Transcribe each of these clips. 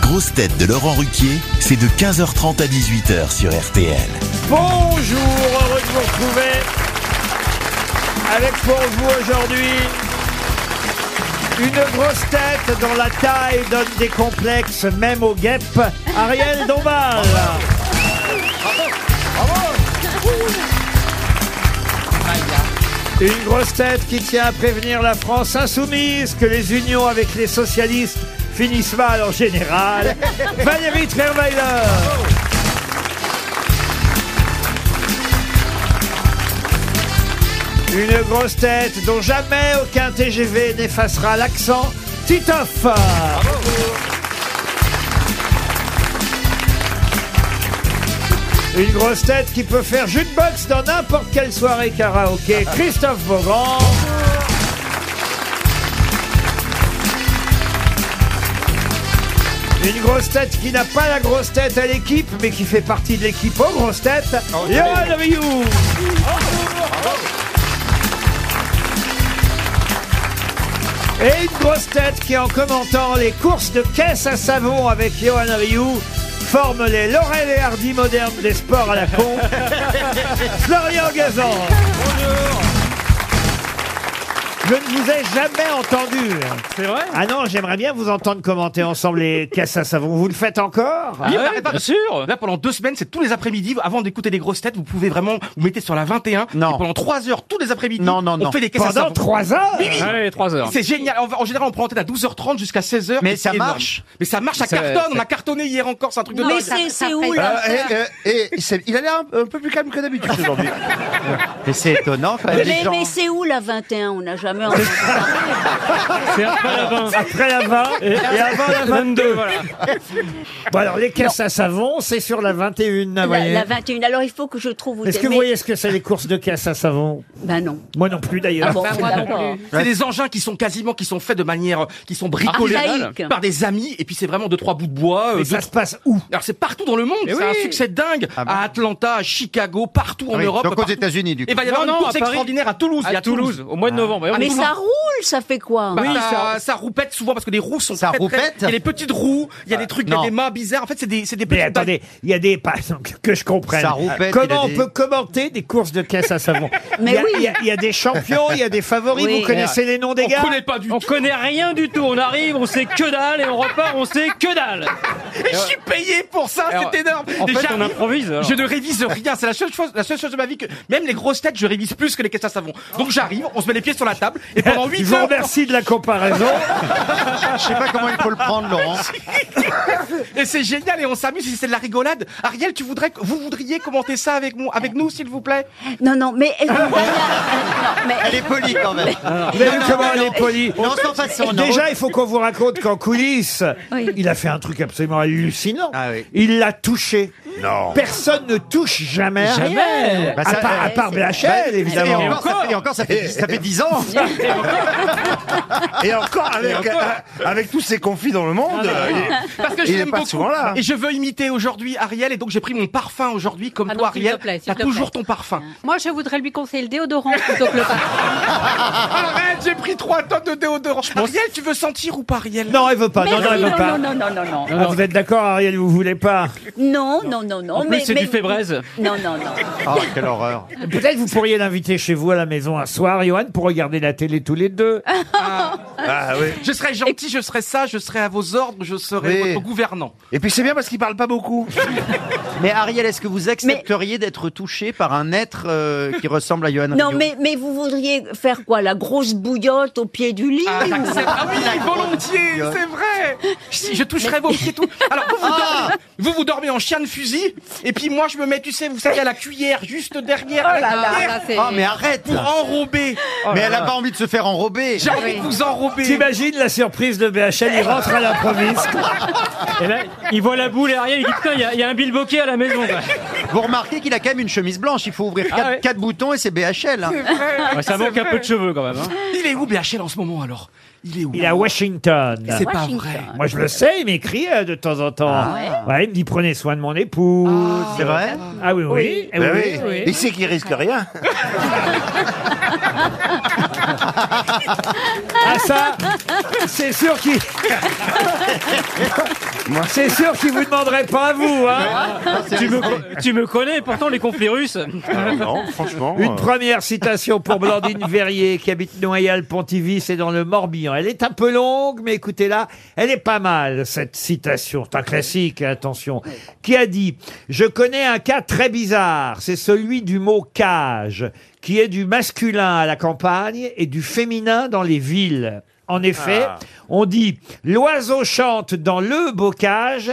grosses têtes de Laurent Ruquier, c'est de 15h30 à 18h sur RTL. Bonjour, heureux de vous retrouver avec pour vous aujourd'hui une grosse tête dont la taille donne des complexes même aux guêpes, Ariel Dombal. Une grosse tête qui tient à prévenir la France insoumise que les unions avec les socialistes finissent mal en général. Valérie Trierweiler. Une grosse tête dont jamais aucun TGV n'effacera l'accent. Titoff. Une grosse tête qui peut faire jus de boxe dans n'importe quelle soirée karaoké. Christophe Beaugrand. Une grosse tête qui n'a pas la grosse tête à l'équipe, mais qui fait partie de l'équipe aux grosses têtes. Oh, Yoann Rioux. Et une grosse tête qui, en commentant les courses de caisse à savon avec Johan Rioux, forme les Laurel et Hardy modernes des sports à la con. Florian Gazan. Je ne vous ai jamais entendu. C'est vrai Ah non, j'aimerais bien vous entendre commenter ensemble les caisses à savon. Vous le faites encore Ah ouais, bah, bah, bien sûr Là, pendant deux semaines, c'est tous les après-midi. Avant d'écouter les grosses têtes, vous pouvez vraiment vous mettez sur la 21. Non. Et pendant trois heures, tous les après-midi, Non, non, non. on fait des caisses à Pendant savon. trois heures Allez, 3 heures. C'est génial. En, en général, on prend antenne à 12h30 jusqu'à 16h. Mais Et ça c'est énorme. marche. Mais ça marche, ça Ça- cartonne. On ça- a cartonné hier encore, c'est un truc de Mais dingue. c'est c'est où Euh, là et, euh, et c'est- il a l'air un, un peu plus calme que d'habitude aujourd'hui. Mais c'est étonnant quand même. mais, les gens- mais c'est où la 21 On n'a jamais entendu. C'est après la 20. Après la 20 Ah, Ah, et avant la 22. Bon alors, les caisses à savon, c'est sur la 21, vous la, Ah, voyez. la 21. Alors il faut que je trouve où Est-ce que vous mais- voyez ce que c'est les courses de caisses à savon Ben non. Moi non plus d'ailleurs. Ah bon, d'accord. C'est des engins qui sont quasiment, qui sont faits de manière, euh, qui sont bricolés Archaïque. par des amis. Et puis c'est vraiment deux, trois bouts de bois. euh, Mais deux, ça se passe où Alors c'est partout dans le monde, c'est un succès dingue. Ah bon à Atlanta, à Chicago, partout en Oui, Europe. donc aux partout. États-Unis du Et coup. il va y avoir Non, une non, course à Paris. extraordinaire à Toulouse. et À Toulouse, au mois de novembre. Et on Ah, Mais vous- ça roule, ça fait quoi oui, bah, ça, ça roupette souvent parce que les roues sont Ça très, très- roupette Il y a des petites roues, il y a des trucs, il y a non. des mains bizarres. En fait, c'est des, c'est des Mais petites. attendez, il y a des pas que je comprenne. Ça roupette, il Comment a on des- peut commenter des courses de caisses à savon Mais Il y a- oui. il y, a- il y a des champions, il y a des favoris. Oui. Vous connaissez les noms des On gars connaît pas du On tout. connaît rien du tout. On arrive, on sait que dalle et on repart, on sait que dalle. Et je suis payé pour Ah, ça, Alors, c'est énorme. En Déjà, fait, on improvise. alors. je ne révise rien. C'est la seule chose, la seule chose de ma vie que même les grosses têtes, je révise plus que les caisses à savon. Donc j'arrive, on se met les pieds sur la table et pendant 8 Je vous heures, remercie de la comparaison. Je sais pas comment il faut le prendre, Laurent. et c'est génial et on s'amuse. et C'est de la rigolade. Ariel, tu voudrais, que- vous voudriez commenter ça avec moi, avec nous, s'il vous plaît Non, non, mais. euh, non, mais- Elle est polie quand même. Vous avez vu Ah, comment elle est polie Non, sans façon, non. Déjà, il faut qu'on vous raconte qu'en coulisses, Oui. il a fait un truc absolument hallucinant. Ah oui. Il l'a touché. Personne ne touche jamais. à rien. Bah, À ça- part, à bah, part Blachel, et évidemment. encore, ça fait, et encore, ça fait, ça fait 10 ans. Et encore avec, euh, avec tous ces conflits dans le monde. euh, il est- Parce que Il je est l'aime pas beaucoup. souvent là, hein. Et je veux imiter aujourd'hui Ariel, et donc j'ai pris mon parfum aujourd'hui, comme Ah toi, non, s'il te Ariel. plaît, Hein. s'il T'as te toujours plaît. ton parfum. Moi, je voudrais lui conseiller le déodorant plutôt que le parfum. Arrête, j'ai pris trois tonnes de déodorant. Ariel, tu veux sentir ou pas, Ariel Non, elle veut pas. Non, non, elle non, veut non, pas. non, non, non, non. Ah, vous êtes d'accord, Ariel, vous voulez pas Non, non, non, non. En plus, mais- c'est mais- du fébraise. Non, non, non. Oh, quelle horreur. Peut-être vous pourriez l'inviter chez vous à la maison un soir, Johan, pour regarder la télé tous les deux. Ah, oui. Je serai gentil, je serai ça, je serai à vos ordres, je serai Oui. votre gouvernant. Et puis c'est bien parce qu'il parle pas beaucoup. Mais Ariel, est-ce que vous accepteriez d'être touché par un être euh, qui ressemble à Johan Non, Rioux mais, mais vous voudriez faire quoi La grosse bouillotte au pied du lit Ah, ou- j'accepte. Ah oui, volontiers, c'est vrai. Si, je toucherai vos pieds et tout. Alors, vous vous, dormez, vous vous dormez en chien de fusil, et puis moi, je me mets, tu sais, vous savez, à la cuillère, juste derrière la cuillère, Ah, mais arrête pour enrober. Mais elle a pas envie de se faire enrober. Oh J'ai envie de vous enrober. T'imagines la surprise de BHL, il rentre à l'improviste. Et là, il voit la boule et Ariel, il dit putain, il y a- il y, a un bilboquet à la maison. quoi. Ah Vous remarquez qu'il a quand même une chemise blanche. Il faut ouvrir quatre, ouais. quatre boutons et c'est BHL. hein. Ouais, ça manque un peu de cheveux quand même. hein. Il est où, BHL, en ce moment, alors Il est où Il est à Washington. C'est pas Washington. vrai. Moi, je le sais, il m'écrit euh, de temps en temps. Ouais, il me dit prenez soin de mon épouse. C'est vrai Ah oui, oui. eh Bah oui, oui. oui. Il sait qu'il risque rien. Ah ça, C'est sûr qu'il. C'est sûr qu'il vous demanderait pas à vous, hein tu, me, tu me connais, pourtant les conflits russes. Ah, non, franchement. euh, Une première citation pour Blandine Verrier, qui habite Noyal-Pontivis et dans le Morbihan. Elle est un peu longue, mais écoutez-la, elle est pas mal, cette citation. C'est un classique, hein, attention. Qui a dit « Je connais un cas très bizarre, c'est celui du mot « cage », qui est du masculin à la campagne et du féminin dans les villes. En effet, on dit « L'oiseau chante dans le bocage »,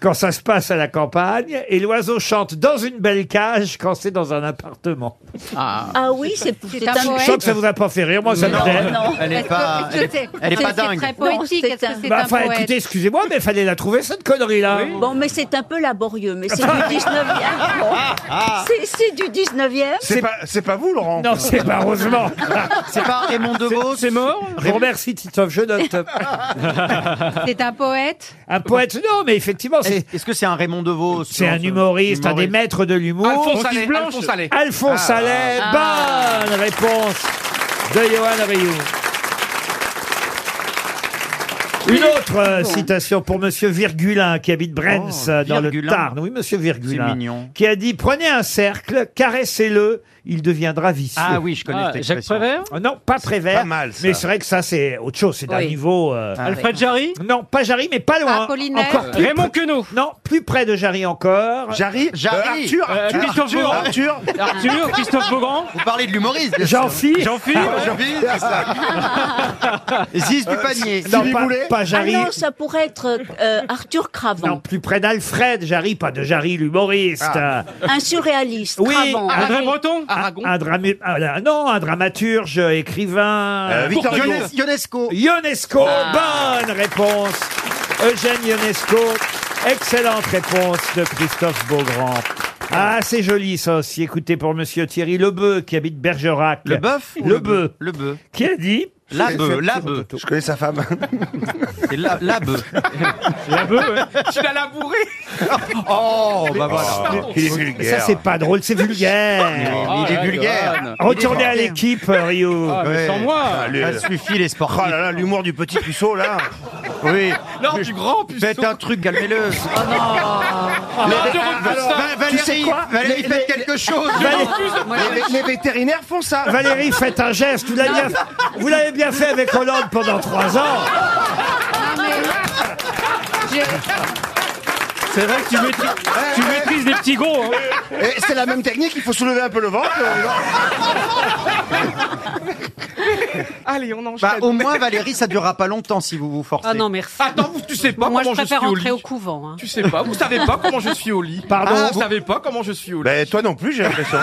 quand ça se passe à la campagne, et l'oiseau chante dans une belle cage quand c'est dans un appartement. Ah oui, c'est C'est un Je poème. sens que ça vous a pas fait rire, moi ça me plaît. Elle est Est-ce que- pas- est-ce que c'est- elle est c'est- pas c'est dingue. très Non, poétique. c'est Est-ce un- que c'est Bah, un enfin, poète écoutez, excusez-moi, mais fallait la trouver cette connerie là. Bon, mais c'est un peu laborieux, mais c'est du 19e. Bon. Ah. C'est- C'est du 19e. C'est pas, c'est pas vous, Laurent Non, c'est pas heureusement. C'est pas Raymond Devos C'est mort Je vous remercie, Titoff, je note. C'est un poète Un poète, non, mais effectivement, c'est. Est-ce que c'est un Raymond Devos C'est un humoriste, un des maîtres de l'humour. Alphonse Allais, Alphonse Allais. Alphonse Ah, Allais, bonne réponse de Johan Rioux. Une autre euh, citation pour Monsieur Virgulin qui habite Brens Oh, euh, dans le Virgulin. Tarn. Oui, Monsieur Virgulin. C'est mignon. Qui a dit prenez un cercle, caressez-le, il deviendra vicieux. Ah oui, je connais Ah, cette Jacques expression. Prévert Oh Non, pas Prévert. pas mal, ça. Mais c'est vrai que ça c'est autre chose, c'est d'un Oui. niveau. euh, Ah, Alfred Jarry Non, pas Jarry, mais pas loin. Apollinaire. Encore plus Raymond Queneau près- Non, plus près de Jarry encore. Jarry Jarry. Euh, Arthur Euh, Arthur Christophe Beaugrand. Arthur, Arthur. Arthur, Christophe Beaugrand Vous parlez de l'humoriste. bien sûr. Jean-Phi. Ah Jean-Philippe Jean-Philippe, c'est ça. Ziz du panier. Non, Sylvie Euh, pas, Boulet. pas Jarry. Ah non, ça pourrait être euh, Arthur Non, Cravant, plus près d'Alfred Jarry, pas de Jarry l'humoriste. Ah. Euh, un surréaliste. Oui, ah, Cravant. André Breton Aragon. Un drame- ah, non, un dramaturge, écrivain. Euh, Victor Hugo. Iones- Ionesco. Ionesco, bonne réponse. Eugène Ionesco, excellente réponse de Christophe Beaugrand. Ah, c'est joli ça aussi. Écoutez, pour monsieur Thierry Lebeu, qui habite Bergerac. Le bœuf ou Le bœuf. Le bœuf. Qui a dit La bœuf. La bœuf. Je connais sa femme. C'est la, la bœuf. La beuh, ouais. Tu l'as labouré Oh, bah voilà. Il est Mais Ça, vulgaire. Ah, c'est pas drôle, c'est vulgaire. Mais il Ah, est ouais, vulgaire. Retournez à l'équipe, euh, Rio. Ah, mais Ouais. sans moi Allez. Ça suffit, les Oh sportifs. là là, l'humour du petit puceau, là. Oui. Non, du grand puceau. Faites un truc, calmez-le. Oh Ah. non. Arrête de reprendre ça. Va- Valérie, Valérie, faites quelque chose. Les, les vétérinaires font ça. Valérie, faites un geste. Vous l'avez bien, vous l'avez bien fait avec Hollande pendant trois ans. Non, mais... J'ai- C'est vrai que tu maîtrises, tu maîtrises les petits gros. hein. Et C'est la même technique, il faut soulever un peu le ventre. Allez, on enchaîne. Bah, au moins, Valérie, ça durera pas longtemps si vous vous forcez. Ah non, merci. Bah, Attends, vous, tu sais pas Moi, je comment je, suis préfère au rentrer lit. au couvent. hein. Tu sais pas, vous savez pas comment je suis au lit. Pardon Vous savez pas comment Ah, je suis au lit. Ben, toi non plus, j'ai l'impression.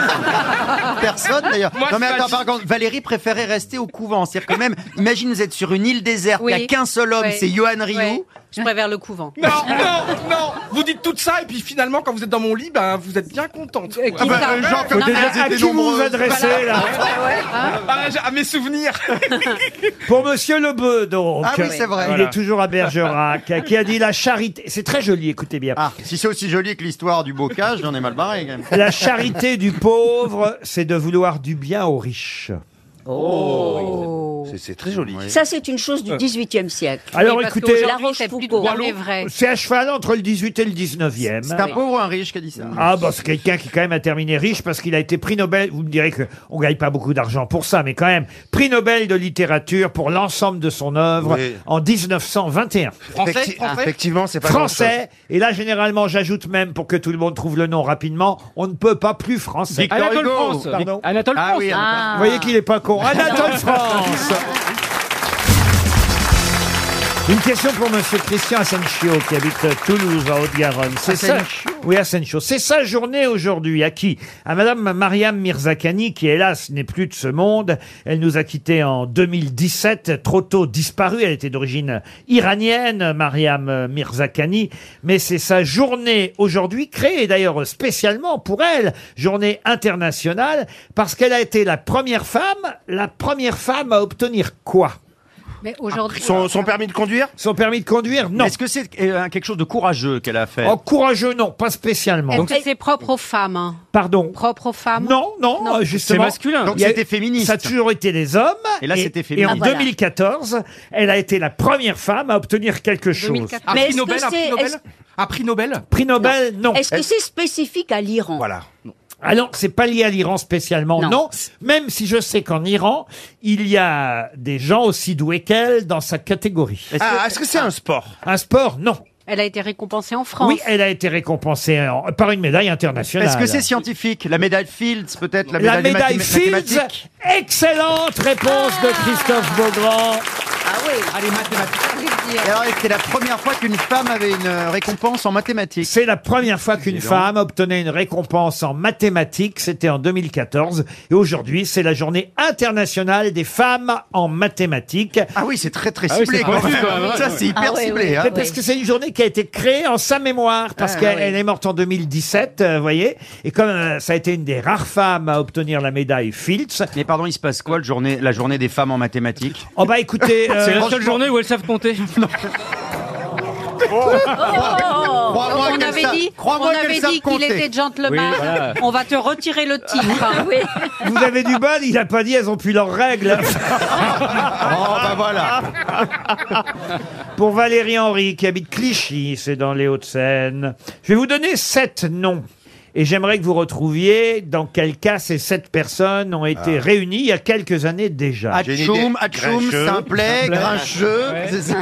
Personne d'ailleurs. Moi, Non mais je attends, m'agis- par contre, Valérie préférait rester au couvent. C'est-à-dire que même, imagine vous êtes sur une île déserte, il n'y a Oui. qu'un seul homme, Ouais. c'est Johan Rioux. Ouais, Je préfère le couvent. Non, non, non Vous dites tout ça et puis finalement quand vous êtes dans mon lit, ben vous êtes bien contente. bah, Euh, qui ça Non, mais- à qui vous vous adressez, là Hein Ah, j'ai- à mes souvenirs. Pour monsieur Lebeu, donc. Ah oui, c'est vrai. Il Voilà. est toujours à Bergerac, qui a dit la charité. C'est très joli, écoutez bien. Ah, si c'est aussi joli que l'histoire du bocage, j'en ai mal barré quand même. La charité du pauvre, c'est de vouloir du bien aux riches. Oh. C'est- C'est très joli. Ça, c'est une chose du 18e siècle. Euh. Alors Oui, parce écoutez, qu'aujourd'hui, c'est plus Foucault. dans les vrais. c'est à cheval entre le 18 et le 19e. C'est un pauvre ou un riche qui a dit ça Ah bah c'est quelqu'un qui quand même a terminé riche parce qu'il a été prix Nobel. Vous me direz que on gagne pas beaucoup d'argent pour ça, mais quand même prix Nobel de littérature pour l'ensemble de son œuvre Oui. en 1921. Français, Effecti- français. Effectivement, c'est pas Français. Et là généralement j'ajoute même pour que tout le monde trouve le nom rapidement, on ne peut pas plus français. Victor Anatole Hugo. France. Pardon. Anatole Ah France. oui, Ah. Vous voyez qu'il est pas con. Anatole France. Une question pour Monsieur Christian Asensio qui habite Toulouse en Haute-Garonne. C'est ça. Asensio. Oui, Asensio. C'est sa journée aujourd'hui. À qui À Madame Mariam Mirzakani qui hélas n'est plus de ce monde. Elle nous a quittés en 2017, trop tôt disparue. Elle était d'origine iranienne, Mariam Mirzakani. Mais c'est sa journée aujourd'hui, créée d'ailleurs spécialement pour elle, journée internationale, parce qu'elle a été la première femme, la première femme à obtenir quoi Mais aujourd'hui. Son, son permis de conduire Son permis de conduire, non. Est-ce que c'est euh, quelque chose de courageux qu'elle a fait En courageux, non, pas spécialement. Est-ce que c'est propre aux femmes hein Pardon. Propre aux femmes Non, non, Non. euh, C'est justement. masculin. Donc Il y a- c'était féministe. Ça a toujours été des hommes. Et là, c'était Et féministe. en Ah, voilà. 2014, elle a été la première femme à obtenir quelque chose. 2014. Un Mais Ah, prix est-ce Nobel, que un prix c'est- Nobel est-ce- Un prix Nobel Prix Nobel, non. Est-ce que c'est spécifique à l'Iran Voilà. Ah non, c'est pas lié à l'Iran spécialement, non. Non. Même si je sais qu'en Iran, il y a des gens aussi doués qu'elle dans sa catégorie. Est-ce que- Ah, est-ce que c'est un sport Un sport, non. Elle a été récompensée en France. Oui, elle a été récompensée en- par une médaille internationale. Est-ce que c'est scientifique La médaille Fields, peut-être La la médaille, mathé- médaille Fields mathématique Excellente réponse de Christophe Beaugrand. Ah oui. Allez, mathématiques. Et alors, c'était la première fois qu'une femme avait une euh, récompense en mathématiques. C'est la première fois qu'une Dis donc. femme obtenait une récompense en mathématiques. C'était en 2014. Et aujourd'hui, c'est la journée internationale des femmes en mathématiques. Ah oui, c'est très très Ah oui, ciblé. c'est quand pointu, même. quand même. Ça, c'est hyper Ah oui, ciblé. oui. hein. C'est parce que c'est une journée qui a été créée en sa mémoire, parce Ah, qu'elle oui. elle est morte en 2017, euh, vous voyez. Et comme euh, ça a été une des rares femmes à obtenir la médaille Fields, Mais pardon, il se passe quoi le journée, la journée des femmes en mathématiques oh bah écoutez, euh, C'est la seule journée où elles savent compter. Oh. Donc, Crois-moi Oh. on qu'elles avait savent- dit, on crois-moi avait qu'elles savent dit qu'il compter. était gentleman. Oui, voilà. On va te retirer le titre. vous avez du bol, il a pas dit, elles ont plus leurs règles. Ah, Oh, bah voilà. Pour Valérie Henry, qui habite Clichy, c'est dans les Hauts-de-Seine. Je vais vous donner sept noms. Et j'aimerais que vous retrouviez dans quel cas ces sept personnes ont été réunies il y a quelques années déjà. Ah. J'ai une idée. Atchoum, Atchoum, Grincheux. Simplet, Grincheux. c'est ça.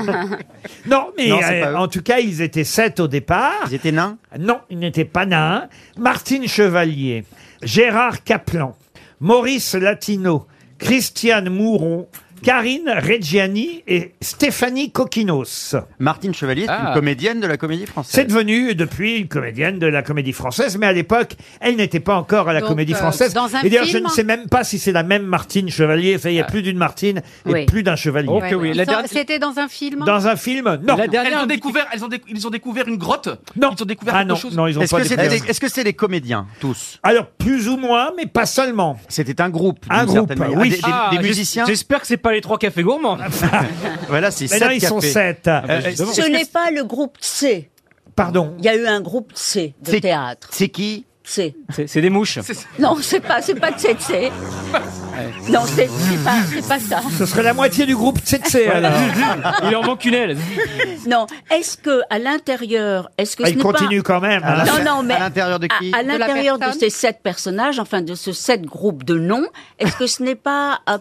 non, mais Non, c'est euh, pas eux. en tout cas, ils étaient sept au départ. Ils étaient nains Non, il n'était pas nain. Martine Chevalier, Gérard Caplan, Maurice Latino, Christiane Mouron, Karine Reggiani et Stéphanie Coquinos. Martine Chevalier est Ah. une comédienne de la comédie C'est française. devenue depuis une comédienne de la comédie française, mais à l'époque, elle n'était pas encore à la Donc, comédie euh, française. dans un et d'ailleurs, je film Euh, ne sais même pas si c'est la même Martine Chevalier. Ça, Il y a plus d'une Martine et Oui. plus d'un Chevalier. Ok, oui, la dernière- C'était dans un film. Dans un film, non. La Elles ont dernière. découvert, elles ont déc- ils ont découvert une grotte. non. Ils ont découvert ah quelque non, chose. non, ils ont Est-ce pas que c'est des, découvert. est-ce que c'est des comédiens, tous Alors, plus ou moins, mais pas seulement. C'était un groupe. Un d'une groupe, certaine manière. oui. Des, des- Ah, des j'es- musiciens J'espère que c'est pas les trois cafés gourmands. Voilà, c'est Maintenant, sept ils sont cafés. sept. bah, Euh, justement. c'est- Ce n'est pas le groupe C. Pardon. Il y a eu un groupe C de C'est- théâtre. C'est qui C. C'est c'est des mouches. Non, c'est pas, c'est pas de C. de C. Non, c'est c'est pas, c'est pas ça. Ce serait la moitié du groupe CC, alors. Il en manque une aile. Non. Est-ce que à l'intérieur, est-ce que Ah, ce il n'est continue quand même. À Non, l'intérieur- non, mais- À l'intérieur de pas qui à, à la l'intérieur de personne ces sept personnages, enfin de ce sept groupes de noms, est-ce que ce n'est pas ah,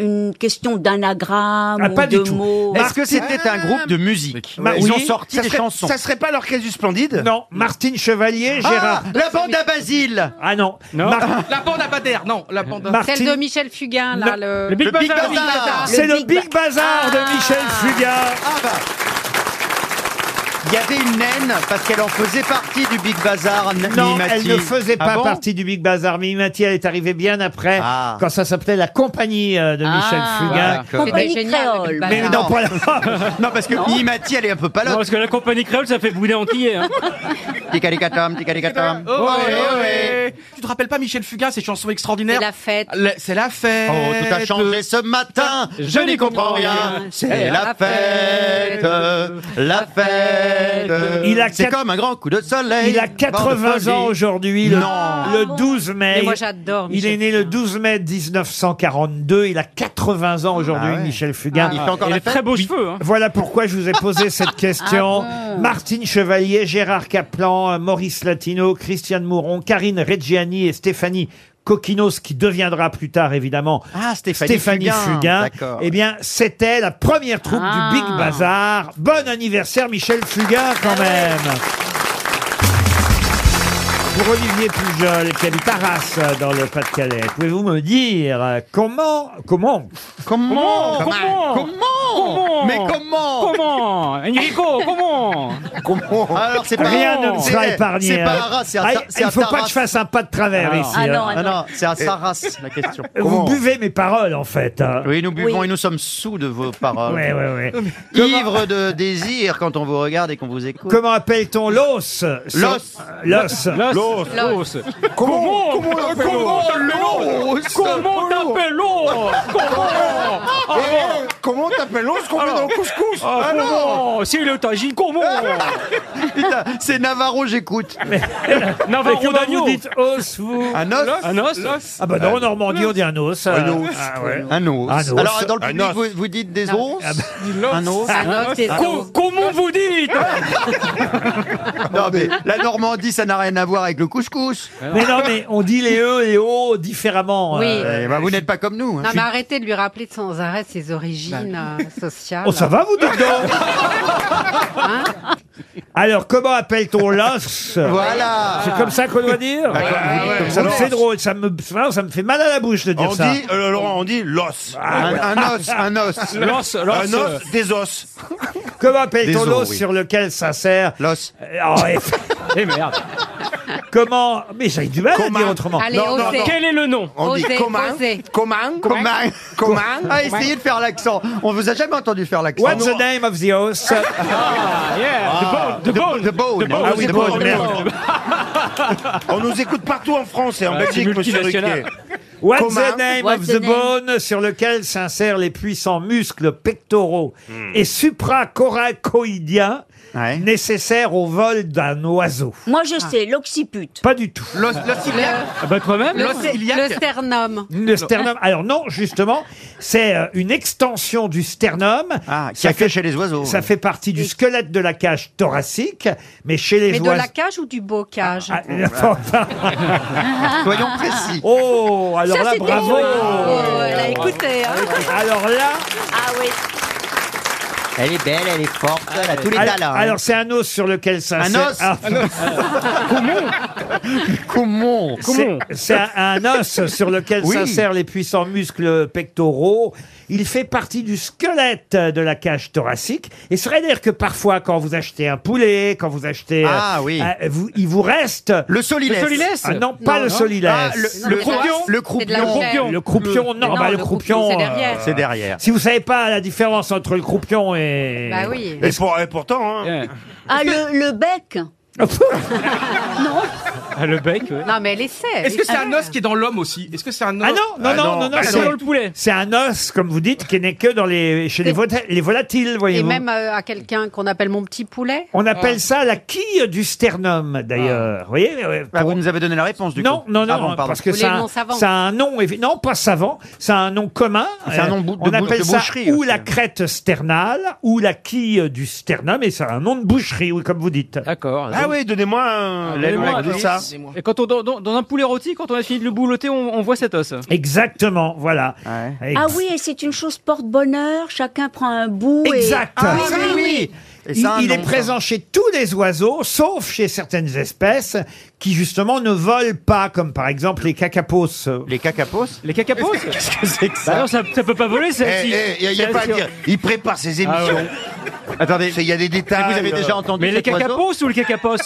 une question d'anagramme Ah, ou pas du de tout. mots Est-ce que c'était un groupe de musique Ma- Ils oui. ont sorti ça des serait, chansons. ça serait pas l'orchestre du Splendide Non, Martine Chevalier, Ah, Gérard. la bande à Basile Ah non. Non. Mar- Bah, La bande à Bader, non, la bande à... Martine- Celle de Michel Fugain, là. Le... Le Big Le Big Bazar. Bazar C'est Le le Big Big Bah, Bazar de Ah. Michel Fugain. Ah bah Il y avait une naine parce qu'elle en faisait partie du Big Bazar. N- Non, Mimati. elle ne faisait Ah pas bon partie du Big Bazar. Mimimati, elle est arrivée bien après, Ah. quand ça s'appelait la compagnie euh, de Michel Ah. Fugain. D'accord. Compagnie C'était génial, créole. le Big Bazar. Mais Bah, non, pas la- Non, parce que Mimati, elle est un peu Non, palote. parce que la compagnie créole, ça fait bouder entier. Hein. Ticalicatam, ticalicatam. Oh, ouais, ouais. Tu te rappelles pas Michel Fugain, ses chansons extraordinaires C'est la fête. Le- C'est la fête. Oh, tout a changé ce matin, je n'y comprends rien. C'est la fête, la fête. Il a C'est quatre- comme un grand coup de soleil. Il a 80 ans aujourd'hui, le, Non. le 12 mai. Ah Mais moi, j'adore Il est Michel né le Fugain. 12 mai 1942. Il a 80 ans aujourd'hui, Ah ouais. Michel Fugain. Il fait encore Il a la de très fête. beaux cheveux. Hein. Voilà pourquoi je vous ai posé cette question. Ah Martine Chevalier, Gérard Caplan, euh, Maurice Latino, Christiane Mouron, Karine Reggiani et Stéphanie Coquinos, qui deviendra plus tard évidemment Ah, Stéphanie, Stéphanie Fugain. D'accord. Eh bien, c'était la première troupe Ah. du Big Bazar. Bon anniversaire, Michel Fugain, quand même. Pour Olivier Pujol, qui habite Arras, euh, dans le Pas-de-Calais, pouvez-vous me dire euh, comment, comment, Comment Comment Comment Mais comment Comment Enrico, comment Alors, c'est pas Rien ne me c'est- sera épargné. C'est pas hein. Arras, c'est à Ah, Tar- c'est Il à ne faut pas Tarras. que je fasse un pas de travers Ah non. ici. Ah non, hein. Ah ah non. non, c'est à Saras la question. Vous buvez mes paroles, en fait. hein. Oui, nous buvons Oui. et nous sommes sous de vos paroles. Ouais, ouais, ouais. Ivre de désir quand on vous regarde et qu'on vous écoute. Comment appelle-t-on l'os euh, L'os. euh, L'os. L'os. L'os. Comment Comment Eh, Comment l'os Comment t'appelles l'os Comment qu'on t'appelle l'eau, ce qu'on met dans le couscous. Ah non Oh, c'est le tagine gourmand Putain, c'est Navarro, j'écoute. Mais eh, Navarro comment vous d'agneau dites os, vous Un os Un os Ah bah non, en Normandie, on dit un os. Un os. Ah ouais. Un os. Un os. Ah, bah. Alors, dans le Un public, os. vous, vous dites des os Un os hein, Un os, des Ah, Co- os. Comment vous dites Non, mais la Normandie, ça n'a rien à voir avec le couscous. Mais non, mais on dit les E et O différemment. euh, Oui. Eh ben, vous n'êtes pas comme nous. hein. Non, mais arrêtez de lui rappeler de sans arrêt ses origines euh, sociales. Oh, ça va, vous dites donc Hein Alors, comment appelle-t-on l'os Voilà. C'est comme ça qu'on doit dire Bah, Ça me fait drôle, ça me, ça, me fait mal à la bouche de dire On ça. dit, euh, Laurent, on dit l'os. Un, un os, un os. Lance, Un lance. euh, os, des os. Comment appelle-t-on Des os, l'os oui. sur lequel s'insère L'os. Euh, oh, et- Eh merde. Comment Mais j'ai du mal à dire autrement. Allez, Non, non, osez. Quel est le nom On dit Osez, comment osez. Comment Comment Comment Ah, essayez de faire l'accent. On vous a jamais entendu faire l'accent. What's the name of the os Ah, yeah. The bone. The bone. Ah oui, The bon, bone. merde. Ah, On nous écoute partout en France et en Ouais, c'est Belgique, monsieur Ruquier. multinational. What's Comment the name What's of the the name bone sur lequel s'insèrent les puissants muscles pectoraux et supracoracoïdiens Hmm. Ouais. nécessaires au vol d'un oiseau Moi, je Ah. sais, l'occiput. Pas du tout. L'os, l'os iliaque. Ah bah toi-même Le, lance. le sternum. Le sternum. Alors non, justement, c'est euh, une extension du sternum. Ah, qui Ça a que fait- chez les oiseaux. Ça fait partie du squelette de la cage thoracique, mais chez les Mais de oiseaux. la cage ou du bocage Ah, enfin, Soyons précis. oh, alors là, c'était bravo. joli. Oh, elle a écouté. hein. Alors là, Ah oui. Elle est belle, elle est forte, elle a tous les Ah, alors, talents. hein. alors c'est un os sur lequel ça Ah. Un os comment C'est c'est un, un os sur lequel Oui. s'insèrent les puissants muscles pectoraux. Il fait partie du squelette de la cage thoracique. Et ce serait dire que parfois, quand vous achetez un poulet, quand vous achetez, euh, Ah oui. euh, vous- il vous reste Le solilès. solilès Ah non, pas Non, le non. solilès. Ah, Non, le, le mais croupion. l'os, Le c'est de la croupion. chair. Le croupion, non, Non, bah, le, le croupion. croupion, c'est euh, derrière. C'est derrière. si vous savez pas la différence entre le croupion et Bah oui. Et, pour- et pourtant, hein, Yeah. Ah, le, le bec. Ah, le bec, ouais. Non, mais elle essaie. elle Est-ce que c'est essaie. un os qui est dans l'homme aussi Est-ce que c'est un os Ah non, non, Ah non, non, non, non, bah c'est C'est dans le poulet. c'est un os, comme vous dites, qui n'est que dans les, chez les, Et- vota- les volatiles, Et voyez-vous. même Ah. euh, à quelqu'un qu'on appelle mon petit poulet. On appelle ça la quille du sternum, d'ailleurs. Vous voyez ouais, Ah, pour- vous nous avez donné la réponse du Non, coup. non, non, Ah bon, pardon. parce que Ou les ça, a- noms savants. ça a un nom, évi- non pas savant, ça a un nom commun. C'est un nom bou- de On bou- appelle de ça boucherie, hein. ou ok. la crête sternale, ou la quille du sternum, et ça a un nom de boucherie, oui, comme vous dites. D'accord. Ah oui, donnez-moi un. Ah, donnez-moi, Donnez-moi attends. ça. Et quand on dans, dans- dans un poulet rôti, quand on a fini de le boulotter, on, on voit cet os. Exactement, voilà. Ouais. Ex- Ah oui, et c'est une chose porte-bonheur. Chacun prend un bout. et- Exact. Ah oui, oui. Et Il, ça, un il est nom, présent chez tous les oiseaux, sauf chez certaines espèces qui justement ne volent pas, comme par exemple les cacapos. ça. Les cacapos. Les cacapos Qu'est-ce que c'est que Bah ça non, ça, ça peut pas voler, celle-ci. Il n'y Eh, a pas à dire. Il prépare ses Ah ouais. émissions. Attendez. Il y a des détails. vous avez déjà entendu Mais les cet oiseau cacapos ou le cacapos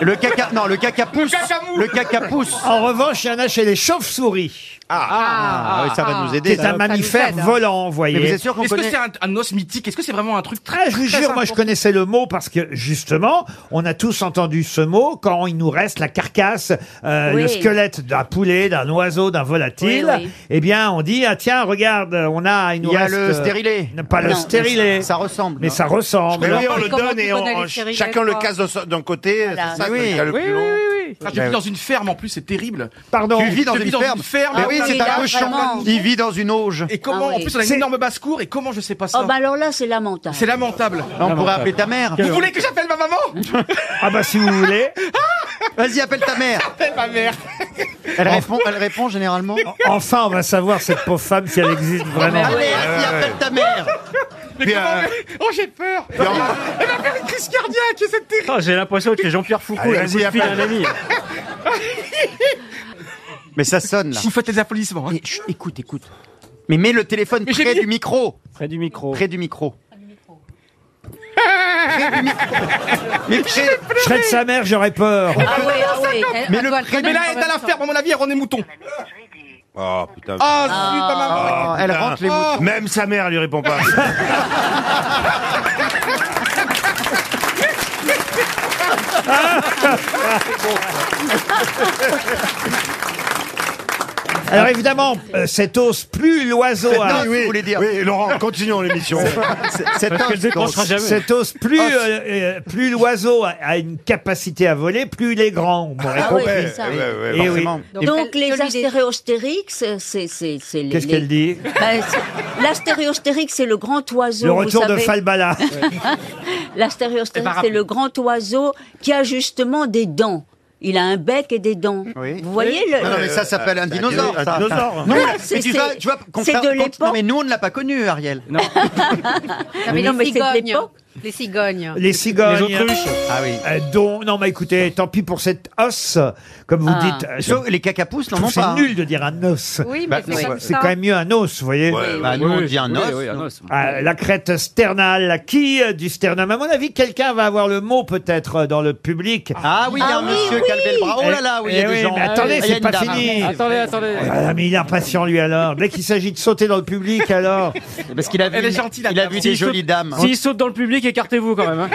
Le caca, non, le cacapousse. Le cacapousse. En revanche, il y en a chez les chauves-souris. Ah, oui, ça va nous aider. C'est ça. un mammifère aide, hein. volant, vous voyez. Mais vous êtes sûr qu'on Est-ce que connaît c'est un, un os mythique Est-ce que c'est vraiment un truc très. Ah, je vous jure, moi je connaissais le mot parce que justement, on a tous entendu ce mot quand il nous reste la carcasse, euh, Oui. le squelette d'un poulet, d'un oiseau, d'un volatile. Oui, oui. Eh bien, on dit ah tiens, regarde, on a, il nous Il y a reste, le euh, stérilet. n- pas le Non. stérilet, Ça ressemble. hein. mais ça ressemble. Mais oui, on Mais le comment donne tu et connais on- les chéris, chacun le hein. toi casse de so- d'un côté. Voilà. C'est ça, Oui. c'est le Oui, plus oui, long. oui, oui. Ah, tu vis dans une ferme en plus, c'est terrible. Pardon. Tu vis dans Je vis une dans une ferme. ferme. Mais Ah oui, oui, c'est un là, cochon. vraiment. Il vit dans une auge. Et comment Ah oui. En plus, on a une C'est- énorme basse-cour et comment je sais pas ça Oh bah alors là, c'est lamentable. C'est lamentable. On pourrait appeler ta mère. Vous voulez que j'appelle ma maman Ah bah si vous voulez. Vas-y, appelle ta mère. Appelle ma mère. Elle répond, elle répond généralement. Enfin, on va savoir cette pauvre femme si elle existe vraiment. Allez, vas-y, appelle ta mère. Mais Puis, comment- euh, Oh, j'ai peur. Elle va faire une crise cardiaque, c'est terrible. Putain, J'ai l'impression que c'est Jean-Pierre Foucault, Allez, le coup de vas-y, fil à un appelle. ami. Ah, Mais ça sonne là. Vous faites les applaudissements. hein. Et- chut, écoute, écoute. Mais mets le téléphone Mais j'ai près mis- du micro. Près du micro. Près du micro. Près du micro. Mais près- Je serais de sa mère, j'aurais peur. Ah oui, ah oui. Elle- Mais elle le doit prix- connaître Mais là, en elle est même à la temps. ferme, à mon avis, elle rend des moutons. Oh putain. Ah, zut, ma maman. Oh, elle rentre les moutons. Même sa mère lui répond pas. Alors évidemment, euh, cette hausse plus l'oiseau hein. a... oui, vous voulez dire. Oui, Laurent, continuons l'émission. Cette Parce qu'elle décrochera jamais. Cette hausse, plus, Ah, euh, euh, plus l'oiseau a, a une capacité à voler, plus il est grand. vous m'aurez Ah compris. oui, c'est ça. Ouais, ouais, Eh oui. forcément. Donc les astéroïdes. astéréostérix, c'est c'est c'est les. Qu'est-ce qu'elle dit L'astéréostérix, c'est le grand oiseau. Le vous retour de savez. Falbala. L'astéréostérix, C'est pas c'est le grand oiseau qui a justement des dents. Il a un bec et des dents. Oui. Vous voyez le. Non, non, mais ça s'appelle Euh, bah, un dinosaure. ça. dinosaure. Non, Non, mais c'est- tu c'est- vas, tu vas qu'on c'est fait- de qu'on- l'époque. Non, mais nous, on ne l'a pas connu, Ariel. Non, Ah. mais Non, mais les c'est de cigognes. l'époque. Les cigognes. Les les cigognes. autruches. Ah oui. euh, dont, non, mais écoutez, tant pis pour cette os, comme vous Ah. dites. euh, Sauf les cacapousses n'en je trouve ont c'est pas. hein. nul de dire un os. Oui, Bah, mais oui. c'est comme C'est ça. quand même mieux un os, vous voyez. Ouais, Bah, nous, on dit un Oui, os. oui, un os. Ah, la crête sternale, la quille du sternum. À mon avis, quelqu'un va avoir le mot peut-être euh, dans le public. Ah oui, il y a Ah un oui, monsieur qui a levé le bras. Oh là là, oui, il y Eh a des gens. mais Ah, attendez, il y a c'est une pas dame. fini. Attendez, attendez. Ah, mais il est impatient, lui, alors. Dès qu'il s'agit de sauter dans le public, alors. Parce qu'il a vu, Elle est une- gentille, la il a dame. vu Si des il saute- jolies dames. hein. S'il saute dans le public, écartez-vous quand même. hein.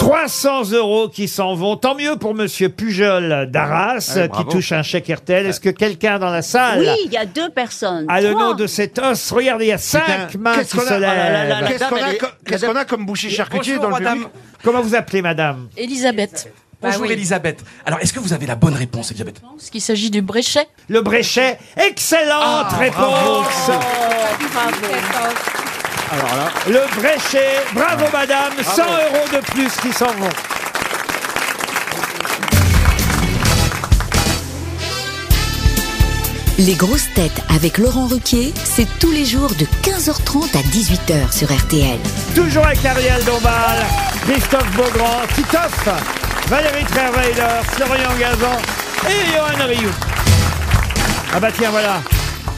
300 euros qui s'en vont. Tant mieux pour Monsieur Pujol d'Arras, Ouais, euh, qui Ah bravo. touche un chèque RTL. Est-ce que quelqu'un dans la salle Oui, il y a deux personnes. a le Trois. nom de cet os Regardez, il y a cinq Putain, mains qu'est-ce qui qu'on a se Oh là là là là. lèvent. Qu'est-ce dame, qu'on a, elle est- co- qu'est-ce qu'on a comme boucher charcutier Bonjour, dans le madame. public Comment vous appelez, madame Elisabeth. Bah Bonjour Elisabeth. Alors, est-ce que vous avez la bonne réponse, Elisabeth Parce qu'il s'agit du bréchet. Le Bréchet. Ah, Excellente Oh, réponse Le Bréchet. Bravo, madame. 100 euros de plus qui s'en vont. Les grosses têtes avec Laurent Ruquier, c'est tous les jours de 15h30 à 18h sur RTL. Toujours avec Ariel Dombal, Christophe Beaugrand, Titoff, Valérie Trierweiler, Florian Gazan et Johan Rioux. Ah bah tiens, voilà.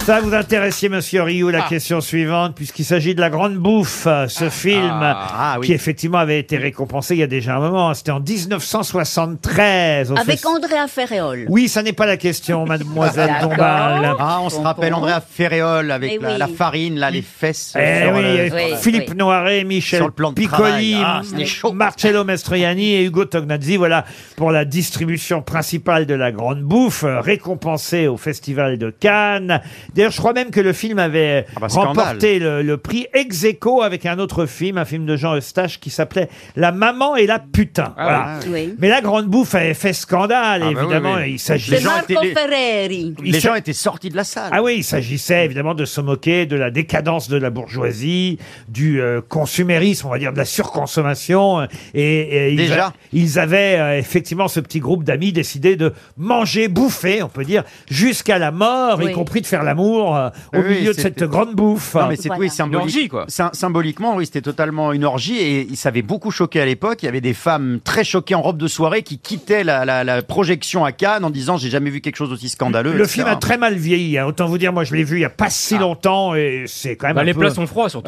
Ça va vous intéresser, monsieur Rioux, Ah. la question suivante, puisqu'il s'agit de La Grande Bouffe, euh, ce film Ah, ah oui. qui effectivement avait été récompensé il y a déjà un moment. C'était en 1973. au Avec fest- Andrea Ferréol. Oui, ça n'est pas la question, mademoiselle D'accord. Dombal. Ah, on se rappelle Andrea Ferréol avec Eh la, oui. la farine, là, les fesses. Eh sur oui, le- il y avait Oui, Philippe oui. Noiret, Michel Sur le plan de Piccoli, travail, ah, c'était M- chaud. Marcello Mastroianni et Hugo Tognazzi. Voilà pour la distribution principale de la Grande Bouffe, euh, récompensée au Festival de Cannes. D'ailleurs, je crois même que le film avait Ah bah, scandale. remporté le, le prix ex aequo avec un autre film, un film de Jean Eustache qui s'appelait La maman et la putain. Voilà. Oui. Mais la Grande Bouffe avait fait scandale, Ah bah oui, évidemment. oui. Il s'agit Les C'est gens Marco étaient- Ferreri. Les gens étaient sortis de la salle. Ah oui, il s'agissait évidemment de se moquer de la décadence de la bourgeoisie, du euh, consumérisme, on va dire de la surconsommation. euh, Et, et ils, Déjà. a- ils avaient euh, effectivement ce petit groupe d'amis décidé de manger, bouffer, on peut dire, jusqu'à la mort, y Oui. compris de faire l'amour euh, au Oui, milieu de c'était- cette grande bouffe. Non, mais c'est Voilà. oui, Une symbolique. orgie, quoi. Sym- symboliquement, oui, c'était totalement une orgie et il s'avait beaucoup choqué à l'époque. Il y avait des femmes très choquées en robe de soirée qui quittaient la, la- la projection à Cannes en disant j'ai jamais vu quelque chose aussi scandaleux. le etc. film a très mal vieilli, hein. autant vous dire, moi je l'ai vu il n'y a pas Ah. si longtemps et c'est quand même. Bah, un les peu- plats sont froids surtout.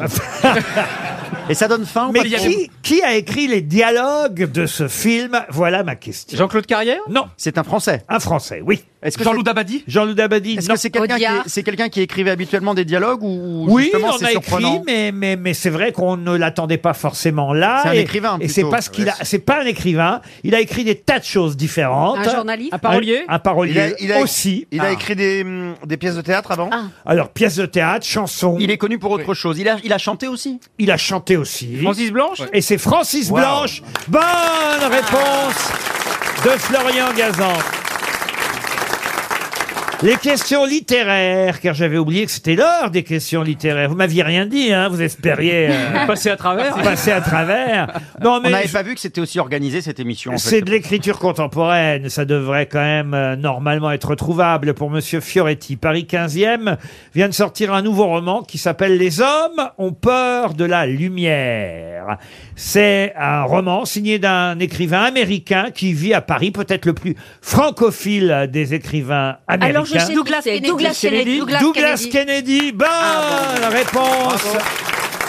Et ça donne faim. ou Mais pas trop qui, qui a écrit les dialogues de ce film Voilà ma question. Jean-Claude Carrière Non, C'est un Français. un Français, oui. Est-ce que Jean-Loup c'est Dabadi Jean-Loup Dabadi, est-ce non. que c'est quelqu'un qui, Audiard. est- c'est quelqu'un qui écrivait habituellement des dialogues ou Oui, on justement c'est a écrit, surprenant mais, mais, mais c'est vrai qu'on ne l'attendait pas forcément là. C'est un et- écrivain, Et c'est plutôt. pas ce qu'il a, Ouais. c'est pas un écrivain. Il a écrit des tas de choses différentes. Un journaliste. Un parolier Un, un parolier Il a- il a- aussi. Ah. Il a écrit des, hum, des pièces de théâtre avant Alors, pièce de théâtre, chanson. Il est connu pour autre chose. Il a, il a chanté aussi. Il a chanté aussi. Francis Blanche Et c'est Francis Blanche. Bonne réponse de Florian Gazan. Les questions littéraires, car j'avais oublié que c'était l'heure des questions littéraires. Vous m'aviez rien dit, hein, vous espériez euh, Passé à travers. passer à travers. Non, On n'avait je- pas vu que c'était aussi organisé cette émission. en fait. C'est de l'écriture contemporaine, ça devrait quand même euh, normalement être trouvable pour Monsieur Fioretti. Paris 15e vient de sortir un nouveau roman qui s'appelle Les hommes ont peur de la lumière. C'est un roman signé d'un écrivain américain qui vit à Paris, peut-être le plus francophile des écrivains américains. Alors je sais qui Douglas c'est. Kennedy. Douglas Ah Kennedy. Douglas Douglas Kennedy. Kennedy, bonne réponse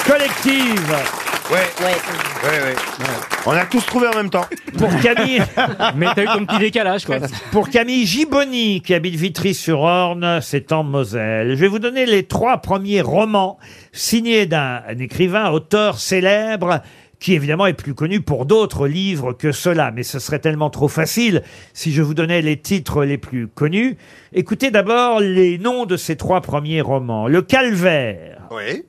collective Ouais, ouais. On a tous trouvé en même temps. pour Camille. Mais t'as eu ton petit décalage, quoi. Pour Camille Giboni, qui habite Vitry-sur-Orne, c'est en Moselle. Je vais vous donner les trois premiers romans signés d'un écrivain, auteur célèbre, qui évidemment est plus connu pour d'autres livres que cela. Mais ce serait tellement trop facile si je vous donnais les titres les plus connus. Écoutez d'abord les noms de ces trois premiers romans. Le Calvaire,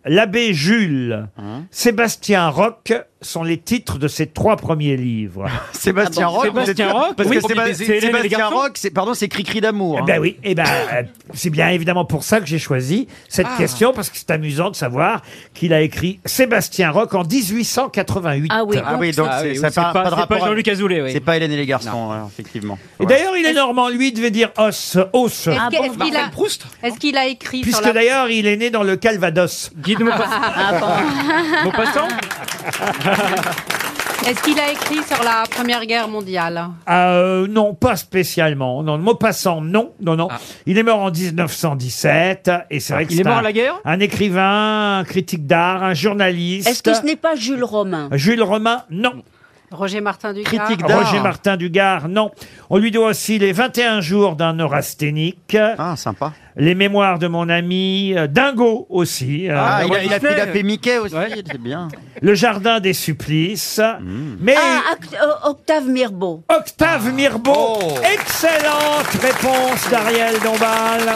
L'abbé Jules, Sébastien Roch sont les titres de ces trois premiers livres. Ah Sébastien Roch, Sébastien Roch, parce oui, que Séba- c'est- c'est Hélène et les Sébastien garçons. Roch, c'est pardon, c'est cri-cri d'amour. Eh hein. Ben oui, et ben euh, c'est bien évidemment pour ça que j'ai choisi cette question parce que c'est amusant de savoir qu'il a écrit Sébastien Roch en 1888. Ah oui, Ah oui, donc Ah c'est- oui, ça n'a c'est pas, pas, pas de c'est pas rapport. à- Jean-Luc Azoulay, oui. C'est pas Hélène et les garçons, alors, effectivement. Et d'ailleurs, il est normand, lui, il devait dire os, os. Est-ce Ah qu'il- bon, est-ce qu'il a, Proust est-ce qu'il a écrit sur Puisque la... Ah, d'ailleurs, il est né dans le Calvados. Guy de Maupassant. Maupassant Est-ce qu'il a écrit sur la Première Guerre mondiale Ah, euh, non, pas spécialement. Non, Maupassant, non, non, non. Il est mort en 1917 et c'est vrai que Ah. Il c'est est mort un- à la guerre Un écrivain, un critique d'art, un journaliste. Est-ce que ce n'est pas Jules Romain Jules Romain, non. Ah. Roger Martin Ducas Critique d'art. Roger Martin Dugard, non. On lui doit aussi les 21 jours d'un orasthénique, Ah, sympa. les mémoires de mon ami, euh, Dingo aussi, euh, Ah, il, a, il, a, Disney. il a fait Mickey aussi, Ouais. c'est bien. le jardin des supplices, mais Ah, Act- euh, Octave Mirbeau. Octave Mirbeau. Excellente réponse d'Ariel Dombal.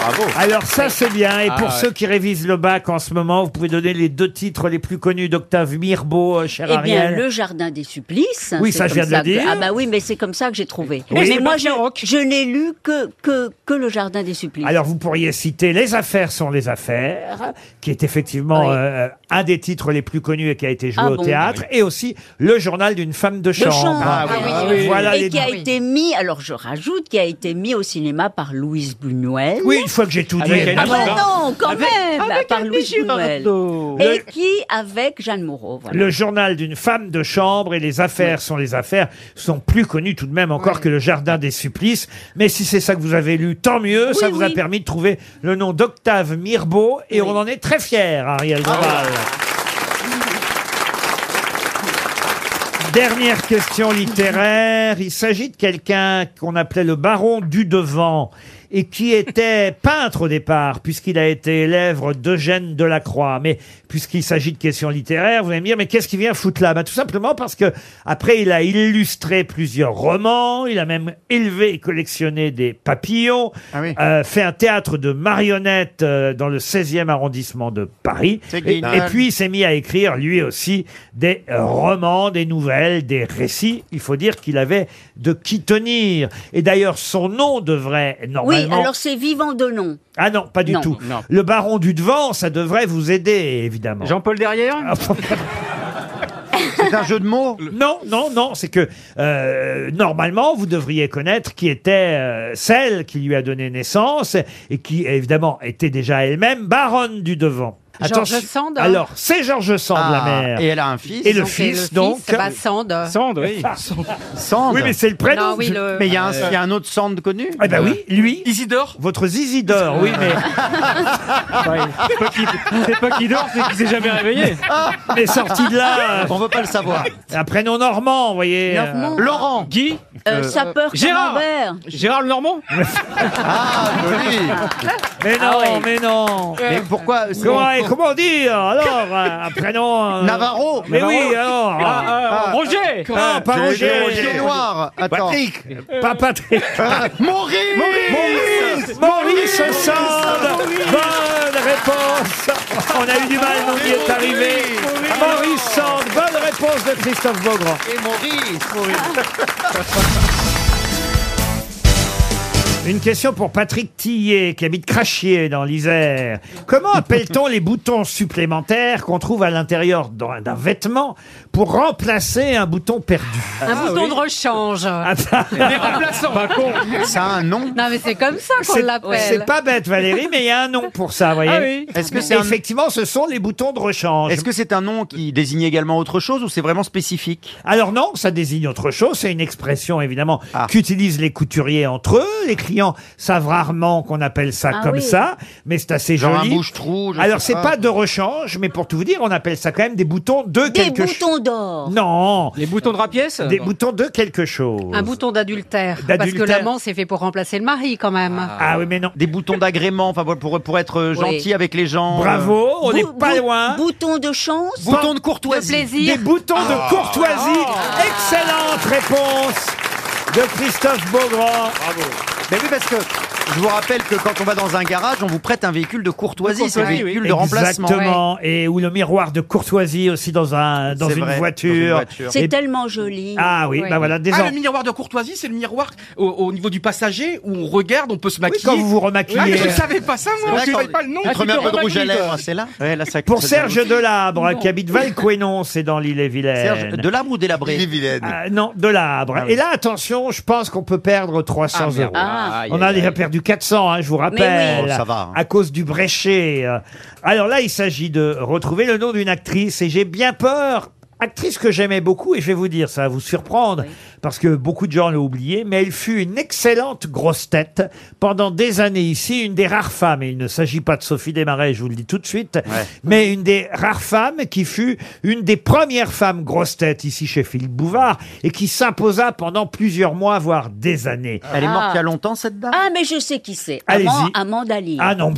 Bravo. Alors ça c'est bien et pour ceux qui révisent le bac en ce moment, vous pouvez donner les deux titres les plus connus d'Octave Mirbeau, euh, cher Eh bien, Ariel. le jardin des supplices. Oui, c'est ça, je comme viens de le que- dire. Ah bah oui, mais c'est comme ça que j'ai trouvé. Oui. mais Et moi, je, Sébastien Roch. je n'ai lu que, que, que le jardin des supplices. Alors vous pourriez citer Les affaires sont les affaires, qui est effectivement Oui. euh, un des titres les plus connus et qui a été joué Ah au bon théâtre, et aussi Le journal d'une femme de de chambre. chambre. Ah oui, ah oui. Voilà et les qui a deux. été mis, alors je rajoute, qui a été mis au cinéma par Louise Buñuel. Oui, une fois que j'ai tout dit. Avec elle. Ah évidemment. bah non, quand même, par Louise Buñuel. Et qui avec Jeanne Moreau. Voilà. Le journal d'une femme de chambre et les affaires sont les affaires sont plus connues tout de même encore que le jardin des supplices. Mais si c'est ça que vous avez lu, tant mieux. ça Oui, vous a oui. permis de trouver le nom d'Octave Mirbeau et Oui. on en est très fiers, Ariel Dombal. Dernière question littéraire. Il s'agit de quelqu'un qu'on appelait le baron du devant et qui était peintre au départ, puisqu'il a été élève d'Eugène Delacroix. Mais puisqu'il s'agit de questions littéraires, vous allez me dire, mais qu'est-ce qu'il vient foutre là bah, Tout simplement parce que après, il a illustré plusieurs romans, il a même élevé et collectionné des papillons, Ah oui. euh, fait un théâtre de marionnettes euh, dans le 16e arrondissement de Paris. C'est Et, génial. et puis il s'est mis à écrire lui aussi des euh, romans, des nouvelles, des récits. Il faut dire qu'il avait de qui tenir. Et d'ailleurs, son nom devrait oui, normalement. alors c'est vivant de nom. Ah non, pas du Non. tout. Non. Le baron du devant, ça devrait vous aider évidemment. Ah, Jean-Paul derrière C'est un jeu de mots. Non, non, non, c'est que euh, normalement, vous devriez connaître qui était euh, celle qui lui a donné naissance et qui, évidemment, était déjà elle-même baronne du devant. George Attention- Sand, hein. Alors, c'est Georges Sand, la Ah, mère. Et elle a un fils. Et le Donc, fils, donc. Ah, bah, Sand. Sand, oui. Sand. Oui, mais c'est le prénom. Non, oui, Ben Je- Ah, le- Euh, Mais il y, a un- il y a un autre Sand connu. Eh ben oui, lui, Isidore votre zizi d'or, Ah. oui, mais, Ouais. C'est pas qu'il- C'est pas qu'il dort, c'est qu'il s'est jamais réveillé. mais Ah. sorti de là, euh, On veut pas le savoir. un prénom normand, vous voyez. euh, Normand. Laurent. Guy Euh, sapeur Gérard. Camembert. Gérard le Normand Ah, joli. Euh, Mais non, Ah Euh. ouais. mais non. Mais pourquoi c'est- Comment, et comment dire alors euh, Un prénom. euh, Navarro. Eh Mais oui, alors. Ah, euh, Ah. Roger Ah, pas J'ai Roger. dit Pied Roger. noir. Attends. Euh. Ah. Patrick Pas Patrick. Maurice. Maurice Maurice Sand Bonne réponse On a eu du mal, mais on y est arrivé. Maurice Sand, bonne réponse de Christophe Beaugrand. Et Maurice. Une question pour Patrick Tillet, qui habite Crachier, dans l'Isère. Comment appelle-t-on les boutons supplémentaires qu'on trouve à l'intérieur d'un d'un vêtement pour remplacer un bouton perdu Un bouton de rechange. Ah, ça, Ça a un nom. Non, mais c'est comme ça qu'on c'est- l'appelle. C'est pas bête, Valérie, mais il y a un nom pour ça, vous voyez. Ah oui. Est-ce que c'est un... Effectivement, ce sont les boutons de rechange. Est-ce que c'est un nom qui désigne également autre chose ou c'est vraiment spécifique Alors non, ça désigne autre chose. C'est une expression évidemment Ah. qu'utilisent les couturiers entre eux, les Perpignan savent rarement qu'on appelle ça Ah comme oui. ça, mais c'est assez Genre un joli. bouche-trou, je Alors sais c'est pas. pas de rechange, mais pour tout vous dire, on appelle ça quand même des boutons de Des quelque chose. boutons d'or. Non, Les boutons de rapièce des boutons de quelque chose. Un bouton d'adultère. Parce que D'adultère. l'amant, c'est fait pour remplacer le mari, quand même. Ah oui, mais non. Des boutons d'agrément, enfin voilà, pour, pour être euh, Oui. gentil avec les gens. euh, Bravo, on Bou- n'est pas bou- loin. Boutons de chance. Ah. Boutons de Le courtoisie. plaisir. Des boutons de courtoisie. Oh. Excellente réponse de Christophe Beaugrand. Ben oui, parce que je vous rappelle que quand on va dans un garage, on vous prête un véhicule de courtoisie, c'est un courtoisie, oui. véhicule de remplacement. Exactement. Et ou le miroir de courtoisie aussi dans, un, dans, C'est une, vrai, voiture. dans une voiture. C'est Et- tellement joli. Ah oui, Oui. bah voilà, Ah, désormais. le miroir de courtoisie, c'est le miroir au, au niveau du passager où on regarde, on peut se maquiller. quand vous vous remaquillez. ah, mais je savais pas ça, moi. vrai Je qu'en- savais pas le nom. Ah, Ah, Tu te remets un peu de rouge à lèvres, hein, c'est là, ouais, là ça- Pour ça- Serge Delabre, qui habite Valquénon, c'est dans l'île-et-Vilaine. Serge, de l'arbre ou Il est délabré vilaine. Ah, non, de l'arbre. Ah oui. Et là, attention, je pense qu'on peut perdre 300 Ah, merde. euros. Ah. Aïe, On aïe, a aïe. déjà perdu 400, hein, je vous rappelle. Mais oui. Oh, ça va, hein. À cause du bréchet. euh. Alors là, il s'agit de retrouver le nom d'une actrice et j'ai bien peur. Actrice que j'aimais beaucoup et je vais vous dire, ça va vous surprendre parce que beaucoup de gens l'ont oublié, mais elle fut une excellente grosse tête pendant des années ici, une des rares femmes, et il ne s'agit pas de Sophie Desmarais, je vous le dis tout de suite, mais une des rares femmes qui fut une des premières femmes grosses têtes ici chez Philippe Bouvard et qui s'imposa pendant plusieurs mois, voire des années. Elle est morte Ah. il y a longtemps, cette dame Ah, mais je sais qui c'est. Allez-y. Amand- Amanda Lear. Ah non,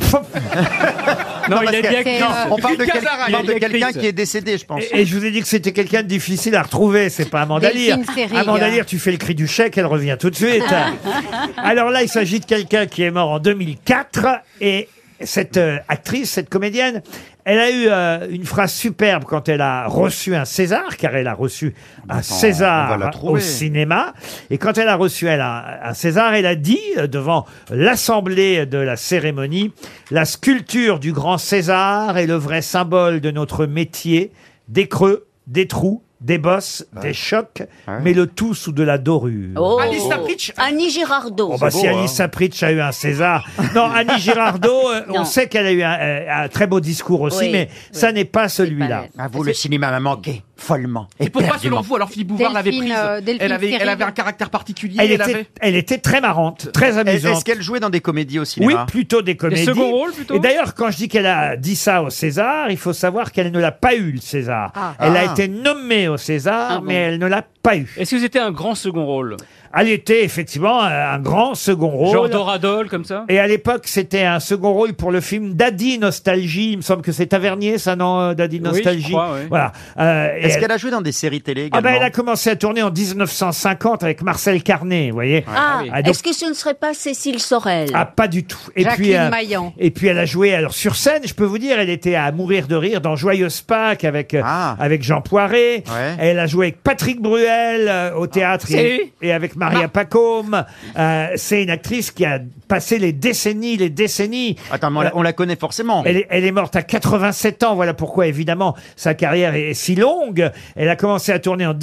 Non, il parce a dit que- euh, actrice. C'est, On parle de, quel- Casara, on parle il de y a une quelqu'un actrice. qui est décédé, je pense. Et, et je vous ai dit que c'était quelqu'un de difficile à retrouver, c'est pas Amanda Lear. Delphine Seyrig. Amanda Lear, tu fais le cri du chèque, elle revient tout de suite. Alors là, il s'agit de quelqu'un qui est mort en 2004 et cette euh, actrice, cette comédienne, elle a eu euh, une phrase superbe quand elle a reçu un César, car elle a reçu un on va César la hein, au trouver. cinéma. Et quand elle a reçu elle, un, un César, elle a dit euh, devant l'assemblée de la cérémonie, la sculpture du grand César est le vrai symbole de notre métier, des creux, des trous, des bosses, des chocs, mais le tout sous de la dorure. Oh. Alice Sapritch. Annie Girardot. Bon, bah, si beau, Annie hein. Sapritch a eu un César. Non, Annie Girardot, euh, on Non. sait qu'elle a eu un, euh, un très beau discours aussi, Oui, mais oui. ça n'est pas celui-là. elle. Ah, vous, le cinéma m'a manqué, follement. Et pourquoi, selon éperdument. vous, alors Philippe Bouvard l'avait Delphine, prise euh, Delphine elle, avait, elle Seyrig. avait un caractère particulier. Elle, était, avait... elle était très marrante, très Est- Euh, Est-ce amusante. qu'elle jouait dans des comédies au Oui, cinéma plutôt des comédies. seconds rôles, plutôt Et d'ailleurs, quand je dis qu'elle a dit ça au César, il faut savoir qu'elle ne l'a pas eu, le César. Ah. Elle a Ah. été nommée au César, Ah bon. mais elle ne l'a pas eu. Est-ce que c'était un grand second rôle Elle était effectivement euh, un grand second Genre rôle. Doradol, comme ça Et à l'époque, c'était un second rôle pour le film Daddy Nostalgie. Il me semble que c'est Tavernier, ça, non euh, Daddy Oui, je Nostalgie. crois, oui. Voilà. Euh, et Est-ce elle- qu'elle a joué dans des séries télé Ah également ben, elle a commencé à tourner en 1950 avec Marcel Carnet, vous voyez. Ah, Ah, donc- est-ce que ce ne serait pas Cécile Sorel Ah, pas du tout. Et Jacqueline puis, euh, Maillan. et puis elle a joué alors sur scène, je peux vous dire, elle était à mourir de rire dans Joyeuse Pâques avec euh, Ah. avec Jean Poiret. Ouais. Elle a joué avec Patrick Bruel euh, au théâtre Ah, et, et avec Maria Pacôme. Euh, C'est une actrice qui a passé les décennies, les décennies. Euh, Attends, mais on la, on la connaît forcément. Elle est, elle est morte à 87 ans, voilà pourquoi évidemment sa carrière est si longue. Elle a commencé à tourner en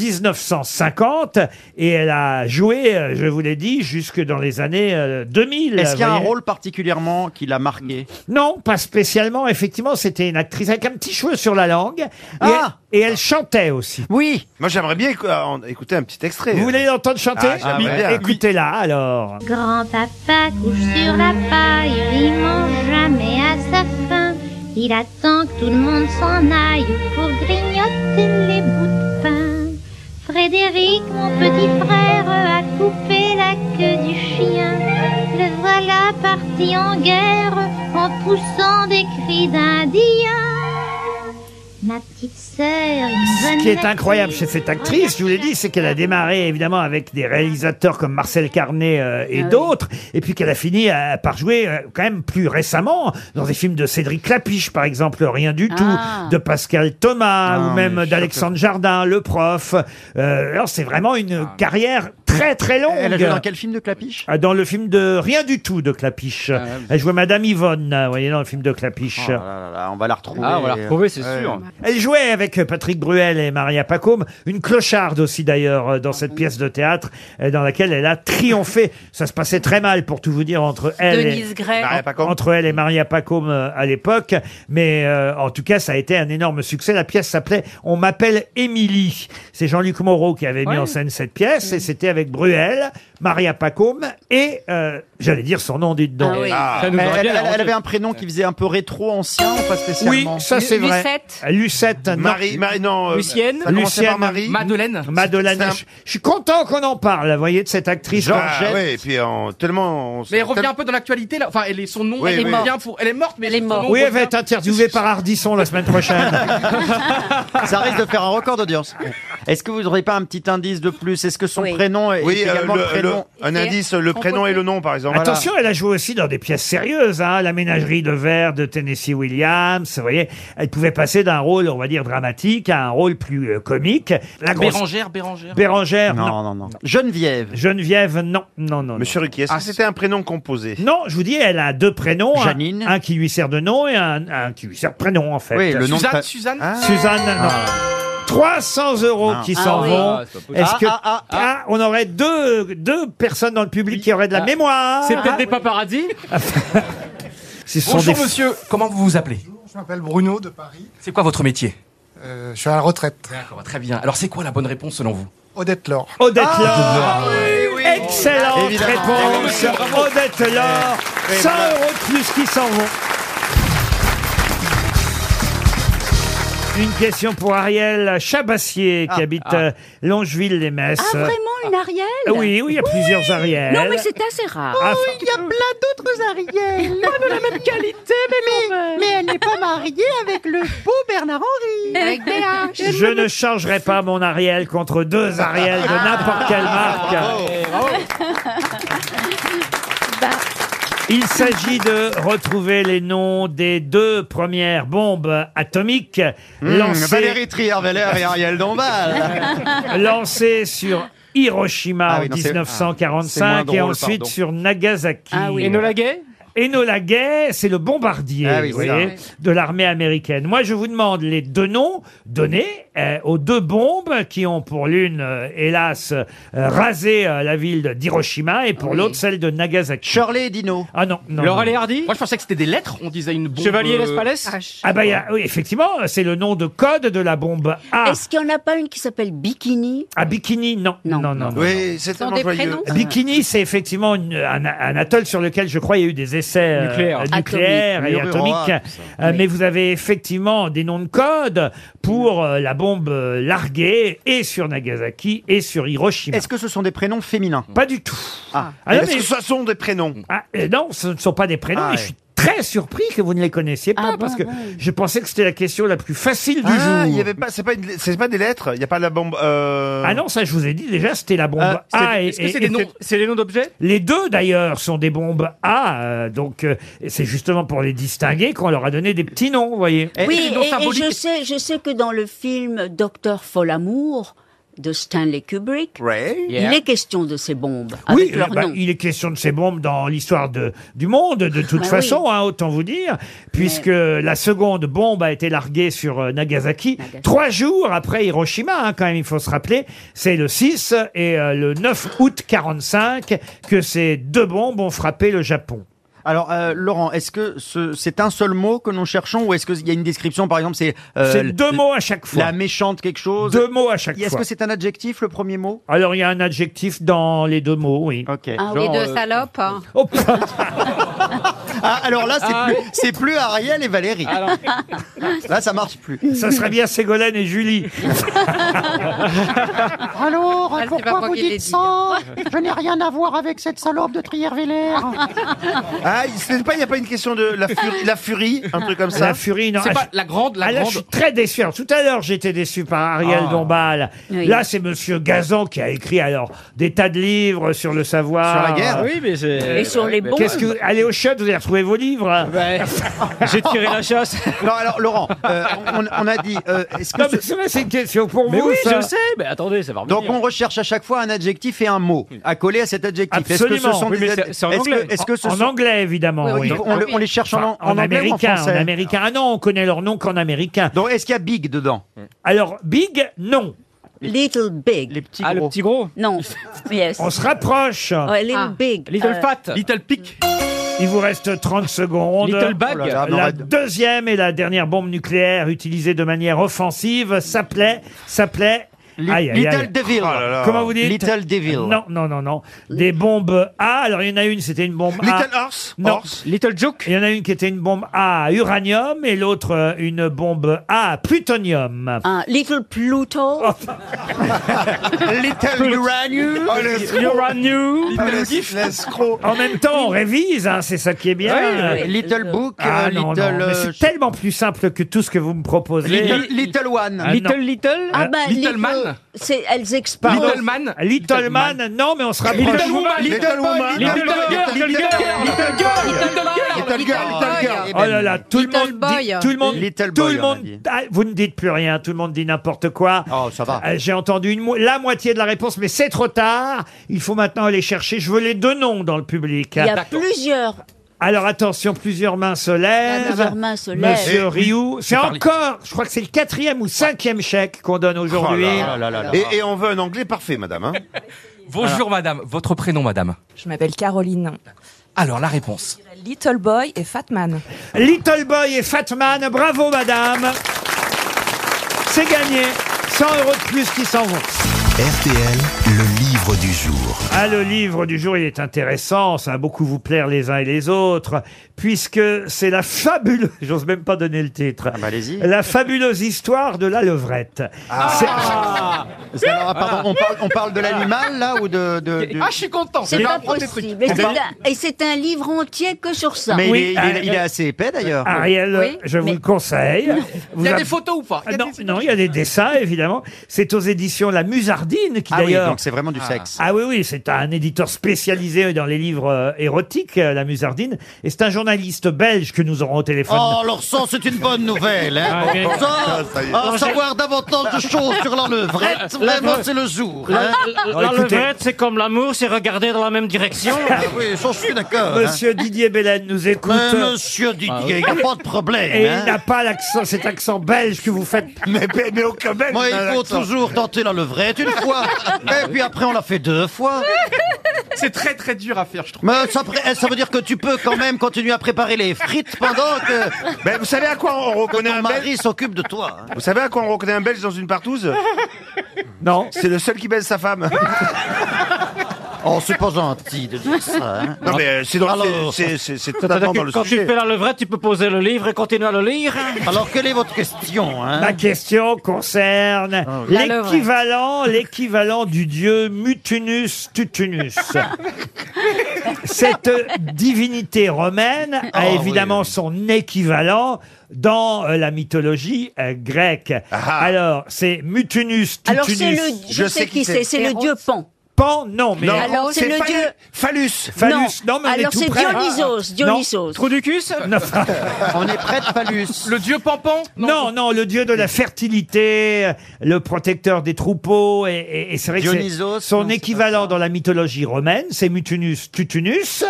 1950 et elle a joué, euh, je vous l'ai dit, jusque dans les années euh, 2000. Est-ce qu'il y a un voyez. rôle particulièrement qui l'a marqué Non, pas spécialement. Effectivement, c'était une actrice avec un petit cheveu sur la langue. Et, Ah et elle chantait aussi. Oui Moi, j'aimerais bien écou- euh, en- écouter un petit extrait. Vous voulez l'entendre chanter Ah, j'aimerais bien. Écoutez-la alors. Grand-papa couche sur la paille, il mange jamais à sa faim. Il attend que tout le monde s'en aille pour grignoter les bouts de pain. Frédéric, mon petit frère, a coupé la queue du chien. Le voilà parti en guerre en poussant des cris d'Indien. Ma petite sœur, une bonne Ce qui est incroyable matinée, chez cette actrice, je vous l'ai dit, c'est qu'elle a démarré évidemment avec des réalisateurs comme Marcel Carnet euh, et Ah oui. d'autres, et puis qu'elle a fini euh, par jouer euh, quand même plus récemment dans des films de Cédric Clapiche, par exemple Rien du tout, Ah. de Pascal Thomas Ah, ou mais même je- d'Alexandre Jardin, le prof. Euh, alors c'est vraiment une carrière très très longue. Ah, Elle a joué dans quel film de Clapiche Ah, Dans le film de Rien du tout de Clapiche. Ah, ouais. Elle jouait Madame Yvonne, euh, vous voyez, dans le film de Oh Clapiche. là là là, On va la retrouver. Ah, on va la retrouver, c'est sûr. Elle jouait avec Patrick Bruel et Maria Pacôme, une clocharde aussi d'ailleurs euh, dans cette pièce de théâtre euh, dans laquelle elle a triomphé. Ça se passait très mal pour tout vous dire entre elle Denise et Bah, Gray. Maria Pacôme. entre elle et Maria Pacôme euh, à l'époque, mais euh, en tout cas ça a été un énorme succès. La pièce s'appelait On m'appelle Émilie. C'est Jean-Luc Moreau qui avait mis Ouais. en scène cette pièce et c'était avec Bruel, Maria Pacôme et euh, j'allais dire son nom dites Ah donc. elle, elle- elle avait un prénom qui faisait un peu rétro ancien, pas Oui, spécialement. ça c'est vrai. Euh, Ah, Lucette. non. Marie- Marie- non, euh, Lucienne. ça commençait par Marie. Madeleine. Madeleine. Je, je suis content qu'on en parle, vous voyez, de cette actrice. Ah, ouais, et puis en- tellement. on s- Mais elle revient un peu dans l'actualité, là. Enfin, elle est, son nom, Oui, elle, est oui. bien pour- elle est morte, mais elle est morte. Oui, elle va être interviewée par Ardisson la semaine prochaine. Ça risque de faire un record d'audience. Est-ce que vous n'aurez pas un petit indice de plus Est-ce que son prénom est Oui, euh, également le- le prénom le- un indice, le prénom et le nom, par exemple. Attention, elle a joué aussi dans des pièces sérieuses, hein, La ménagerie de verre de Tennessee Williams, vous voyez, elle pouvait passer d'un rôle, on va dire, dramatique à un rôle plus euh, comique. La grosse- Bérangère, Bérangère. Bérangère, non. Non, non, non. Geneviève. Geneviève, non, non, non. Monsieur Ruquier, Ah, est-ce que c'était un prénom composé Non, je vous dis, elle a deux prénoms. un- Janine. Un, qui lui sert de nom et un, un qui lui sert de prénom, en fait. Oui, le nom de Suzanne, fa- Suzanne Ah. Suzanne, non. Ah. 300 euros Non. qui Ah s'en oui. vont. Ah, c'est pas possible. Est-ce que Ah, ah, ah, Ah, on aurait deux, deux personnes dans le public qui auraient de la mémoire Ah, C'est peut-être des paparazzi Si ce sont Bonjour des- monsieur, comment vous vous appelez Je m'appelle Bruno de Paris. C'est quoi votre métier je suis à la retraite. D'accord, très bien. Alors c'est quoi la bonne réponse selon vous Odette Laure. Odette Ah, Laure. oui, oui. Excellente Évidemment. Bravo, réponse. monsieur, bravo. Odette Laure. Oui, 100 bravo. euros de plus qui s'en vont. Une question pour Ariel Chabassier qui Ah, habite ah. euh, Longeville-les-Messes. Ah, vraiment une Ariel Ah oui, oui, il y a plusieurs Ariel. Non, mais c'est assez rare. Ah, Oh, Il y a plein d'autres Ariel, pas de la même qualité, mais, mais, elle n'est pas mariée avec le beau Bernard Henry. Avec BH. Je ne changerai pas mon Ariel contre deux Ariel de n'importe quelle Ah, marque. Il s'agit de retrouver les noms des deux premières bombes atomiques Mmh, lancées. Valérie Trierweiler et Ariel Dombal. lancées sur Hiroshima Ah oui, en non, c'est- ah, c'est 1945 moins drôle, et ensuite pardon. sur Nagasaki. Ah oui. Enola Gay Enola Gay, c'est le bombardier Ah oui, vous c'est ça. voyez, Oui. de l'armée américaine. Moi, je vous demande les deux noms donnés euh, aux deux bombes qui ont pour l'une, euh, hélas, euh, rasé euh, la ville de- d'Hiroshima et pour l'autre, celle de Nagasaki. Shirley et Dino. Ah non, non. Laurel non. et Hardy Moi, je pensais que c'était des lettres, on disait une bombe. Chevalier euh, Las Palais Ah bah, il y a- oui, effectivement, c'est le nom de code de la bombe A. Est-ce qu'il n'y en a pas une qui s'appelle Bikini Ah, Bikini, non. Non, non, non. Oui, c'est Ce sont tellement des joyeux. prénoms. Bikini, c'est effectivement une- un, un atoll sur lequel, je crois, il y a eu des essais euh, Nucléaires. nucléaires Atomiques. et Mur atomiques. Uroa, tout Euh, Mais vous avez effectivement des noms de code Mm. pour euh, la bombe euh, larguée et sur Nagasaki et sur Hiroshima. Est-ce que ce sont des prénoms féminins Pas du tout. Ah, Ah. Est-ce que ce sont des prénoms euh, Non, ce ne sont pas des prénoms. Ah et ouais. je suis très surpris que vous ne les connaissiez Ah pas parce que je pensais que c'était la question la plus facile du Ah, il jour. y avait pas, c'est pas, une- c'est pas des lettres. Il y a pas la bombe. euh, Ah non, ça je vous ai dit déjà, c'était la bombe Ah, c'est- A. est-ce que c'est des noms- les noms d'objets Les deux d'ailleurs sont des bombes A, euh, donc euh, et c'est justement pour les distinguer qu'on leur a donné des petits noms, vous voyez. Oui, et- et, je, sais, je sais que dans le film Docteur Folamour de Stanley Kubrick, il Yeah. est question de ces bombes Oui, avec euh, leur bah, nom. il est question de ces bombes dans l'histoire de- du monde, de toute Bah façon, hein, autant vous dire, puisque la seconde bombe a été larguée sur euh, Nagasaki, trois jours après Hiroshima, hein, quand même, il faut se rappeler. C'est le 6 et euh, le 9 août 45 que ces deux bombes ont frappé le Japon. Alors, euh, Laurent, est-ce que ce- c'est un seul mot que nous cherchons ou est-ce qu'il y a une description Par exemple, c'est. euh, C'est deux l- mots à chaque fois. La méchante quelque chose Deux mots à chaque Est-ce fois. que c'est un adjectif, le premier mot Alors, il y a un adjectif dans les deux mots, oui. Ok. euh, Ah oui, euh, deux salopes. hein. Ah, alors là, c'est Ah. plus, c'est plus Ariel et Valérie. Là, ça marche plus. Ah, Ça serait bien Ségolène et Julie. Alors, Elle sait pourquoi pas pourquoi vous qu'il les dites dit. ça Je n'ai rien à voir avec cette salope de Trierweiler. Ah, c'est pas, il y a pas une question de la furie, la furie, un truc comme ça. La furie, non. C'est Ah, pas je- la grande, la Ah, là, grande. je suis très déçu. Alors, tout à l'heure, j'étais déçu par Ariel Ah. Dombal. Oui. Là, c'est Monsieur Gazan qui a écrit alors des tas de livres sur le savoir. Ah, Oui, mais c'est. Euh, Qu'est-ce que vous- allez au shot, vous allez retrouver vos livres. J'ai tiré la chasse. Non, alors Laurent, euh, on, on a dit. euh, est-ce que Non, mais c'est vrai, c'est une question pour Mais vous, oui, ça. je sais, mais attendez, ça va revenir. Donc on recherche à chaque fois un adjectif et un mot à coller à cet adjectif. Est-ce que ce Absolument. sont Oui, des mais ad- c'est- c'est en est-ce que- anglais. est-ce que ce En- en sont- anglais, évidemment, oui. donc On, le- on les cherche en, Enfin, en américain, en américain. Ah non, on connaît leur nom qu'en américain. Donc est-ce qu'il y a big dedans Alors, big, non. Little big. Les petits ah, gros. le petit gros Non. Yes. On se rapproche. Ouais, little big. Euh, Little pick. Il vous reste 30 secondes. Little bag. Oh là là, mais la arrête. deuxième et la dernière bombe nucléaire utilisée de manière offensive s'appelait, s'appelait. Li- Little Devil. Oh là là. Comment vous dites Little Devil. Non, non, non, non. Des bombes A. Alors il y en a une, c'était une bombe A. Little Horse Non. Horse Little Joke. Il y en a une qui était une bombe A à uranium et l'autre euh, une bombe A à plutonium. Oh, un little Pluto. Little Uranus. Oh, l'escroc. Uranus. Ah, l'es- l'escroc. En même temps, on révise, hein, c'est ça qui est bien. Ah, Oui, oui. Little Book, euh, non, Little, non, mais euh, c'est tellement plus simple que tout ce que vous me proposez. Little, little One. Ah, non. Little Ah bah, Little little Man. C'est, elles explorent. Pardon. Little Man, non, mais on se rapproche. Little Woman, Little Little Woman, Boy, Little Little Girl, Girl, Little Little Girl, Girl, Little Girl, Little Girl, Little Girl. Oh là là, tout le Little monde, dit- Boy. tout le monde, Little tout Boy, le on a monde. dit. Ah, vous ne dites plus rien, tout le monde dit n'importe quoi. Oh, ça va. Euh, J'ai entendu une mo- la moitié de la réponse, mais c'est trop tard. Il faut maintenant aller chercher. Je veux les deux noms dans le public. Il y a plusieurs. Alors attention, plusieurs mains se lèvent. Plusieurs mains se lèvent. Monsieur Et- Rioux, c'est encore, je crois que c'est le quatrième ou cinquième chèque qu'on donne aujourd'hui. Et, et on veut un anglais parfait, madame. hein. Bonjour madame, votre prénom madame Je m'appelle Caroline. Alors la réponse. Little Boy et Fatman. Little Boy et Fatman, bravo madame. C'est gagné. 100 euros de plus qui s'en vont. RTL, le livre du jour. Ah, le livre du jour, il est intéressant, ça va beaucoup vous plaire les uns et les autres, puisque c'est la fabuleuse, j'ose même pas donner le titre, la fabuleuse histoire de la levrette. Ah, C'est- C'est- Ah, alors, ah, pardon, on, parle, on parle de l'animal là ou de, de- Euh, de- Ah, je suis content. C'est Il pas apprend des possible. Et trucs. c'est On va- un- Et c'est un livre entier que sur ça. Eh ben, Mais il, est, il est- il est assez épais d'ailleurs. Ah, euh, Ariel, je vous le conseille. Il y a Vous des photos ou pas Ah, non, non, il y a des dessins, évidemment. C'est aux éditions La Musardine qui Ah oui, d'ailleurs. donc c'est vraiment du sexe. Ah oui, oui, c'est un éditeur spécialisé dans les livres euh, érotiques, euh, La Musardine. Et c'est un journaliste belge que nous aurons au téléphone. Oh, alors ça, c'est une bonne nouvelle. Hein. Ah, ok. Ça, Ça y est. euh, savoir davantage de choses sur la levrette, La- vraiment, c'est le jour. La, hein. la- la levrette, c'est comme l'amour, c'est regarder dans la même direction. Ah oui, ça, je suis d'accord. hein. Monsieur Didier Belen nous écoute. Mais monsieur Didier, Ah il oui. n'y a pas de problème. Et hein. il n'a pas l'accent, cet accent belge que vous faites. Mais, aucun belge. Moi, il faut toujours tenter la levrette une fois. Et puis après, on l'a fait deux fois. C'est très très dur à faire, je trouve. Mais ça, pré- eh, ça veut dire que tu peux quand même continuer à préparer les frites pendant que. Ben, vous savez à quoi on reconnaît ton un belge mari s'occupe de toi. hein. Vous savez à quoi on reconnaît un belge dans une partouze Non. C'est le seul qui baise sa femme. Oh, c'est pas gentil de dire ça. hein. Non, mais euh, c'est dans- Alors- c'est- c'est- c'est- c'est C'est-à-dire totalement dans que le quand tu sujet. fais la levrette, tu peux poser le livre et continuer à le lire. Alors, quelle est votre question hein Ah, Ma question concerne oui. l'équivalent, l'équivalent du dieu Mutunus Tutunus. Cette divinité romaine a Ah, évidemment oui, son équivalent dans euh, la mythologie euh, grecque. Ah. Alors, c'est Mutunus Tutunus. Alors c'est le, je, sais, qui c'est, c'est le dieu Pan. Pan, non, mais Non, Alors, c'est c'est le Phallu- dieu- Phallus. Phallus, non, mais on est Alors tout c'est près. Ah, Dionysos, Dionysos. Trou du cul Non. On est près de Phallus. Le dieu Pampan Non, non, le dieu de la fertilité, euh, le protecteur des troupeaux, et, et- et c'est vrai que c'est- Dionysos, non, son c'est pas équivalent dans la mythologie romaine, c'est Mutunus Tutunus,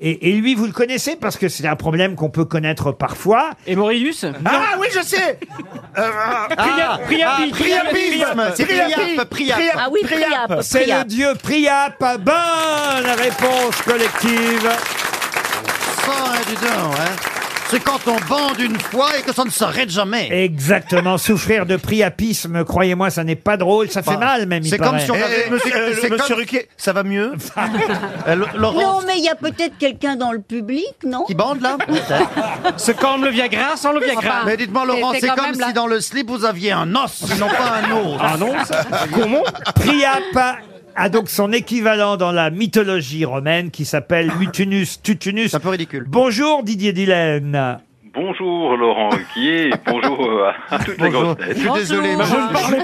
et, et lui, vous le connaissez parce que c'est un problème qu'on peut connaître parfois. Et Mauritius Ah oui, je sais Euh, ah, Ah, Priap, Priapi, Priapisme, c'est Priap, Priap. Ah oui, Priap. C'est le Priap. dieu Priap. Bonne réponse collective. Ça, hein, dis donc, hein. C'est quand on bande une fois et que ça ne s'arrête jamais. Exactement, souffrir de priapisme, croyez-moi, ça n'est pas drôle, ça fait mal même. il C'est comme paraît. si on Eh, avait. eh, monsieur, euh, c'est monsieur comme- Ruquier, ça va mieux Euh, Lo- Laurent, Non, mais il y a peut-être quelqu'un dans le public, non qui bande là C'est comme le Viagra sans le Viagra. Mais dites-moi, Laurent, c'est c'est quand comme même si la- dans le slip vous aviez un os, et non pas un os. Ah non Comment Priap a donc son équivalent dans la mythologie romaine qui s'appelle Mutunus Tutunus. C'est un peu ridicule. Bonjour Didier Dylan. bonjour Laurent Ruquier, et bonjour euh, à, à toutes les grosses têtes. Bah,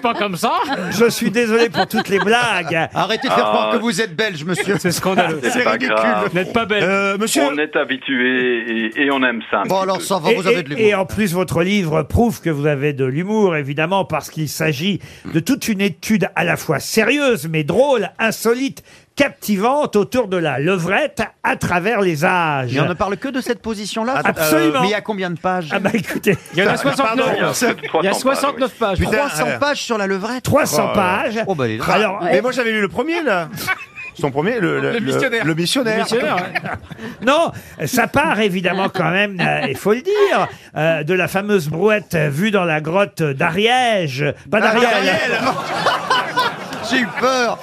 pas comme ça. Je suis désolé pour toutes les blagues. Arrêtez de faire Ah. croire que vous êtes belge, monsieur. C'est Ah, C'est Euh, pas grave. On est habitué et, et on aime ça. un petit peu. et, et- et en plus, votre livre prouve que vous avez de l'humour, évidemment, parce qu'il s'agit de toute une étude à la fois sérieuse, mais drôle, insolite, captivante autour de la levrette à travers les âges. Mais on ne parle que de cette position-là. Absolument. Euh, mais il y a combien de pages Ah bah écoutez, Il y en a 69. Il y a 69 pages. Putain, 300 euh, pages sur la levrette. 300 Oh, pages. Oh, bah, il est là. Alors, mais moi j'avais lu le premier là. Son premier, le, Le missionnaire. Le missionnaire. Le missionnaire, Ah, Non, ça part évidemment quand même, euh, il faut le dire, euh, de la fameuse brouette vue dans la grotte d'Ariège. Pas d'Ariège. Ah, J'ai eu peur.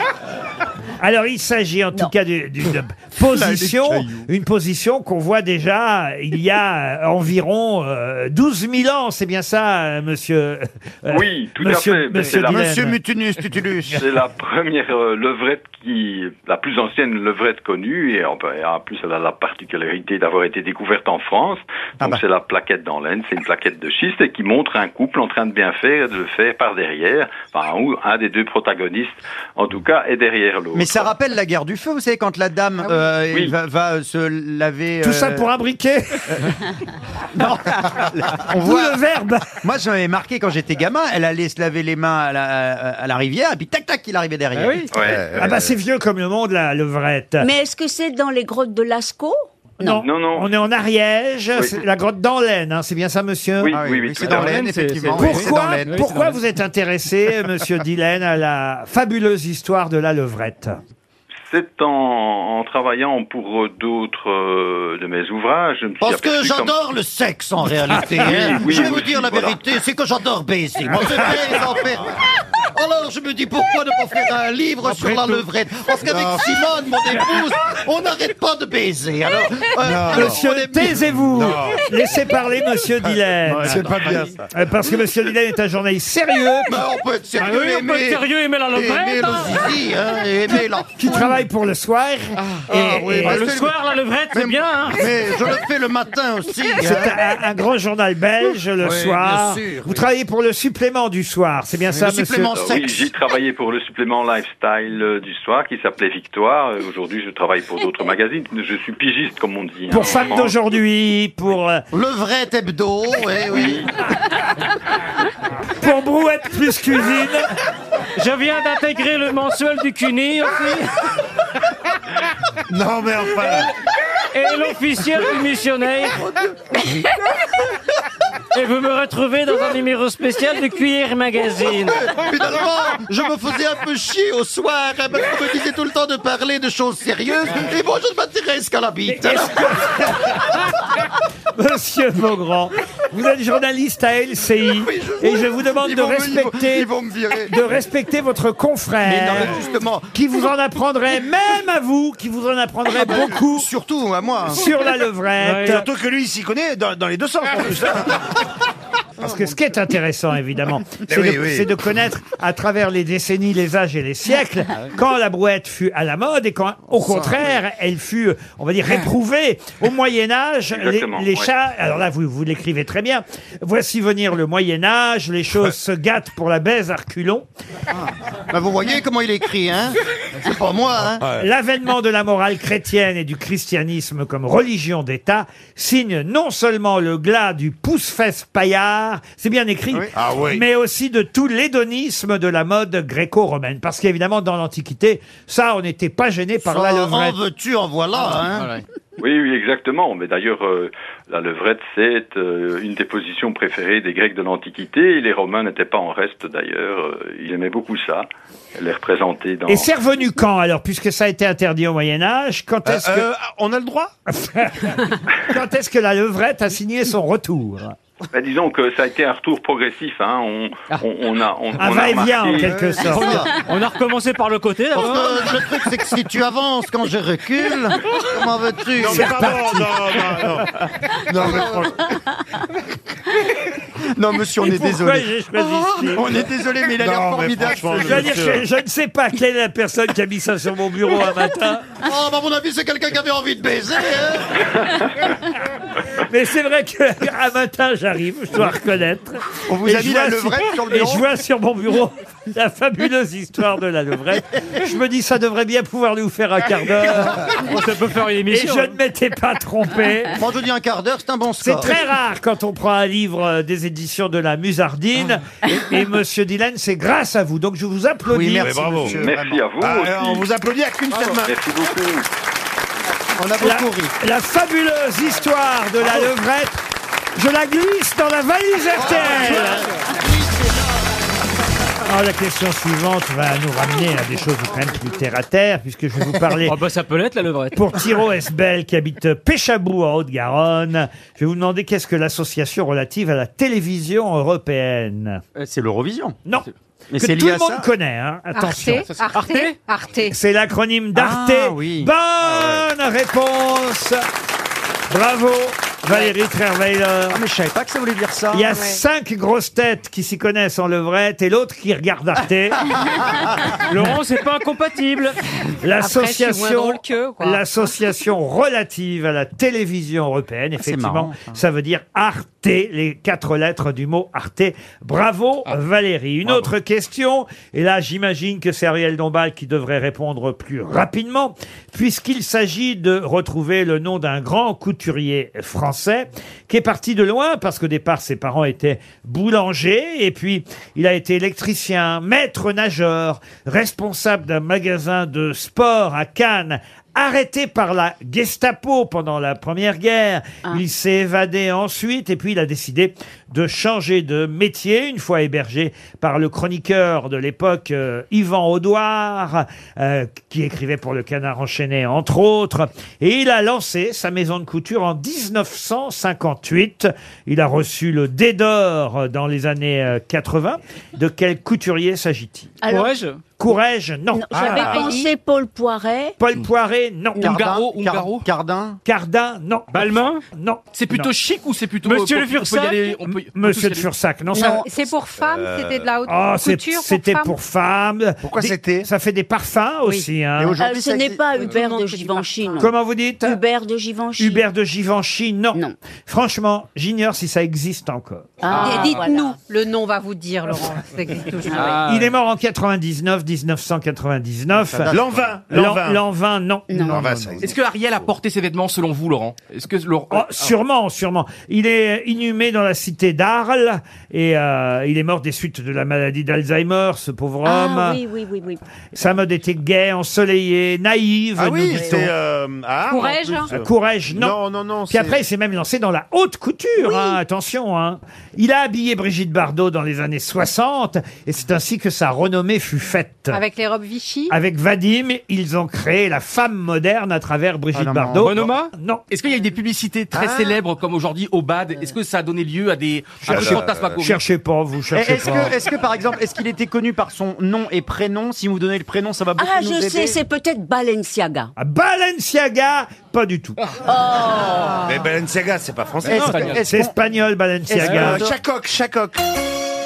Alors il s'agit en tout cas d'une d'une position, une position qu'on voit déjà il y a euh, environ euh, 12 000 ans, c'est bien ça, euh, monsieur euh, Oui, tout monsieur- à fait. mais Monsieur, c'est la- Dulaine. C'est la première euh, levrette qui, la plus ancienne levrette connue, et en, et en plus elle a la particularité d'avoir été découverte en France. Donc c'est la plaquette dans l'aine, c'est une plaquette de schiste et qui montre un couple en train de bien faire et de le faire par derrière. Enfin, un, ou- un des deux protagonistes, en tout cas, est derrière l'autre. Mais ça rappelle la guerre du feu, vous savez, quand la dame euh, Oui. va, va, euh, se laver. euh, Tout ça pour un briquet Non On D'où le verbe Moi, ça m'avait marqué quand j'étais gamin, elle allait se laver les mains à la, à la rivière, et puis tac-tac, il arrivait derrière. Ah oui. Ah bah c'est vieux comme le monde, la levrette. Mais est-ce que c'est dans les grottes de Lascaux Non. On est en Ariège, Oui. c'est la grotte d'Anlaine, hein, c'est bien ça, monsieur Oui, Ah oui, oui, oui, oui, c'est tout à dans fait. l'Aisne, Pourquoi- effectivement, oui, c'est dans Pourquoi, l'Aisne. pourquoi vous êtes intéressé, monsieur Dylan, à la fabuleuse histoire de la levrette C'est en, en travaillant pour euh, d'autres euh, de mes ouvrages. je me suis Parce que aperçu comme- j'adore le sexe en réalité. Oui, hein. oui, je vais aussi, vous dire la voilà. vérité, c'est que j'adore baiser. Moi, Ah. je baise en fait. Alors je me dis pourquoi ne pas faire un livre sur la levrette Parce qu'avec Simone, mon épouse, on n'arrête pas de baiser. Alors, euh, alors, Monsieur, on est- taisez-vous Non. Laissez parler monsieur Dylan. Ouais, c'est pas bien, ça. Euh, Parce que monsieur Dylan est un journaliste sérieux. Bah, on peut être sérieux, Ah oui, on peut aimer- être sérieux, aimer la levrette, aimer le hein. zizi, hein, et aimer la- Qui travaille pour le soir. Et- Ah oui, et- bah, c'est- Mais- Mais je le fais le matin aussi. hein. C'est hein. un, un grand journal belge le Oui, soir. bien sûr, Vous travaillez pour le supplément du soir, c'est bien ça, monsieur Euh, Oui, j'ai travaillé pour le supplément lifestyle euh, du soir qui s'appelait Victoire. Euh, Aujourd'hui, je travaille pour d'autres magazines. Je suis pigiste, comme on dit. hein, en Pour femmes France. d'aujourd'hui, pour euh, Levrette hebdo, ouais, oui. pour brouette plus cuisine. Je viens d'intégrer le mensuel du CUNY aussi. Non mais enfin. Et l'officiel du missionnaire. Et vous me retrouvez dans un numéro spécial de Cuir Magazine. Finalement, je me faisais un peu chier au soir, hein, parce qu'on me disait tout le temps de parler de choses sérieuses, et moi je ne m'intéresse qu'à la bite. Monsieur Beaugrand, vous êtes journaliste à LCI et je vous demande Ils de vont me- ils vont- respecter, ils vont me virer. de respecter votre confrère, Mais non, mais justement. qui vous en apprendrait, même à vous, qui vous en Ah, apprendrait bah, beaucoup. Surtout à moi. Sur la levrette. hein. Surtout que lui, il s'y connaît dans, dans les deux sens. en plus. hein. Parce Oh, que ce qui est intéressant, évidemment, c'est Eh oui, de, oui. Ah c'est de connaître à travers les décennies, les âges et les siècles quand la brouette fut à la mode et quand, au contraire, elle fut, on va dire, réprouvée. Au Moyen Âge, les, Exactement, les ouais. chats. Alors là, vous, vous l'écrivez très bien. Voici venir le Moyen Âge. Les choses se gâtent pour la baise à reculons. Bah, vous voyez comment il écrit, hein C'est pas moi, hein L'avènement de la morale chrétienne et du christianisme comme religion d'État signe non seulement le glas du pouce-fesse paillard, c'est bien écrit, Ah oui. mais aussi de tout l'hédonisme de la mode gréco-romaine. Parce qu'évidemment, dans l'Antiquité, ça, on n'était pas gêné par la Ça, levrette. En veux-tu, en voilà, hein Oui, oui, exactement. Mais d'ailleurs, euh, la levrette, c'est euh, une des positions préférées des Grecs de l'Antiquité. Et les Romains n'étaient pas en reste, d'ailleurs. Euh, Ils aimaient beaucoup ça. Les représenter dans... Et c'est revenu quand alors, puisque ça a été interdit au Moyen Âge Quand est-ce que Euh, on a le droit quand est-ce que la levrette a signé son retour Ben, disons que ça a été un retour progressif. Hein. On, on, on a, on, Un on a va-et-vient, en remarqué- quelque sorte. On a recommencé par le côté hein. Parce d'abord. que le truc, c'est que si tu avances quand je recule, comment veux-tu Non mais pardon, non, non, non. Non, mais franchement. Non, monsieur, on Et est pourquoi désolé. Oh, j'ai choisi ce film On est désolé, mais il a l'air Non, mais formidable. franchement, Je veux dire, je- je ne sais pas quelle est la personne qui a mis ça sur mon bureau un matin. Oh, bah, à mon avis, c'est quelqu'un qui avait envie de baiser, hein. Mais c'est vrai qu'un matin, j'arrive, je dois reconnaître. On vous Et a je mis la vois levrette sur le bureau Et je vois sur mon bureau la fabuleuse histoire de la levrette. Je me dis, ça devrait bien pouvoir nous faire un quart d'heure. On ça peut faire une émission, Et je hein. ne m'étais pas trompé. Moi, je dis un quart d'heure, c'est un bon C'est score. très rare quand on prend un livre euh, des éditions de la Musardine. Et, et Monsieur Dylan, c'est grâce à vous. Donc je vous applaudis. Ah. Oui, merci, bravo. monsieur, Merci vraiment. à vous Ah, aussi. alors, on vous applaudit avec une seule main. Merci beaucoup. On a la, la fabuleuse histoire de la levrette. Je la glisse dans la valise Ah, RTL. Alors, la question suivante va nous ramener à des choses quand même plus terre à terre, puisque je vais vous parler. Oh bah ça peut l'être la levrette. Pour Thiro Esbel, qui habite Péchabou en Haute-Garonne, je vais vous demander qu'est-ce que l'association relative à la télévision européenne Euh, C'est l'Eurovision. Non. Mais que c'est tout lié le à monde ça connaît, hein. attention. Arte, Arte, Arte. C'est l'acronyme d'Arte. Ah, oui. Ah, Bonne réponse. Bravo, Valérie Trierweiler. Ah, mais je savais pas que ça voulait dire ça. Il y a cinq grosses têtes qui s'y connaissent en levrette et l'autre qui regarde Arte. Laurent, c'est pas incompatible. Après, je suis moins L'association, drôle qu'eux, quoi. l'association relative à la télévision européenne, effectivement, marrant, Ah, ça veut dire Arte, les quatre lettres du mot Arte. Ah. Bravo Valérie. Une autre question, et là j'imagine que c'est Ariel Dombal qui devrait répondre plus rapidement, puisqu'il s'agit de retrouver le nom d'un grand couturier français qui est parti de loin, parce qu'au départ ses parents étaient boulangers, et puis il a été électricien, maître nageur, responsable d'un magasin de sport à Cannes, arrêté par la Gestapo pendant la Première Guerre. Ah. Il s'est évadé ensuite et puis il a décidé de changer de métier, une fois hébergé par le chroniqueur de l'époque, euh, Yvan Audouard, euh, qui écrivait pour le Canard enchaîné, entre autres. Et il a lancé sa maison de couture en 1958. Il a reçu le dé d'or euh, dans les années euh, 80. De quel couturier s'agit-il Alors- Courage. Courage, non. Non, J'avais Ah. pensé Paul Poiret. Hmm. Paul Poiret, non. Ungaro, Ungaro. Cardin Cardin, non. Balmain Non. C'est plutôt Non. chic ou c'est plutôt. euh, Monsieur on Le peut- on peut y Fursac aller- on peut- on peut tous y Monsieur de aller. Fursac, non, ça. Non, c'est pour Euh, femmes, c'était de la haute Ah, c'est- couture pour c'était femmes. pour femmes. Pourquoi Des- c'était Ça fait des parfums Oui. aussi. hein. Et aujourd'hui, Euh, ce ça n'est existe- pas Oui, tout le Hubert monde de fait du Givenchy, non. Comment vous dites Hubert de Givenchy. Hubert de Givenchy, non. Non. Franchement, j'ignore si ça existe encore. Ah, Et Dites-nous, voilà. le nom va vous dire, Laurent. Ça existe toujours. Ah, Il est mort en 99, 1999. L'an 20. L'an L'an 20. l'an 20, non. L'an 20, ça existe. Est-ce que Ariel a porté ses vêtements selon vous, Laurent Est-ce que Laurent. Oh, sûrement, sûrement. Il est inhumé dans la cité d'Arles et euh, il est mort des suites de la maladie d'Alzheimer, ce pauvre Ah, homme. oui, oui, oui, oui. Sa mode était gaie, ensoleillée, naïve. Ah oui, nous dit-on. c'est. Euh, à Arles, en Courage, plus. hein. Euh, Courage, non. Non, non, non. Puis après, il s'est même lancé dans la haute couture, hein, attention. Hein. Il a habillé Brigitte Bardot dans les années 60, et c'est ainsi que sa renommée fut faite. Avec, Avec les robes Vichy. Vadim, ils ont créé la femme moderne à travers Brigitte Ah non, mais Bardot. Bonoma Non. Ah. Euh. Est-ce qu'il y a eu des publicités très célèbres comme aujourd'hui au BAD Est-ce que ça a donné lieu à des, Ah, à des Cherche- fantasmes à courir Cherchez pas, vous Et cherchez Est-ce pas. que, est-ce que, par exemple, est-ce qu'il était connu par son nom et prénom Si vous donnez le prénom, ça va beaucoup Ah, nous je aider. sais, c'est peut-être Balenciaga. Ah, Balenciaga, pas du tout. Ah. Mais Balenciaga, c'est pas français. Est-ce que- espagnol. est-ce C'est qu'on- Ah. espagnol, Balenciaga. Euh, Chacoc, Chacoc.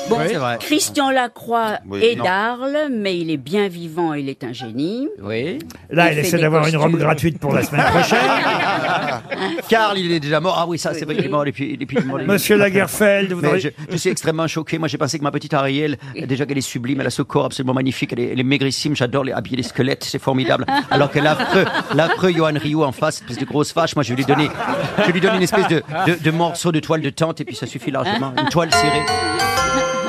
Bon, c'est vrai. Christian Lacroix Oui, est non. d'Arles, mais il est bien vivant, il est un génie. Oui. Là, il elle fait essaie des d'avoir une robe costumes. gratuite pour la semaine Ah, prochaine. Karl, il est déjà mort. Ah oui, ça, c'est vrai qu'il est Oui. mort. Et puis, et puis, il est mort. Monsieur Lagerfeld, vous Mais auriez- je, je suis extrêmement choqué. Moi, j'ai pensé que ma petite Ariel, déjà qu'elle est sublime, elle a ce corps absolument magnifique, elle est, elle est maigrissime, j'adore les habiller les squelettes, c'est formidable. Alors que l'affreux, l'affreux Johan Rioux en face, espèce de grosse vache, moi, je vais lui donner, je vais lui donner une espèce de, de, de morceau de toile de tente et puis ça suffit largement. Une toile serrée.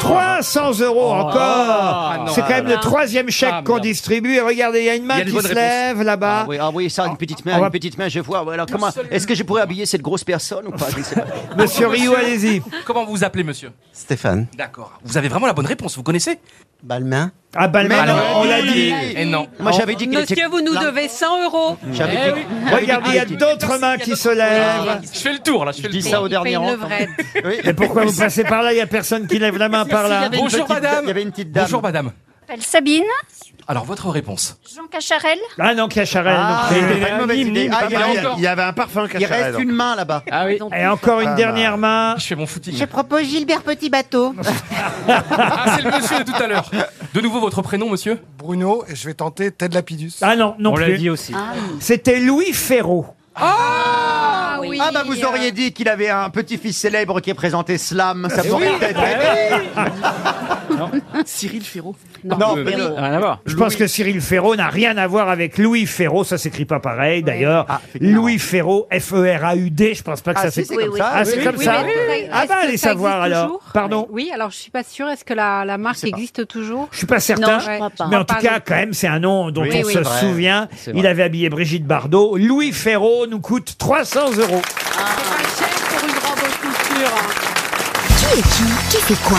300 euros Oh. encore non, C'est quand ah même le troisième chèque Ah, qu'on merde. distribue. Et regardez, il y a une Il main y a des qui bonnes se réponses. lève là-bas. Ah oui, ah oui, ça, une petite main, On va- une petite main, je vois. Ouais, Alors comment, est-ce que je pourrais habiller cette grosse personne ou pas Je sais pas. Monsieur Rio, allez-y. Comment vous vous appelez, monsieur Stéphane. D'accord. Vous avez vraiment la bonne réponse, vous connaissez Balmain. Ah, Balmain, Mais non, on l'a dit. Eh non. Moi, j'avais dit qu'il était. Oh, Monsieur, vous nous là. devez 100 euros. Eh J'avais dit- Eh Regardez, il y a d'autres mains qui se lèvent. Je fais le tour, là, je fais le dis tour. ça au Il fait dernier une rang. levrette. Oui. Et pourquoi vous passez par là Il n'y a personne qui lève la main par là. Bonjour, petite- madame. Il y avait une petite dame. Bonjour, madame. Sabine Alors, votre réponse Jean Cacharel Ah non, Cacharel. Ah, non plus. c'était une mauvaise idée. Ah, il y avait- il y avait un parfum Il reste une main là-bas. Ah oui. Et encore une Ah, dernière main. bah. Je fais mon footing. Je propose Gilbert Petit Bateau. Ah, c'est le monsieur de tout à l'heure. De nouveau, votre prénom, monsieur Bruno, et je vais tenter Ted Lapidus. Ah non, non On l'a plus. dit aussi. Ah. C'était Louis Ferraud. Ah, oui. ah bah euh, vous auriez dit qu'il avait un petit-fils célèbre qui présentait Slam, ça Eh pourrait oui. être. Cyril Ferraud Non, mais Ferraud. le- Je pense que Cyril Ferraud n'a rien à voir avec Louis Ferraud. Ça s'écrit pas pareil, d'ailleurs. Louis Ferraud, E F-E-R-A-U-D. Je pense pas que Ah, ça si, s'écrit c'est comme ça. Ah, Oui, c'est oui, comme oui, ça. oui, oui. Ah Est-ce bah, que allez ça savoir existe alors. toujours Pardon. Oui, alors je suis pas sûre. Est-ce que la, la marque sais pas. existe toujours Je suis pas certain, mais en tout cas, quand même, c'est un nom dont Oui, on oui. se C'est vrai. souvient. C'est Il vrai. avait habillé Brigitte Bardot. Louis Ferraud nous coûte 300 euros. pour une grande sculpture. Qui est qui Qui fait quoi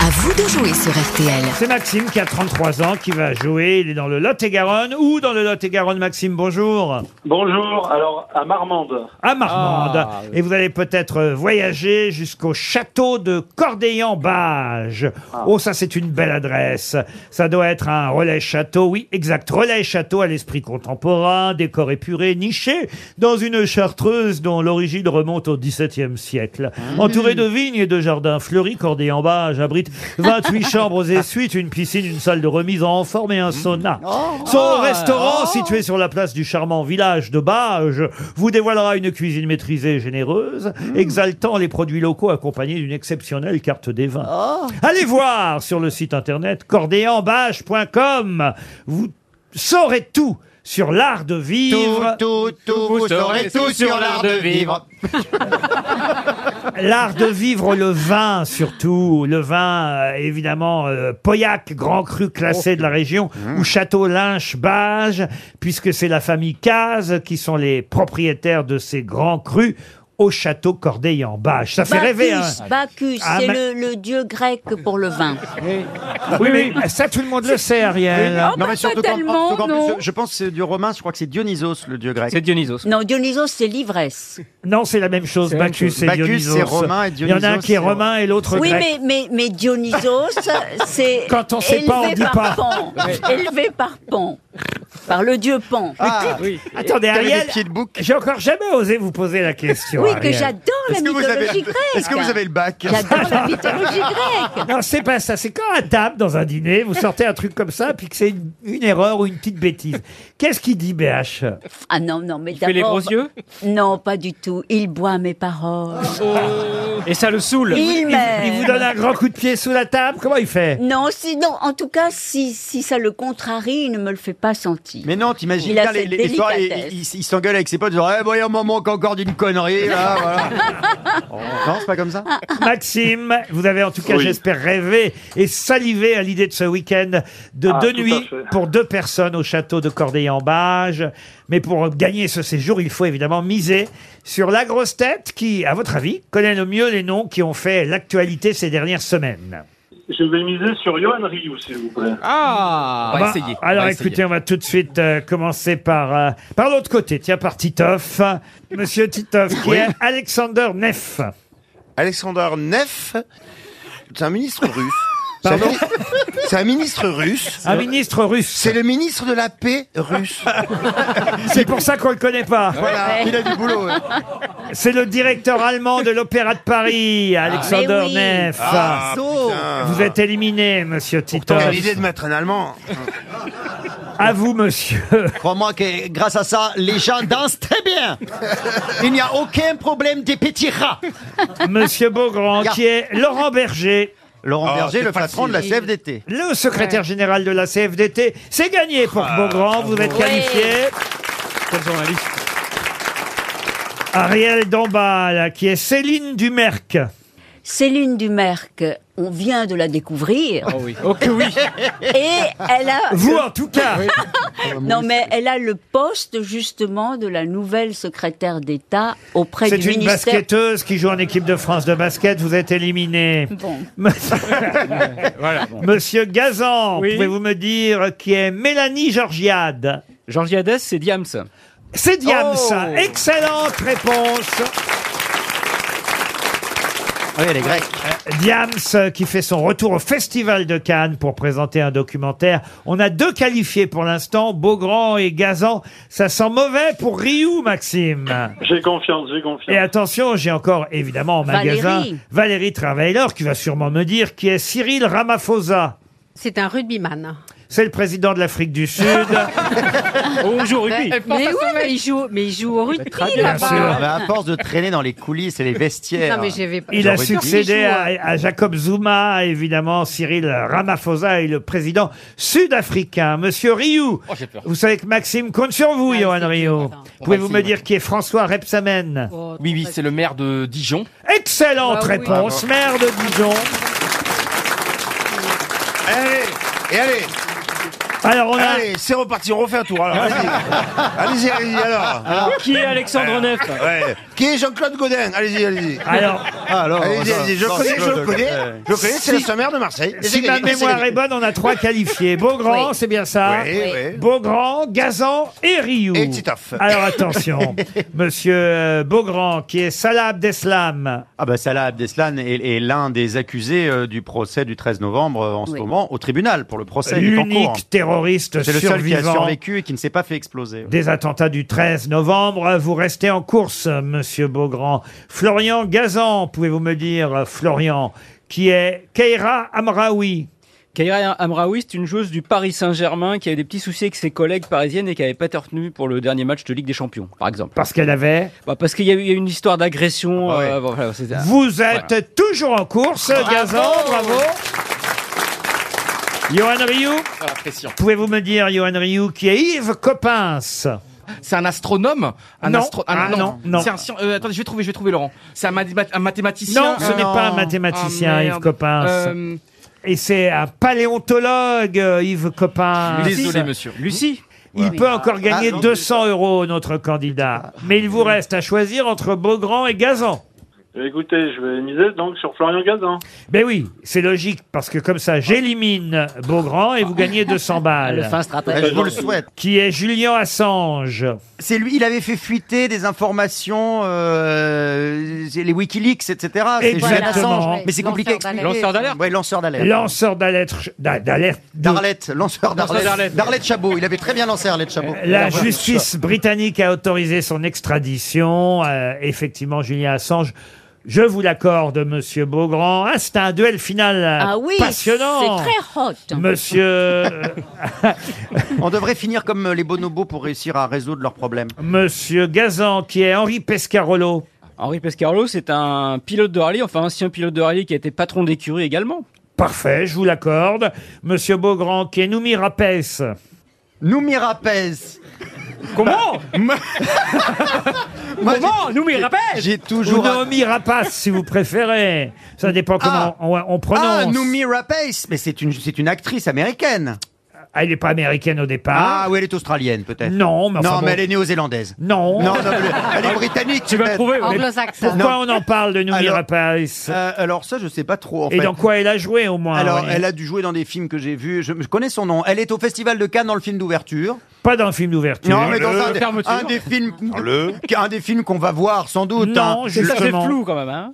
À vous de jouer sur RTL. C'est Maxime qui a 33 ans, qui va jouer. Il est dans le Lot-et-Garonne ou dans le Lot-et-Garonne. Maxime, bonjour. Bonjour, alors à Marmande. à Marmande. Ah, et vous allez peut-être euh, voyager jusqu'au château de Cordéan-Bage. Oh, ça, c'est une belle adresse. Ça doit être un relais château, oui, exact. Relais château à l'esprit contemporain, décor épuré, niché dans une chartreuse dont l'origine remonte au XVIIe siècle. Entouré de vignes et de jardins fleuris, Cordéan-Bage abrite 28 chambres aux essuites, une piscine, une salle de remise en forme et un sauna. Son restaurant, situé sur la place du charmant village de Bages, vous dévoilera une cuisine maîtrisée et généreuse, exaltant les produits locaux accompagnés d'une exceptionnelle carte des vins. Oh. Allez voir sur le site internet cordéanbages.com. Vous saurez tout sur l'art de vivre. Tout, tout, vous saurez tout sur l'art de vivre. L'art de vivre le vin, surtout. Le vin, euh, évidemment, euh, Pauillac, grand cru classé de la région, Oh, ou Château Lynch, Bage, puisque c'est la famille Caz qui sont les propriétaires de ces grands crus au château Corday-en-Bage. Ça fait Bacchus, rêver, hein Bacchus, Ah, c'est mais- le, le dieu grec pour le vin. Oui, oui, Ah, ça tout le monde le sait, Ariel. Oh, bah, pas qu'en- tellement, surtout qu'en plus, non. je- je pense que c'est du romain, je crois que c'est Dionysos, le dieu grec. C'est Dionysos. Non, Dionysos, c'est l'ivresse. Non, c'est la même chose, C'est la même Bacchus chose. et Bacchus, Dionysos. c'est romain et Il y en a un Dionysos, qui est c'est- romain et l'autre Oui, grec. mais, mais, mais Dionysos, c'est. Quand on sait élevé pas, on dit par pas. Pan, Ouais. élevé par Pan. Par le dieu Pan. Ah, Attendez, Ariel, j'ai encore jamais osé vous poser la question. Oui, que Ariel. j'adore la Est-ce que vous avez- mythologie grecque. est-ce que vous avez le bac J'adore la mythologie grecque. Non, c'est pas ça. C'est quand à table, dans un dîner, vous sortez un truc comme ça, puis que c'est une, une erreur ou une petite bêtise. Qu'est-ce qu'il dit, BH Ah non, non, mais fait d'abord. les gros yeux Non, pas du tout. Il boit mes paroles. Et ça le saoule. Il m'aime. Il vous donne un grand coup de pied sous la table Comment il fait Non, sinon, en tout cas, si, si ça le contrarie, il ne me le fait pas sentir. Mais non, t'imagines Il a bien les, cette les- les soirées, délicatesse. il, il- il s'engueule avec ses potes, genre, eh, bon, il y a un moment qu'encore d'une connerie, là, voilà. Oh, Non, c'est pas comme ça Maxime, vous avez en tout cas, Oui. j'espère, rêvé et salivé à l'idée de ce week-end de Ah, deux tout à nuits fait. pour deux personnes au château de Corday-en-Bage. Mais pour gagner ce séjour, il faut évidemment miser sur la grosse tête qui, à votre avis, connaît le mieux les noms qui ont fait l'actualité ces dernières semaines. Je vais miser sur Johan Rioux, s'il vous plaît. Ah, Bah, Alors écoutez, on va tout de suite euh, commencer par, euh, par l'autre côté. Tiens, par Titoff. Monsieur Titoff, qui Oui. est Alexander Neff. Alexander Neff, c'est un ministre russe. C'est un Pardon mini- C'est un ministre russe. Un ministre russe. C'est le ministre de la paix russe. C'est pour ça qu'on le connaît pas. Voilà, il a du boulot. ouais. C'est le directeur allemand de l'Opéra de Paris, Alexander Mais Ah. Eh oui. Neff. Ah, putain. vous êtes éliminé, monsieur Titoff. Quelle idée de mettre un allemand. À vous, monsieur. Crois-moi que grâce à ça, les gens dansent très bien. Il n'y a aucun problème des petits rats. Monsieur Beaugrand, qui est Laurent Berger. Laurent Berger, le patron de la CFDT. Le secrétaire général de la CFDT. C'est gagné pour Beaugrand, vous êtes Ah, bravo. qualifié. Ouais. Quel journaliste Ariel Dombal, qui est Céline Dumerc. Céline Dumerc, on vient de la découvrir. Oh oui. Oh que oui. Et elle a. Vous, en tout cas. Non, mais elle a le poste, justement, de la nouvelle secrétaire d'État auprès C'est du une ministère. basketteuse qui joue en équipe de France de basket. Vous êtes éliminé. Bon. voilà. Monsieur Gazan, Oui. pouvez-vous me dire qui est Mélanie Georgiade Georgiades, c'est Diams. C'est Diams. Oh. Excellente réponse. Oui, elle est grecque. Diams euh, qui fait son retour au Festival de Cannes pour présenter un documentaire. On a deux qualifiés pour l'instant, Beaugrand et Gazan. Ça sent mauvais pour Rioux, Maxime. J'ai confiance, j'ai confiance. Et attention, j'ai encore évidemment en magasin Valérie. Valérie Travailleur qui va sûrement me dire qui est Cyril Ramaphosa. C'est un rugbyman. C'est le président de l'Afrique du Sud. On joue au rugby. Mais, Elle oui, mais il joue, mais il joue au rugby Bien là-bas. sûr. Mais Bah, à force de traîner dans les coulisses et les vestiaires. Non, mais j'y vais pas. Il a succédé à, Joue, hein. à Jacob Zuma, évidemment, Cyril Ramaphosa et le président sud-africain, Monsieur Rioux. Oh, j'ai peur. Vous savez que Maxime compte sur Ah, vous, Johan Rioux. Pouvez-vous me Maxime. dire qui est François Repsamen Oh. Oui, oui, c'est le maire de Dijon. Excellente Bah oui. réponse, Bravo. maire de Dijon. Allez, et allez. Alors on a- Allez, c'est reparti, on refait un tour. Alors, vas-y. allez-y, allez-y, alors. Alors, qui est Alexandre Alors, Neff ouais. Qui est Jean-Claude Godin Allez-y, allez-y. Ah, Alors- alors allez-y, allez-y. Je Non, connais, je Jean-Claude connais. Godin. Je connais, c'est Si- le sommaire de Marseille. Et c'est Si ma gagné, et c'est mémoire gagné. est bonne, on a trois qualifiés. Beaugrand, Oui. c'est bien ça Oui, oui. Beaugrand, Gazan et Rioux. Et Titoff. Alors attention, monsieur euh, Beaugrand, qui est Salah Abdeslam. Ah bah Salah Abdeslam est, est l'un des accusés euh, du procès du 13 novembre euh, en ce moment au tribunal pour le procès qui est en L'unique cours. terroriste C'est le seul qui a survivant. survécu et qui ne s'est pas fait exploser. Des attentats du 13 novembre, vous restez en course, monsieur Beaugrand. Florian Gazan, pouvez-vous me dire, euh, Florian, qui est Keira Amraoui Kaira Amraoui, c'est une joueuse du Paris Saint-Germain qui avait des petits soucis avec ses collègues parisiennes et qui n'avait pas été retenue pour le dernier match de Ligue des Champions, par exemple. Parce qu'elle avait Bah, parce qu'il y a eu il y a eu une histoire d'agression. Ah ouais. euh, voilà, c'était- Vous êtes Voilà. toujours en course, Gazan, bravo. Johan Rioux Ah, Pouvez-vous me dire, Johan Rioux, qui est Yves Coppens C'est un astronome un Non. astro- Ah, non, non. C'est un scien- euh, attendez, je vais trouver, je vais trouver Laurent. C'est un, mathéma- un mathématicien. Non, ce n'est pas un mathématicien, Ah, Yves merde. Coppens. Euh, Et c'est un paléontologue, euh, Yves Coppens. Désolé, monsieur. Ah, Lucie Il peut encore gagner 200 euros, notre candidat. Mais il vous reste à choisir entre Beaugrand et Gazan. Écoutez, je vais miser donc sur Florian Gazan. Ben oui, c'est logique, parce que comme ça, j'élimine Beaugrand et vous gagnez 200 balles. Le fin stratège. Je vous le souhaite. Qui est Julien Assange. C'est lui, il avait fait fuiter des informations, euh, c'est les Wikileaks, etc. C'est Exactement. Julian Assange. Ouais. Mais c'est compliqué Lanceur à expliquer. d'alerte. Lanceur d'alerte. Ouais, lanceur d'alerte. Lanceur d'alerte. d'a- d'alerte de- D'Arlette, Lanceur lanceur d'Arlette. d'Arlette. D'Arlette Chabot. Il avait très bien lancé Arlette Chabot. La justice britannique a autorisé son extradition. Euh, effectivement, Julien Assange. Je vous l'accorde, Monsieur Beaugrand. Ah, c'est un duel final euh, Ah oui, passionnant. c'est très hot. Monsieur, euh, On devrait finir comme les bonobos pour réussir à résoudre leurs problèmes. Monsieur Gazan, qui est Henri Pescarolo. Henri Pescarolo, c'est un pilote de rallye, enfin ancien pilote de rallye qui a été patron d'écurie également. Parfait, je vous l'accorde. Monsieur Beaugrand, qui est Noumi Rapace. Noumi Rapace. Bah, Comment Comment Noumi Rapace J'ai Ou toujours. Naomi Rapace, si vous préférez. Ça dépend comment on, on prononce. Ah, Noumi Rapace. Mais c'est une, c'est une actrice américaine. Ah, elle n'est pas américaine au départ. Ah, oui, elle est australienne, peut-être. Non, mais non, enfin bon. mais elle est néo-zélandaise. Non. Non, non, mais elle est britannique. Tu vas peut-être. trouver, ouais. Anglo-saxon. Pourquoi on en parle de Noumi Alors- Rapace Euh, alors ça, je sais pas trop. En Et fait. dans quoi elle a joué au moins Alors, oui. elle a dû jouer dans des films que j'ai vus. Je, je connais son nom. Elle est au Festival de Cannes dans le film d'ouverture. Pas dans le film d'ouverture. Non, mais dans un, des- fermeture. un des films, un des films qu'on va voir sans doute. Non, hein. j'ai- Ça, c'est Justement. flou quand même. Hein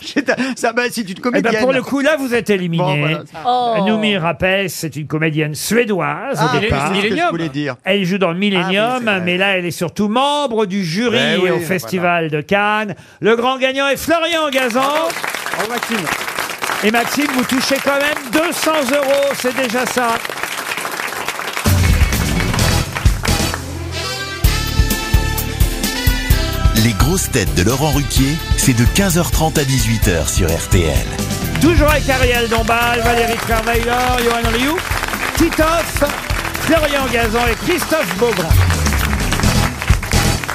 J'étais- ça, bah, c'est une Eh comédienne. ben, pour le coup, là, vous êtes éliminé. Bon, voilà. Oh. Noumi Rapace, c'est une comédienne suédoise Ah, au mais départ. c'est ce que je Millennium. voulais dire. Elle joue dans le Ah oui, Millennium, c'est vrai. mais là, elle est surtout membre du jury Ben oui, au Festival de Cannes. Le grand gagnant est Florian Gazan. Oh, Bravo, Maxime. Et Maxime, vous touchez quand même 200 euros, c'est déjà ça. Les grosses têtes de Laurent Ruquier, c'est de 15h30 à 18h sur RTL. Toujours avec Ariel Dombal, Valérie Carmeillor, Johan Rioux, Titoff, Florian Gazan et Christophe Beaugrand.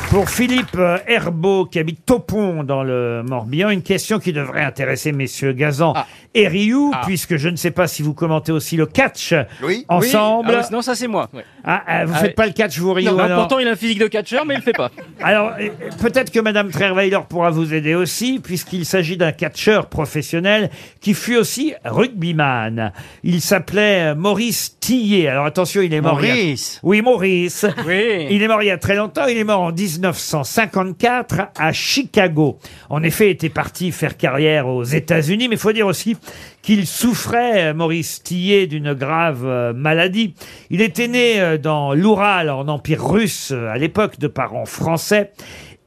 Pour Philippe euh, Herbeau, qui habite Topon dans le Morbihan, une question qui devrait intéresser messieurs Gazan Ah. et Rioux, puisque je ne sais pas si vous commentez aussi le catch Oui. ensemble. Ah ouais, non, ça c'est moi. ouais. Ah, Ah, ah, vous Ah faites oui. pas le catch, vous riez Non, ou bah, alors Pourtant, il a un physique de catcheur, mais il le fait pas. Alors, euh, peut-être que Madame Trerweiler pourra vous aider aussi, puisqu'il s'agit d'un catcheur professionnel qui fut aussi rugbyman. Il s'appelait euh, Maurice Tillet. Alors attention, il est mort. il y a- Maurice. Oui, Maurice. Il est mort il y a très longtemps. Il est mort en 1954 à Chicago. En effet, il était parti faire carrière aux États-Unis, mais il faut dire aussi qu'il souffrait, euh, Maurice Tillet, d'une grave euh, maladie. Il était né euh, dans l'Oural, en Empire russe, euh, à l'époque, de parents français.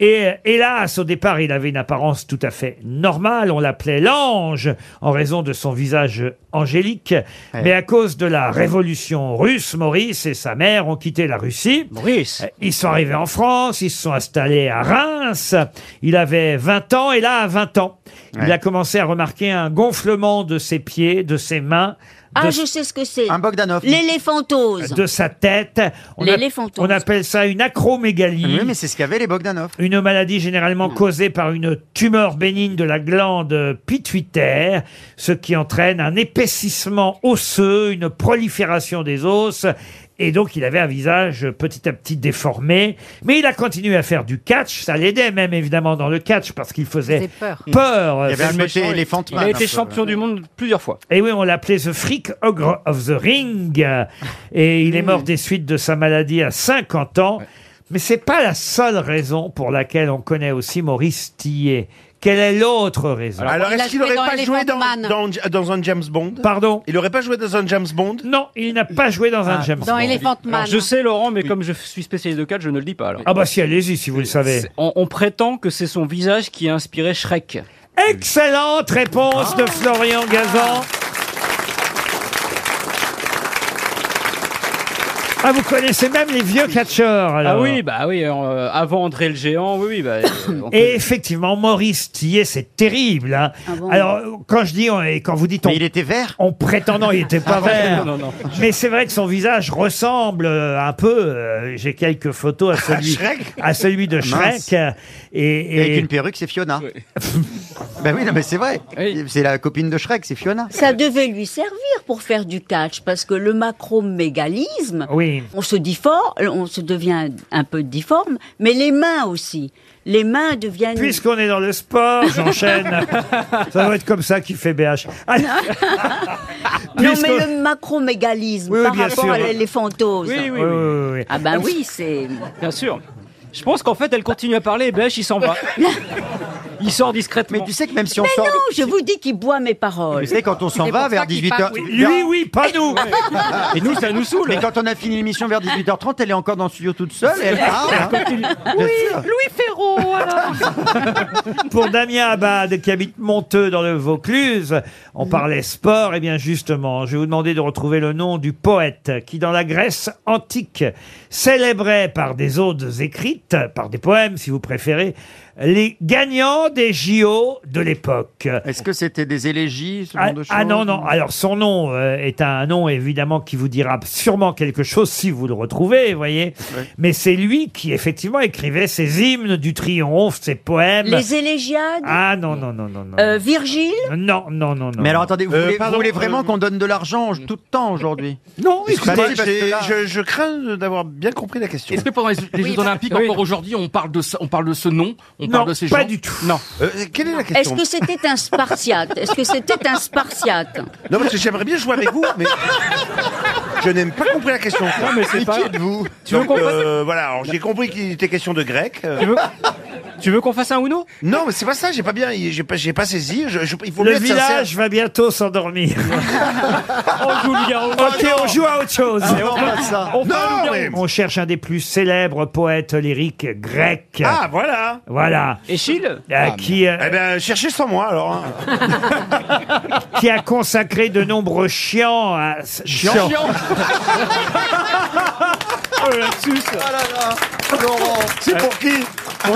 Et euh, hélas, au départ, il avait une apparence tout à fait normale. On l'appelait l'ange en raison de son visage angélique. Mais à cause de la révolution russe, Maurice et sa mère ont quitté la Russie. Maurice. Ils sont arrivés en France, ils se sont installés à Reims. Il avait 20 ans et là, à 20 ans, il a commencé à remarquer un gonflement de ses pieds, de ses mains. Ah, de- je sais ce que c'est. Un Bogdanov. L'éléphantose. de sa tête. On, a- L'éléphantose. on appelle ça une acromégalie. Oui, mais c'est ce qu'avaient les Bogdanov. Hmm. Une maladie généralement causée par une tumeur bénigne de la glande pituitaire, ce qui entraîne un épaississement osseux, une prolifération des os. Et donc, il avait un visage petit à petit déformé. Mais il a continué à faire du catch. Ça l'aidait même, évidemment, dans le catch, parce qu'il faisait Il faisait peur. peur. Il y avait un côté éléphant. éléphantman, Il a été un peu, champion ouais. du monde plusieurs fois. Et oui, on l'appelait The Freak Ogre of the Ring. Et il est mort des suites de sa maladie à 50 ans. Mais c'est pas la seule raison pour laquelle on connaît aussi Maurice Tillet. Quelle est l'autre raison Alors, est-ce qu'il n'aurait pas joué dans, dans, dans un James Bond Pardon Il n'aurait pas joué dans un James Bond Ah, Non, il n'a pas joué dans un James Dans Bond. Elephant Man. Alors, je sais, Laurent, mais comme je suis spécialiste de catch, je ne le dis pas. alors. Ah bah si, allez-y si vous le savez. C'est- On, on prétend que c'est son visage qui a inspiré Shrek. Excellente réponse de Florian Gazan. Ah, vous connaissez même les vieux catcheurs, alors. Ah oui, bah oui, euh, avant André le Géant, oui, oui. Bah, euh, on Et effectivement, Maurice Tillet, c'est terrible. hein. bon Alors, quand je dis, on- et quand vous dites... on- Ah il était vert On prétend, non, il était pas Ah ouais, vert. non, non, Mais c'est vrai que son visage ressemble euh, un peu, euh, j'ai quelques photos à celui, Shrek Ah, à celui de Mince. Shrek. euh, Et, et- Avec une perruque, c'est Fiona. ben oui, non, mais c'est vrai. C'est la copine de Shrek, c'est Fiona. Ça devait lui servir pour faire du catch, parce que le macromégalisme, Oui. on se diffor- on se devient un peu difforme, mais les mains aussi. Les mains deviennent... Puisqu'on est dans le sport, j'enchaîne. ça doit être comme ça qu'il fait BH. Allez. Non, Puisqu'on- mais le macromégalisme Oui, oui, par bien rapport sûr. à l'éléphantose. Oui, oui, oui. Ah ben oui, c'est... Bien sûr. Je pense qu'en fait, elle continue à parler et Bèche, il s'en va. Il sort discrètement. Mais tu sais que même si Mais non, je vous dis qu'il boit mes paroles. Tu sais, quand on s'en va vers 18h. oui, pas nous Et nous, ça nous saoule. Mais quand on a fini l'émission vers 18h30, elle est encore dans le studio toute seule et elle Ah, hein. parle. hein. Oui, Louis Ferraud, alors Pour Damien Abad, qui habite Monteux dans le Vaucluse, on parlait sport, et bien justement, je vais vous demander de retrouver le nom du poète qui, dans la Grèce antique, célébrait par des odes écrites, par des poèmes si vous préférez, les gagnants des JO de l'époque. Est-ce que c'était des élégies, ce Ah, genre de choses ah non, non, alors son nom euh, est un nom évidemment qui vous dira sûrement quelque chose si vous le retrouvez, vous voyez. Mais c'est lui qui effectivement écrivait ses hymnes du triomphe, ses poèmes. Les élégiades Ah non, non, non, non, non. euh, Virgile Non, non, non, non. Mais alors attendez, vous, Euh, voulez, vous pardon, voulez euh, vraiment qu'on donne de l'argent tout le temps aujourd'hui Non, Bah, si, parce que là- je, je crains d'avoir bien compris la question. Est-ce que pendant les, les bah, Jeux Olympiques, encore aujourd'hui, on parle de ça, on parle de ce nom, on parle de ces gens pas du tout. Non. Euh, quelle est la Est-ce question que c'était un spartiate Est-ce que c'était un spartiate Non, parce que j'aimerais bien jouer avec vous, mais je n'ai même pas compris la question. Non, mais c'est pas- Qui êtes-vous Tu veux Donc, qu'on fasse- euh, Voilà, alors, j'ai compris qu'il était question de grec. euh. Tu veux, tu veux qu'on fasse un Uno Non, mais c'est pas ça, j'ai pas bien, j'ai pas, j'ai pas saisi. je- je- il faut Le mieux être village sincère. va bientôt s'endormir. On joue le Oh, garrot. ok, on joue à autre chose. Ah non, pas ça. On, Non, parle du mais- garrot. On cherche un des plus célèbres poètes lyriques grecs. Ah, voilà. Voilà. Et Chil Euh, Ah, qui, euh, Eh ben, cherchez sans moi alors. hein. hein. qui a consacré de nombreux chiens à... Chiant. Chiant. Oh, C'est pour qui Oh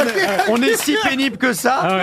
On est si pénible que ça. Ah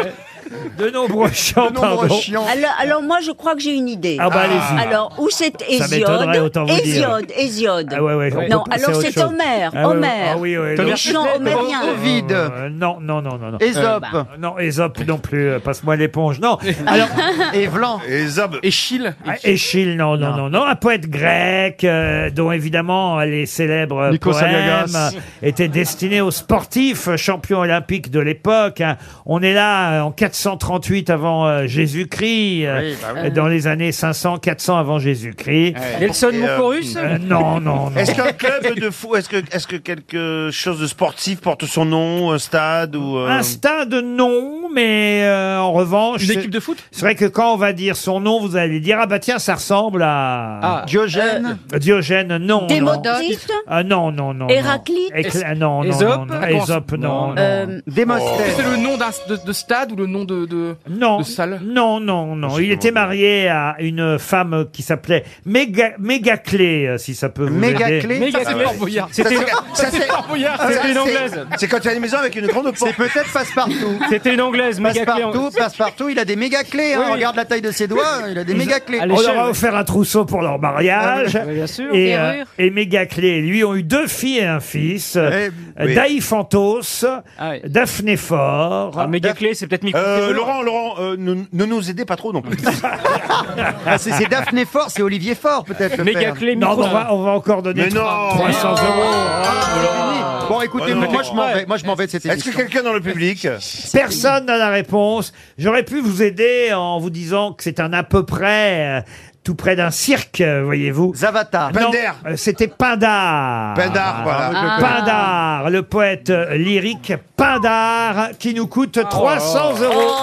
De nombreux chiens, pardon. Alors, alors moi, je crois que j'ai une idée. Ah bah, allez-y. Alors, où c'est Ça m'étonnerait, autant Hésiode vous Hésiode, dire. Hésiode. Ah ouais, ouais, on peut non, pas- alors autre c'est chose. Homère, Ah ouais, ouais, Homère. ah oui, oui, le non. chant homérien. Euh, non, non, non, non. non. Ésope. Euh, non, Ésope non plus. euh, Passe-moi l'éponge. Non. Alors, Et Vlan. Ésope. Échille. Échille, non, non, non, non. Un poète grec euh, dont évidemment les célèbres Nikos poèmes euh, Aliagas. étaient destinés aux sportifs, euh, champions olympiques de l'époque. hein. On est là euh, en 438 avant euh, Jésus-Christ, euh, Oui, bah oui. euh, dans les années 500, 400 avant Jésus-Christ. Nelson Et, euh, Mocorus Euh, Non, non, non. Est-ce qu'un club de fou, est-ce que, est-ce que quelque chose de sportif porte son nom, un stade ou euh, Un stade, non, mais euh, en revanche. Une équipe de foot C'est vrai que quand on va dire son nom, vous allez dire Ah bah tiens, ça ressemble à. Ah, Diogène Diogène, non. Démodote non. Ah non, non, non. non. Héraclite Écla- Non, non, non, Ésope non. Ésope, non. Euh, non. Euh, C'est le nom d'un- de, de stade ou le nom de, de, Non. de salle Non, non, non. Il était marié à une femme qui s'appelait Méga, Mégaclé, euh, si ça peut vous Mégaclé aider. Ça, c'est Fort Boyard. C'était Ça, c'est- ça, c'est- Fort Boyard. Ah, C'était ça, une c'est- anglaise. C'est quand il y a une maison avec une grande porte. C'est peut-être passe-partout. C'était une anglaise, méga-clé Passe-partout, anglaise. passe-partout. Il a des méga clés. hein. Oui, oui. Regarde la taille de ses doigts. Il a des méga clés. On leur a offert un trousseau pour leur mariage. Ah oui, bien sûr. Et, Des euh, rures. et Mégaclé et lui ont eu deux filles et un fils. Euh, Eh, oui. Daïphantos, Ah Daphné Fort. Ah, Mégaclé, c'est peut-être Mickey. Euh, Laurent, Laurent, euh, ne, ne nous aidez pas trop non plus. Ah, c'est c'est Daphné Fort, c'est Olivier Fort peut-être. le père. Non, mais on va, on va encore donner Mais non. 300 Ah, euros. Ah, Bon, écoutez, moi, je m'en vais. Moi, je m'en vais de cette Est-ce émission. que quelqu'un dans le public Personne n'a la réponse. J'aurais pu vous aider en vous disant que c'est un à peu près, euh, tout près d'un cirque, euh, voyez-vous. euh, Zavata. Pindar. C'était Pindar. Pindar, voilà. Ah. Pindar, le poète euh, lyrique Pindar, qui nous coûte 300 euros.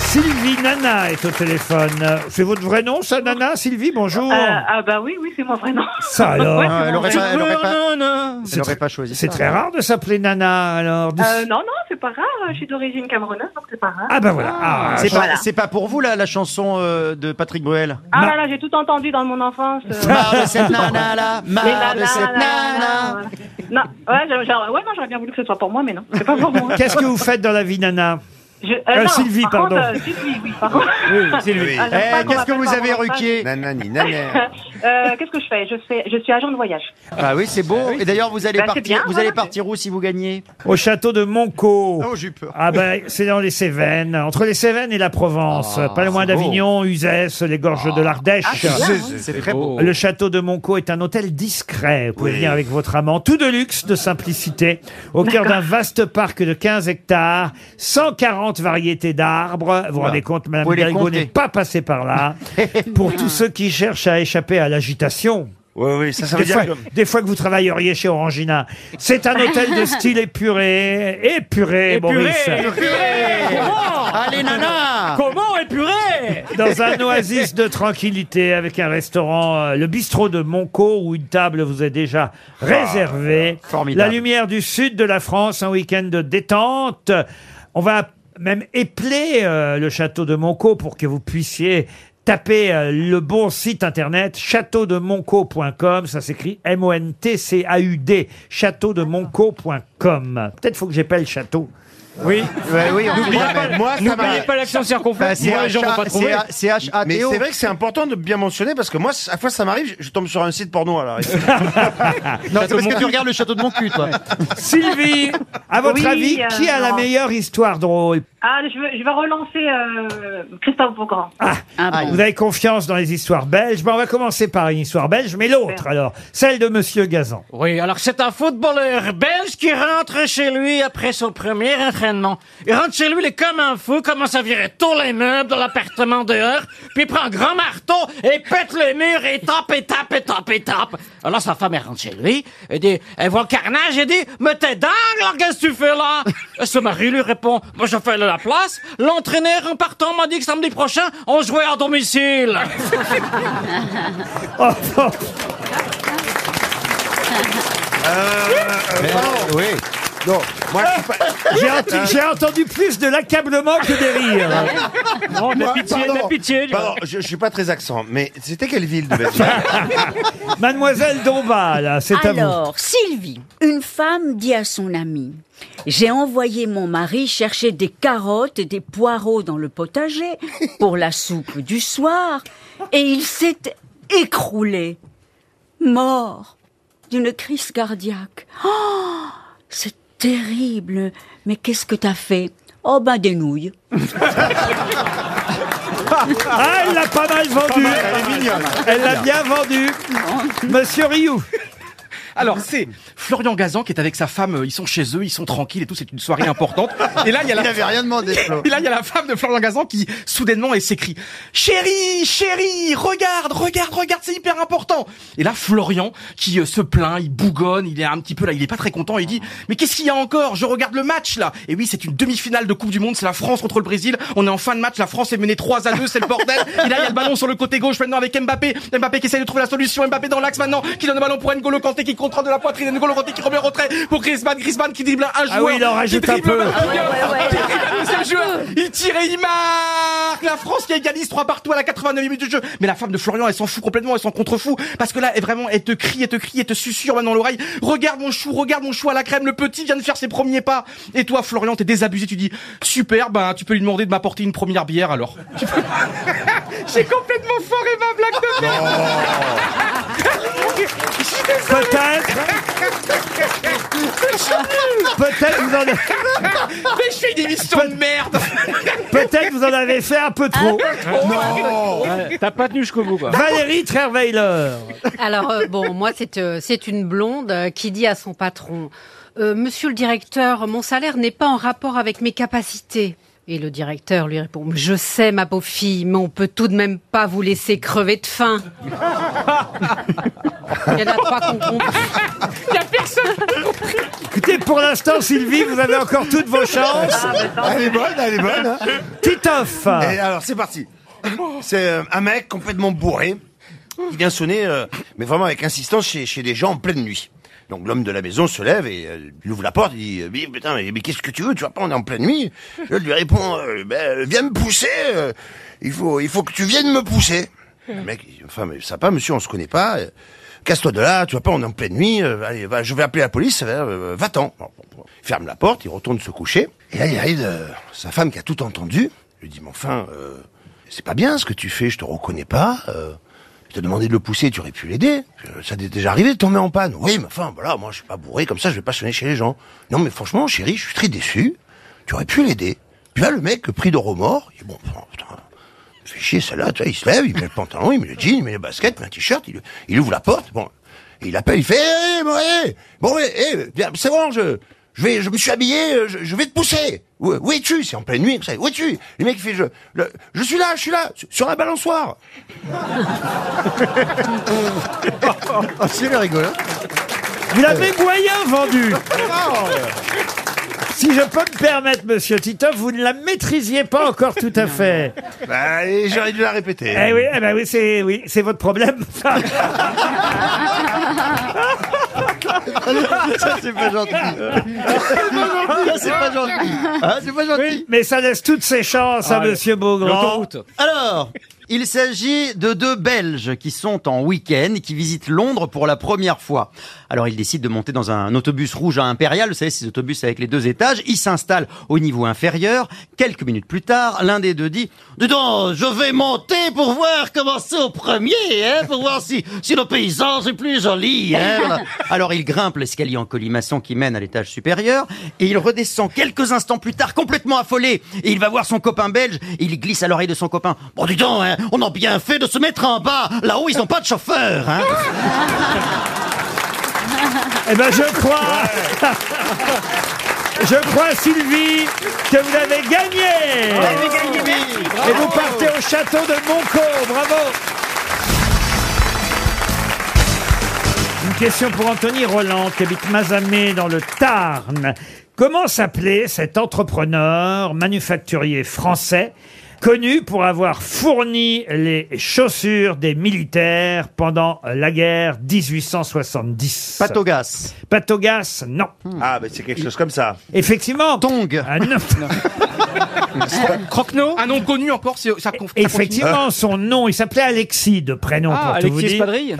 Sylvie Nana est au téléphone. C'est votre vrai nom, ça, Nana Sylvie, bonjour. Ah, ah bah oui, oui, c'est moi vraiment. Ça alors. Ouais, c'est mon vrai nom. C'est très- C'est très rare de s'appeler Nana alors. De- Euh, non, non, c'est pas rare. Je suis d'origine camerounaise, donc c'est pas rare. Ah bah voilà. Ah, C'est voilà. pas, c'est pas pour vous la, la chanson euh, de Patrick Bruel. Ah là là, j'ai tout entendu dans mon enfance. euh. Marre de cette nana là, marre Les nanas, de cette là, là, là. Non, ouais, j'ai- j'ai- ouais, non, j'aurais bien voulu que ce soit pour moi, mais non, Euh, c'est pas pour moi. Qu'est-ce que vous faites dans la vie, Nana Je- euh, Euh, non, Sylvie, par pardon. contre, euh, Sylvie, oui, par contre. Ah, j'aime Eh, pas qu'on m'appelle par mon enfance. Nanani, nanana. Euh, Qu'est-ce que je fais je, fais je suis agent de voyage. Ah oui, c'est beau. Et d'ailleurs, vous allez Bah, c'est partir, bien, vous voilà. allez partir où si vous gagnez Au château de Monco. Oh, j'ai eu peur. Ah ben, c'est dans les Cévennes, entre les Cévennes et la Provence, pas loin d'Avignon, Uzès, les gorges de l'Ardèche. Ah, c'est bien, C'est- hein. c'est- c'est très beau. Le château de Monco est un hôtel discret. Vous pouvez Oui. venir avec votre amant, tout de luxe, de simplicité, au cœur d'un vaste parc de 15 hectares, 140 variétés d'arbres. Vous vous Oula. rendez compte, Vous Madame les Hidalgo comptez. n'est pas passée par là. Pour tous ceux qui cherchent à échapper à l'agitation. Oui, oui, ça, ça veut des, dire fois, que- des fois que vous travailleriez chez Orangina. C'est un hôtel de style épuré, épuré, Boris. Allez, nana Comment épuré Dans un oasis de tranquillité avec un restaurant, euh, le bistrot de Monco, où une table vous est déjà réservée. Ah, formidable. La lumière du sud de la France, un week-end de détente. On va même épeler euh, le château de Monco pour que vous puissiez taper euh, le bon site internet châteaudemonco.com. Ça s'écrit M-O-N-T-C-A-U-D. Châteaudemonco.com. Peut-être faut que j'épelle château. Oui. Ouais, Ben oui, on sait N'oubliez jamais. pas- Moi, ça N'oubliez m'a- pas l'accent Bah, circonflexe. c'est Moi, les gens H- vont pas c'est trouver. H- c'est H-A-T-O. Mais c'est vrai que c'est important de bien mentionner parce que moi, à fois ça m'arrive, je tombe sur un site porno alors. Non, c'est parce que tu regardes le château de mon cul, toi. Sylvie, à votre Oui, avis, euh, qui a la non. meilleure histoire drôle Ah, je, veux- je vais relancer euh, Christophe Beaugrand. Ah, Vous avez confiance dans les histoires belges Ben, On va commencer par une histoire belge, mais l'autre alors, celle de Monsieur Gazan. Oui, alors c'est un footballeur belge qui rentre chez lui après son premier entraînement. Il rentre chez lui, il est comme un fou, commence à virer tous les meubles de l'appartement dehors, puis il prend un grand marteau et pète le mur et tape et tape et tape et tape. Alors sa femme, elle rentre chez lui, elle, dit, elle voit le carnage, elle dit « Mais t'es dingue, là, qu'est-ce que tu fais là ?» Et Son mari lui répond « Moi, je fais la place. L'entraîneur, en partant, m'a dit que samedi prochain, on jouait à domicile. Oh, oh. oui. Non, moi, je suis pas... Euh, J'ai ent- j'ai entendu plus de l'accablement que des rires. Oh, Moi, de la pitié, de la pitié, lui. Ah, Pardon, je, je suis pas très accent, mais c'était quelle ville de Belgique Mademoiselle Dombal, c'est à vous. Alors, Sylvie, une femme dit à son amie J'ai envoyé mon mari chercher des carottes et des poireaux dans le potager pour la soupe du soir, et il s'est écroulé, mort d'une crise cardiaque. Oh, c'est terrible Mais qu'est-ce que t'as fait Oh ben des nouilles Ah, elle l'a pas mal vendu. Elle l'a bien vendu. Monsieur Rioux. Alors, c'est Florian Gazan qui est avec sa femme. euh, Ils sont chez eux, ils sont tranquilles et tout. C'est une soirée importante. Et là, il y a la... Il avait rien demandé, Flo. Et là, il y a la femme de Florian Gazan qui, soudainement, elle s'écrie Chérie, chérie, regarde, regarde, regarde, c'est hyper important. Et là, Florian, qui euh, se plaint, il bougonne, il est un petit peu là, il est pas très content. Il dit Mais qu'est-ce qu'il y a encore Je regarde le match, là. Et oui, c'est une demi-finale de Coupe du Monde. C'est la France contre le Brésil. On est en fin de match. La France est menée 3 à 2. C'est le bordel. Et là, il y a le ballon sur le côté gauche maintenant avec Mbappé. Mbappé qui essaye de trouver la solution. Mbappé dans l'axe maintenant, qui donne le ballon pour N'Golo Kanté, qui contrôle de la poitrine. N'Golo Kanté qui remet en retrait pour Griezmann. Griezmann qui dribble un Ah joueur. Ah oui, il en qui rajoute un dribble peu. Mbappé, Ouais, ouais, qui dribble un deuxième joueur. Il tire et il marque. La France qui égalise 3 partout à la 89 minute du jeu. Mais la femme de Florian, elle s'en fout complètement, elle s'en contrefou. Parce que là, elle vraiment, elle te crie, elle te crie, elle te susurre maintenant dans l'oreille. Regarde mon chou, regarde mon chou à la crème. Le petit vient de faire ses premiers pas. Et toi, Florian, t'es désabusé. Tu dis, super, ben, tu peux lui demander de m'apporter une première bière alors. Tu peux- J'ai complètement foré ma blague de merde. Je suis désolé. Peut-être vous en avez... Mais je fais une émission de merde. Peut-être vous en avez fait un peu trop. Non. T'as pas tenu jusqu'au bout, quoi. Valérie Trierweiler. Alors, euh, bon, moi, c'est euh, c'est une blonde euh, qui dit à son patron Euh, Monsieur le directeur, mon salaire n'est pas en rapport avec mes capacités. Et le directeur lui répond Je sais, ma pauvre fille, mais on peut tout de même pas vous laisser crever de faim. Il y en a trois qu'on Il y a personne. Écoutez, pour l'instant, Sylvie, vous avez encore toutes vos chances. Ah, Elle est bonne, elle est bonne. hein. Titoff. Et alors, c'est parti. C'est euh, un mec complètement bourré qui vient sonner, euh, mais vraiment avec insistance, chez, chez des gens en pleine nuit. Donc l'homme de la maison se lève et euh, il ouvre la porte, il dit euh, mais, putain mais, mais qu'est-ce que tu veux tu vois pas on est en pleine nuit. Je lui réponds euh, ben, viens me pousser, euh, il faut il faut que tu viennes me pousser. Le mec il dit, enfin mais ça va monsieur on se connaît pas, euh, casse-toi de là tu vois pas on est en pleine nuit, euh, allez va, je vais appeler la police, euh, va-t'en. Bon, bon, bon. Il ferme la porte, il retourne se coucher et là il arrive euh, sa femme qui a tout entendu, lui dit mais enfin euh, c'est pas bien ce que tu fais, je te reconnais pas. euh, je t'ai demandé de le pousser, tu aurais pu l'aider. Euh, Ça t'est déjà arrivé de tomber en panne. Oui, mais enfin, voilà, moi, je suis pas bourré comme ça, je vais pas sonner chez les gens. Non, mais franchement, chérie, je suis très déçu. Tu aurais pu l'aider. Puis là, le mec, pris de remords, il dit, bon, putain, fait chier celle-là, tu vois, il se lève, il met le pantalon, il met le jean, il met les baskets, il met un t-shirt, il, il ouvre la porte, bon, et il appelle, il fait, hé, hé, bon, hé, bon, hé, hé, viens, c'est bon, je, je vais, je me suis habillé, euh, je, je vais te pousser. Où, où es-tu? C'est en pleine nuit, comme ça, où es-tu? Le mec, il fait, je, le- je suis là, je suis là, sur la balançoire. Oh, C'est rigolo. Vous l'avez moyen vendu. Si je peux me permettre, monsieur Titoff, vous ne la maîtrisiez pas encore tout à fait. Bah, et j'aurais dû la répéter. Eh oui, eh ben oui, c'est oui, c'est votre problème. Ça, c'est pas gentil. Ça, c'est pas gentil. Ah, c'est pas gentil. Oui, mais ça laisse toutes ses chances à Ah, monsieur Beaugrand. L'autoroute. Alors, il s'agit de deux Belges qui sont en week-end, et qui visitent Londres pour la première fois. Alors, ils décident de monter dans un autobus rouge à impérial. Vous savez, ces autobus avec les deux étages. Ils s'installent au niveau inférieur. Quelques minutes plus tard, l'un des deux dit « Dis donc, je vais monter pour voir comment c'est au premier, hein, pour voir si, si le paysan c'est plus joli. Hein. » Voilà. Alors, il grimpe l'escalier en colimaçon qui mène à l'étage supérieur et il redescend quelques instants plus tard complètement affolé. Et il va voir son copain belge. Et il glisse à l'oreille de son copain. Bon, dis donc, hein, on a bien fait de se mettre en bas. Là-haut, ils n'ont pas de chauffeur. Hein. Eh ben je crois. Je crois, Sylvie, que vous avez gagné Et vous partez au château de Montcaux, bravo Une question pour Anthony Roland, qui habite Mazamet, dans le Tarn. Comment s'appelait cet entrepreneur manufacturier français connu pour avoir fourni les chaussures des militaires pendant la guerre 1870. Patogas. Patogas, non. Ah, mais c'est quelque chose comme ça. Effectivement. Tong. Ah, non. Croquenot Un nom connu encore, c'est- ça conf- ça Effectivement, son nom, il s'appelait Alexis de prénom Ah, pour tout Alexis vous dire. Espadrille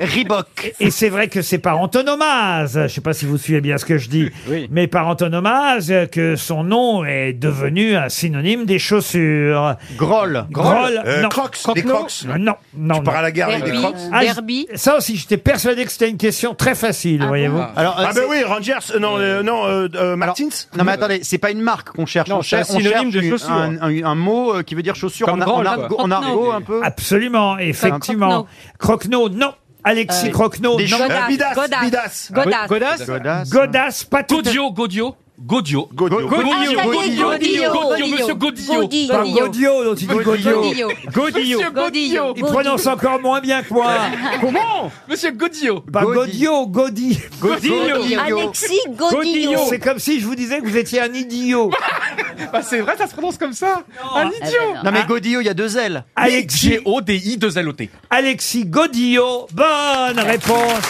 Riboc. Et c'est vrai que c'est par antonomase, je sais pas si vous suivez bien ce que je dis, mais par antonomase euh, que son nom est devenu un synonyme des chaussures. Groll. Groll, Euh, non. Crocs, des Crocs. Non, non. Tu pars non. à la guerre avec des Crocs Ah, j- Ça aussi, j'étais persuadé que c'était une question très facile, voyez-vous. Alors, euh, ah ben c'est- oui, Rangers, euh, non, euh, non, euh, euh, Martins Non mais attendez, c'est pas une marque qu'on cherche. Non, on c'est un cherche, on synonyme cherche de une- chaussure. Un, un- un mot euh, qui veut dire chaussure Comme en, Groll, en quoi. argot, en argot un peu. Euh, Absolument, effectivement. Croquenot, non. Alexis Euh, Croquenot, des non. choses- Euh, Bidas, Godas, Bidas. Godas. Godas. Godas. Godas, pas tout. Godio, Godio, Godio, Godio, Godio, Godio, Godio, Godio, Monsieur Godio. Pas Godio, l'autre, il dit Godio. Godio. Godio. Monsieur Godio. Il prononce encore moins bien que moi. Comment Monsieur Godio. Pas Godio, Godi. Godillo. Godillo. Alexis Godillo. C'est comme si je vous disais que vous étiez un idiot. Bah, c'est vrai, ça se prononce comme ça. un Ah, idiot. Non mais Godio, il y a deux L. Alexis, G-O-D-I 2 l o t Alexis Godillo, bonne réponse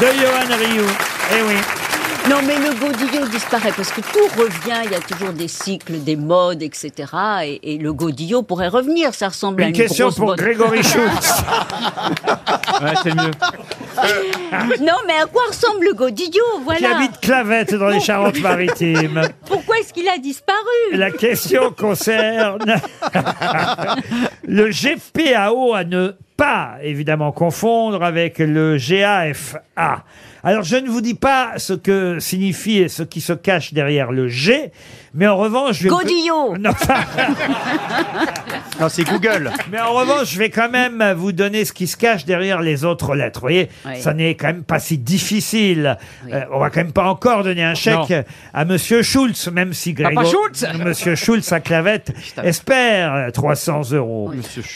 de Johan Rioux. Eh oui. Non, mais le godillot disparaît parce que tout revient. Il y a toujours des cycles, des modes, etc. Et, et le godillot pourrait revenir. Ça ressemble à Une une question grosse pour botte. Grégory Schultz. Ouais, c'est mieux. non, mais à quoi ressemble le godillot qui Voilà. habite Clavette dans les Charentes-Maritimes. Pourquoi est-ce qu'il a disparu La question concerne le GPAO à ne pas évidemment confondre avec le GAFA. Alors je ne vous dis pas ce que signifie et ce qui se cache derrière le G, mais en revanche, je vais Godillot. Non, enfin, Non, c'est Google. mais en revanche, je vais quand même vous donner ce qui se cache derrière les autres lettres. Vous voyez, Oui. ça n'est quand même pas si difficile. Euh, on va quand même pas encore donner un chèque Non. à Monsieur Schulz, même si Papa Grégo- Schulz Monsieur Schulz à Clavette espère euh, 300 euros.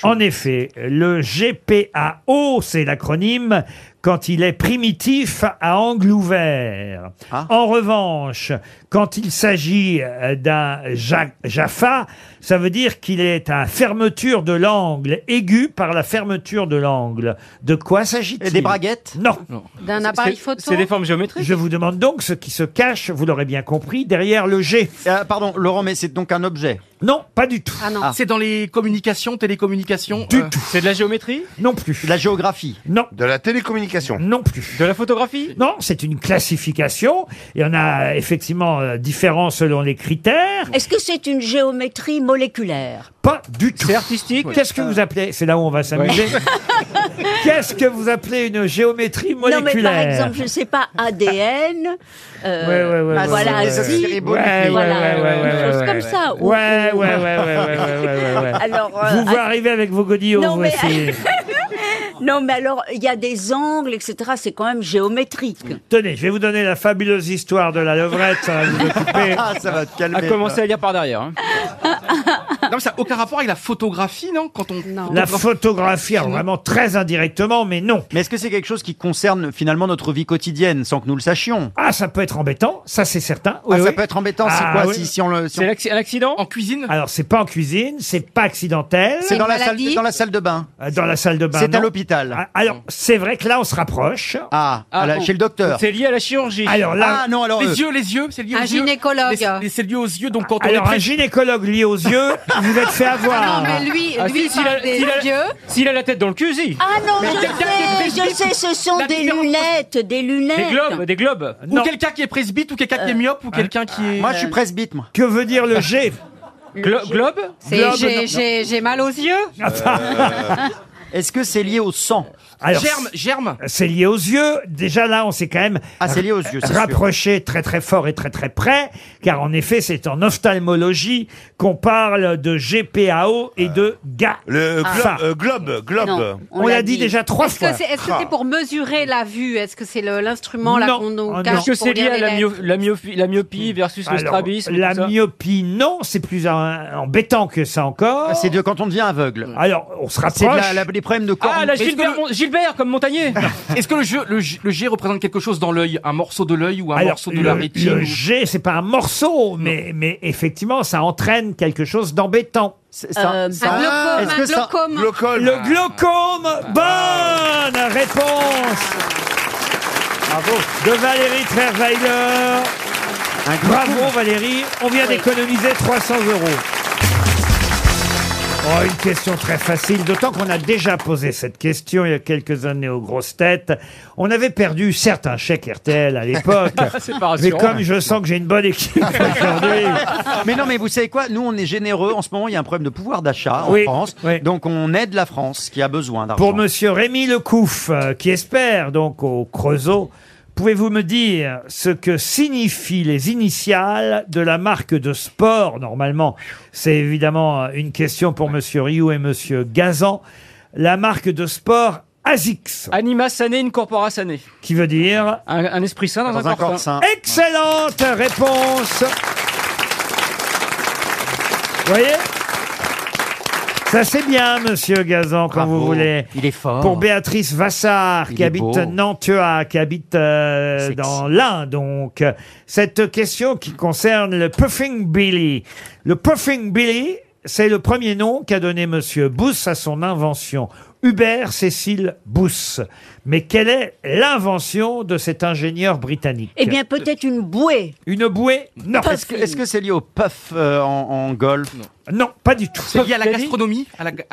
En effet, le GPAO, c'est l'acronyme quand il est primitif à angle ouvert. En revanche, quand il s'agit euh, d'un ja- Jaffa, ça veut dire qu'il est à fermeture de l'angle, aigu par la fermeture de l'angle. De quoi s'agit-il Des braguettes Non. D'un appareil photo formes géométriques. Je vous demande donc ce qui se cache, vous l'aurez bien compris, derrière le G. Euh, pardon, Laurent, mais c'est donc un objet. Non, pas du tout. Ah non. C'est dans les communications, télécommunications Du euh, tout. C'est de la géométrie Non plus. La géographie. Non. De la télécommunication. Non plus. De la photographie Non, c'est une classification. Il y en a euh, effectivement euh, différents selon les critères. Est-ce que c'est une géométrie moléculaire Pas du tout. C'est artistique Qu'est-ce que vous appelez C'est là où on va s'amuser. Qu'est-ce que vous appelez une géométrie Non, mais par moléculaire exemple, je ne sais pas, ADN. euh, Ouais, ouais, Bah, ouais, voilà, ouais, ouais, si, ouais. Ouais, ouais, voilà, ouais, ouais, une ouais, chose ouais, comme ouais. ça. ou- Ouais, ouais, ouais, ouais, ouais, ouais, ouais, ouais, ouais. Alors, euh, vous vous à- arrivez avec vos godillots, Non, vous mais- essayez. Non, mais alors, il y a des angles, etc. C'est quand même géométrique. Tenez, je vais vous donner la fabuleuse histoire de la levrette, ça va vous occuper. Ah, ça va te calmer. À commencer à lire par derrière. hein. Non, mais ça n'a aucun rapport avec la photographie, non Quand on. La photographie, alors vraiment très hein. indirectement, mais non. Mais est-ce que c'est quelque chose qui concerne finalement notre vie quotidienne sans que nous le sachions Ah, ça peut être embêtant, ça c'est certain. Oui, Ah, Ça oui. peut être embêtant si Ah, quoi oui. si, si on le. si on- C'est l'acc- un accident En cuisine Alors, c'est pas en cuisine, c'est pas accidentel. C'est dans la salle, maladie dans la salle de bain. Euh, Dans la salle de bain. C'est à non. l'hôpital. Ah, Alors, c'est vrai que là, on se rapproche. Ah, à la- bon. chez le docteur. C'est lié à la chirurgie. Alors là, Ah non, alors. Les euh, yeux, les yeux, c'est lié aux Un yeux. gynécologue. Les- les- C'est lié aux yeux, donc quand on est alors un près- gynécologue lié aux yeux, vous êtes fait Ah non, avoir. mais lui, Ah, lui si, il s'il a- parle des s'il a- yeux. S'il a la tête dans le cul, si. Ah non, Mais t'as- t'as- je t'as- sais, je sais, ce sont la des différence- lunettes, des lunettes. Des globes, des globes. Ou quelqu'un qui est presbyte, ou quelqu'un qui est myope, ou quelqu'un qui est. Moi, je suis presbyte, moi. Que veut dire le G Glo- globe C'est Globe, non. j'ai- j'ai j'ai mal aux yeux. Euh. Euh, Est-ce que c'est lié au sang Alors, Germe, germe. C'est lié aux yeux. Déjà là, on s'est quand même Ah, c'est lié aux yeux, c'est sûr. rapproché très très fort et très très près, car en effet, c'est en ophtalmologie qu'on parle de GPAO Euh. et de GA. Le Ah. glo- Enfin. euh, globe, globe. Non, On, l'a dit, déjà trois Est-ce fois. Ah. que c'est est-ce Ah. que c'est pour mesurer la vue Est-ce que c'est le- l'instrument là Non. qu'on Oh, nous non. cache Parce Est-ce que pour c'est lié lire à les la, lettres myopi- la myopie, la Hmm. myopie versus le Alors, strabisme et la tout ça myopie, non, c'est plus en- embêtant que ça encore. Ah, C'est de quand on devient aveugle. Alors, on se C'est de rapproche. la- la- les problèmes de corps. Ah, la Gilles, Est-ce que le- Bermond- Gilles Gilbert, comme Montagnier. Est-ce que le, jeu, le, G- le G représente quelque chose dans l'œil Un morceau de l'œil ou un Alors, morceau de la le, rétine le ou- G, c'est pas un morceau, mais, mais effectivement, ça entraîne quelque chose d'embêtant. ça- ça- Euh, Un glaucome, est-ce que un ça- glaucome. Glaucome. Le glaucome, Ah. bonne réponse Bravo. de Valérie Trerweiler. Bravo Valérie, on vient d'économiser 300 euros. Oh, une question très facile, d'autant qu'on a déjà posé cette question il y a quelques années aux grosses têtes. On avait perdu certes un chèque RTL à l'époque, Ah, C'est pas mais rassurant. comme je sens que j'ai une bonne équipe aujourd'hui, mais non, mais vous savez quoi Nous, on est généreux. En ce moment, il y a un problème de pouvoir d'achat en Oui, France. Donc, on aide la France qui a besoin d'argent. pour Monsieur Rémi Lecouf, euh, qui espère donc au Creusot, pouvez-vous me dire ce que signifient les initiales de la marque de sport Normalement, c'est évidemment euh, une question pour Monsieur Rioux et Monsieur Gazan. La marque de sport Azix. Anima sané, in corpora sané. Qui veut dire un, un esprit sain dans, Dans un, un corps sain. Excellente réponse. Vous voyez ça c'est bien, monsieur Gazan, quand vous voulez. Il est fort. Pour Béatrice Vassard, Il qui est habite beau. Nantua, qui habite euh, dans l'Ain, donc. Cette question qui concerne le Puffing Billy. Le Puffing Billy, c'est le premier nom qu'a donné monsieur Booth à son invention. Hubert Cécile Booth. Mais quelle est l'invention de cet ingénieur britannique Eh bien, peut-être une bouée. Une bouée Non. Est-ce que est-ce que c'est lié au puff euh, en, en golf non. pas du tout. C'est lié à la gastronomie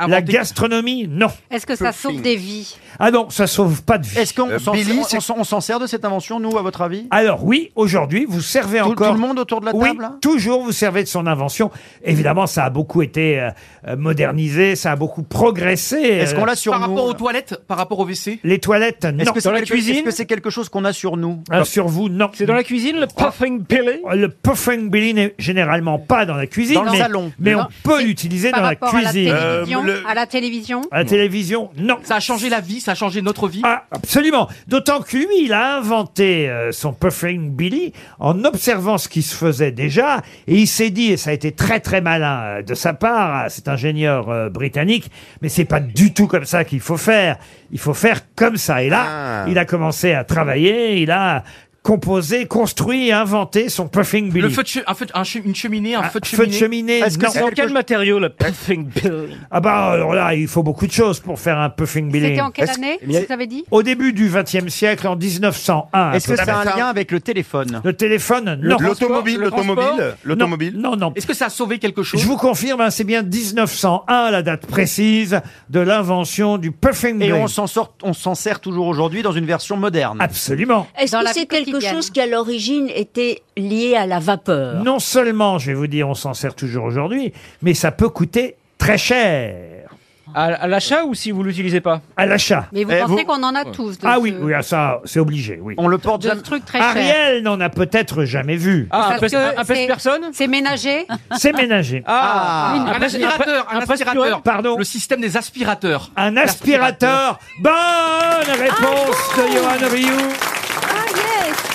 La gastronomie, non. Est-ce que ça sauve des vies Ah non, ça sauve pas de vie. Est-ce qu'on s'en- on- on s'en- on s'en sert de cette invention, nous, à votre avis Alors oui, aujourd'hui, vous servez Tout- encore... tout le monde autour de la Oui, table, hein là toujours vous servez de son invention. Évidemment, ça a beaucoup été euh, euh, modernisé, ça a beaucoup progressé. euh, Est-ce qu'on l'a sur Par nous rapport aux toilettes, par rapport au WC Les toilettes, non. Est-ce que c'est quelque- est-ce que c'est quelque chose qu'on a sur nous Ah, sur vous, non. C'est dans la cuisine, le puffing billy Le puffing billy n'est généralement pas dans la cuisine. Dans le mais, salon. Mais Non. on peut l'utiliser Par dans la rapport cuisine. à la télévision, à la télévision À la télévision, non. Ça a changé la vie, ça a changé notre vie. Ah, absolument. D'autant que lui, il a inventé euh, son Puffing Billy en observant ce qui se faisait déjà. Et il s'est dit, et ça a été très très malin euh, de sa part, à cet ingénieur euh, britannique, mais c'est pas du tout comme ça qu'il faut faire. Il faut faire comme ça. Et là, Ah. il a commencé à travailler, il a composé, construit, inventé son Puffing Billy. Le feu de che- un feu de- un che- une cheminée, un feu de feu cheminée. de cheminée, Est-ce que non. c'est Dans quelque quel matériau le puffing bill Ah bah alors là, il faut beaucoup de choses pour faire un Puffing Billy. C'était en quelle Est-ce- Eh année Vous avez dit Au début du XXe siècle, en 1901. Est-ce que tout à ça a fait. un lien avec le téléphone Le téléphone, Le non. transport, L'automobile, le transport l'automobile, l'automobile. Non, non. Est-ce que ça a sauvé quelque chose Je vous confirme, hein, c'est bien 1901 la date précise de l'invention du puffing Et blade. on s'en sort, on s'en sert toujours aujourd'hui dans une version moderne. Absolument. Est-ce Dans la que vie c'est quelque quotidienne. chose qui, à l'origine, était lié à la vapeur Non seulement, je vais vous dire, on s'en sert toujours aujourd'hui, mais ça peut coûter très cher À, à l'achat ou si vous l'utilisez pas à l'achat. Mais vous Eh, pensez qu'on en a tous de Ah ce- oui, oui, ah, ça, c'est obligé, oui. On le porte de ce truc très cher Ariel n'en a peut-être jamais vu. Ah, un Parce pèse- que un pèse c'est- personne C'est ménagé C'est ménagé. Ah, Un un pres- aspirateur, un aspirateur. Pardon. Le système des aspirateurs. Un aspirateur. Bonne réponse de Ah, Johan Rioux.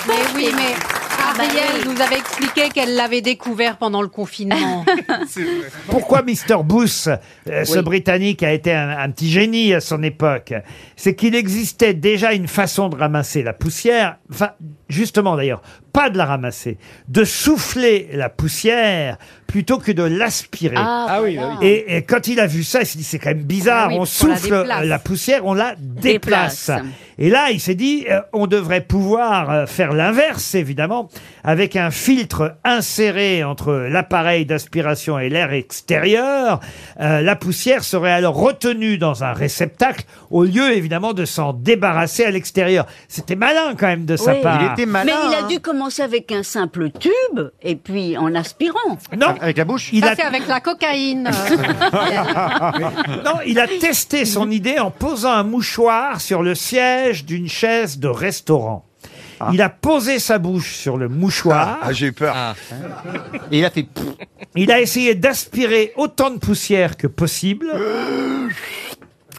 Mais oui, mais Ah, Ariel nous avait expliqué qu'elle l'avait découvert pendant le confinement. Pourquoi Mr. Booth, euh, ce Britannique, a été un, un petit génie à son époque C'est qu'il existait déjà une façon de ramasser la poussière, enfin, justement d'ailleurs, pas de la ramasser, de souffler la poussière plutôt que de l'aspirer. Ah, Ah oui, voilà. oui. Et, et quand il a vu ça, il s'est dit, c'est quand même bizarre, Ah oui, on on la souffle euh, la, déplace. poussière, on la déplace. Déplace. Et là, il s'est dit, euh, on devrait pouvoir euh, faire l'inverse, évidemment, avec un filtre inséré entre l'appareil d'aspiration et l'air extérieur. Euh, la poussière serait alors retenue dans un réceptacle au lieu, évidemment, de s'en débarrasser à l'extérieur. C'était malin, quand même, de sa Oui. part. Mais il hein. a dû commencer avec un simple tube et puis en aspirant. Non. Avec la bouche Il Ça, a- c'est avec la cocaïne. non, il a testé son idée en posant un mouchoir sur le siège d'une chaise de restaurant. Il a posé sa bouche sur le mouchoir. Ah, j'ai eu peur. Et il a fait. pfff. Il a essayé d'aspirer autant de poussière que possible.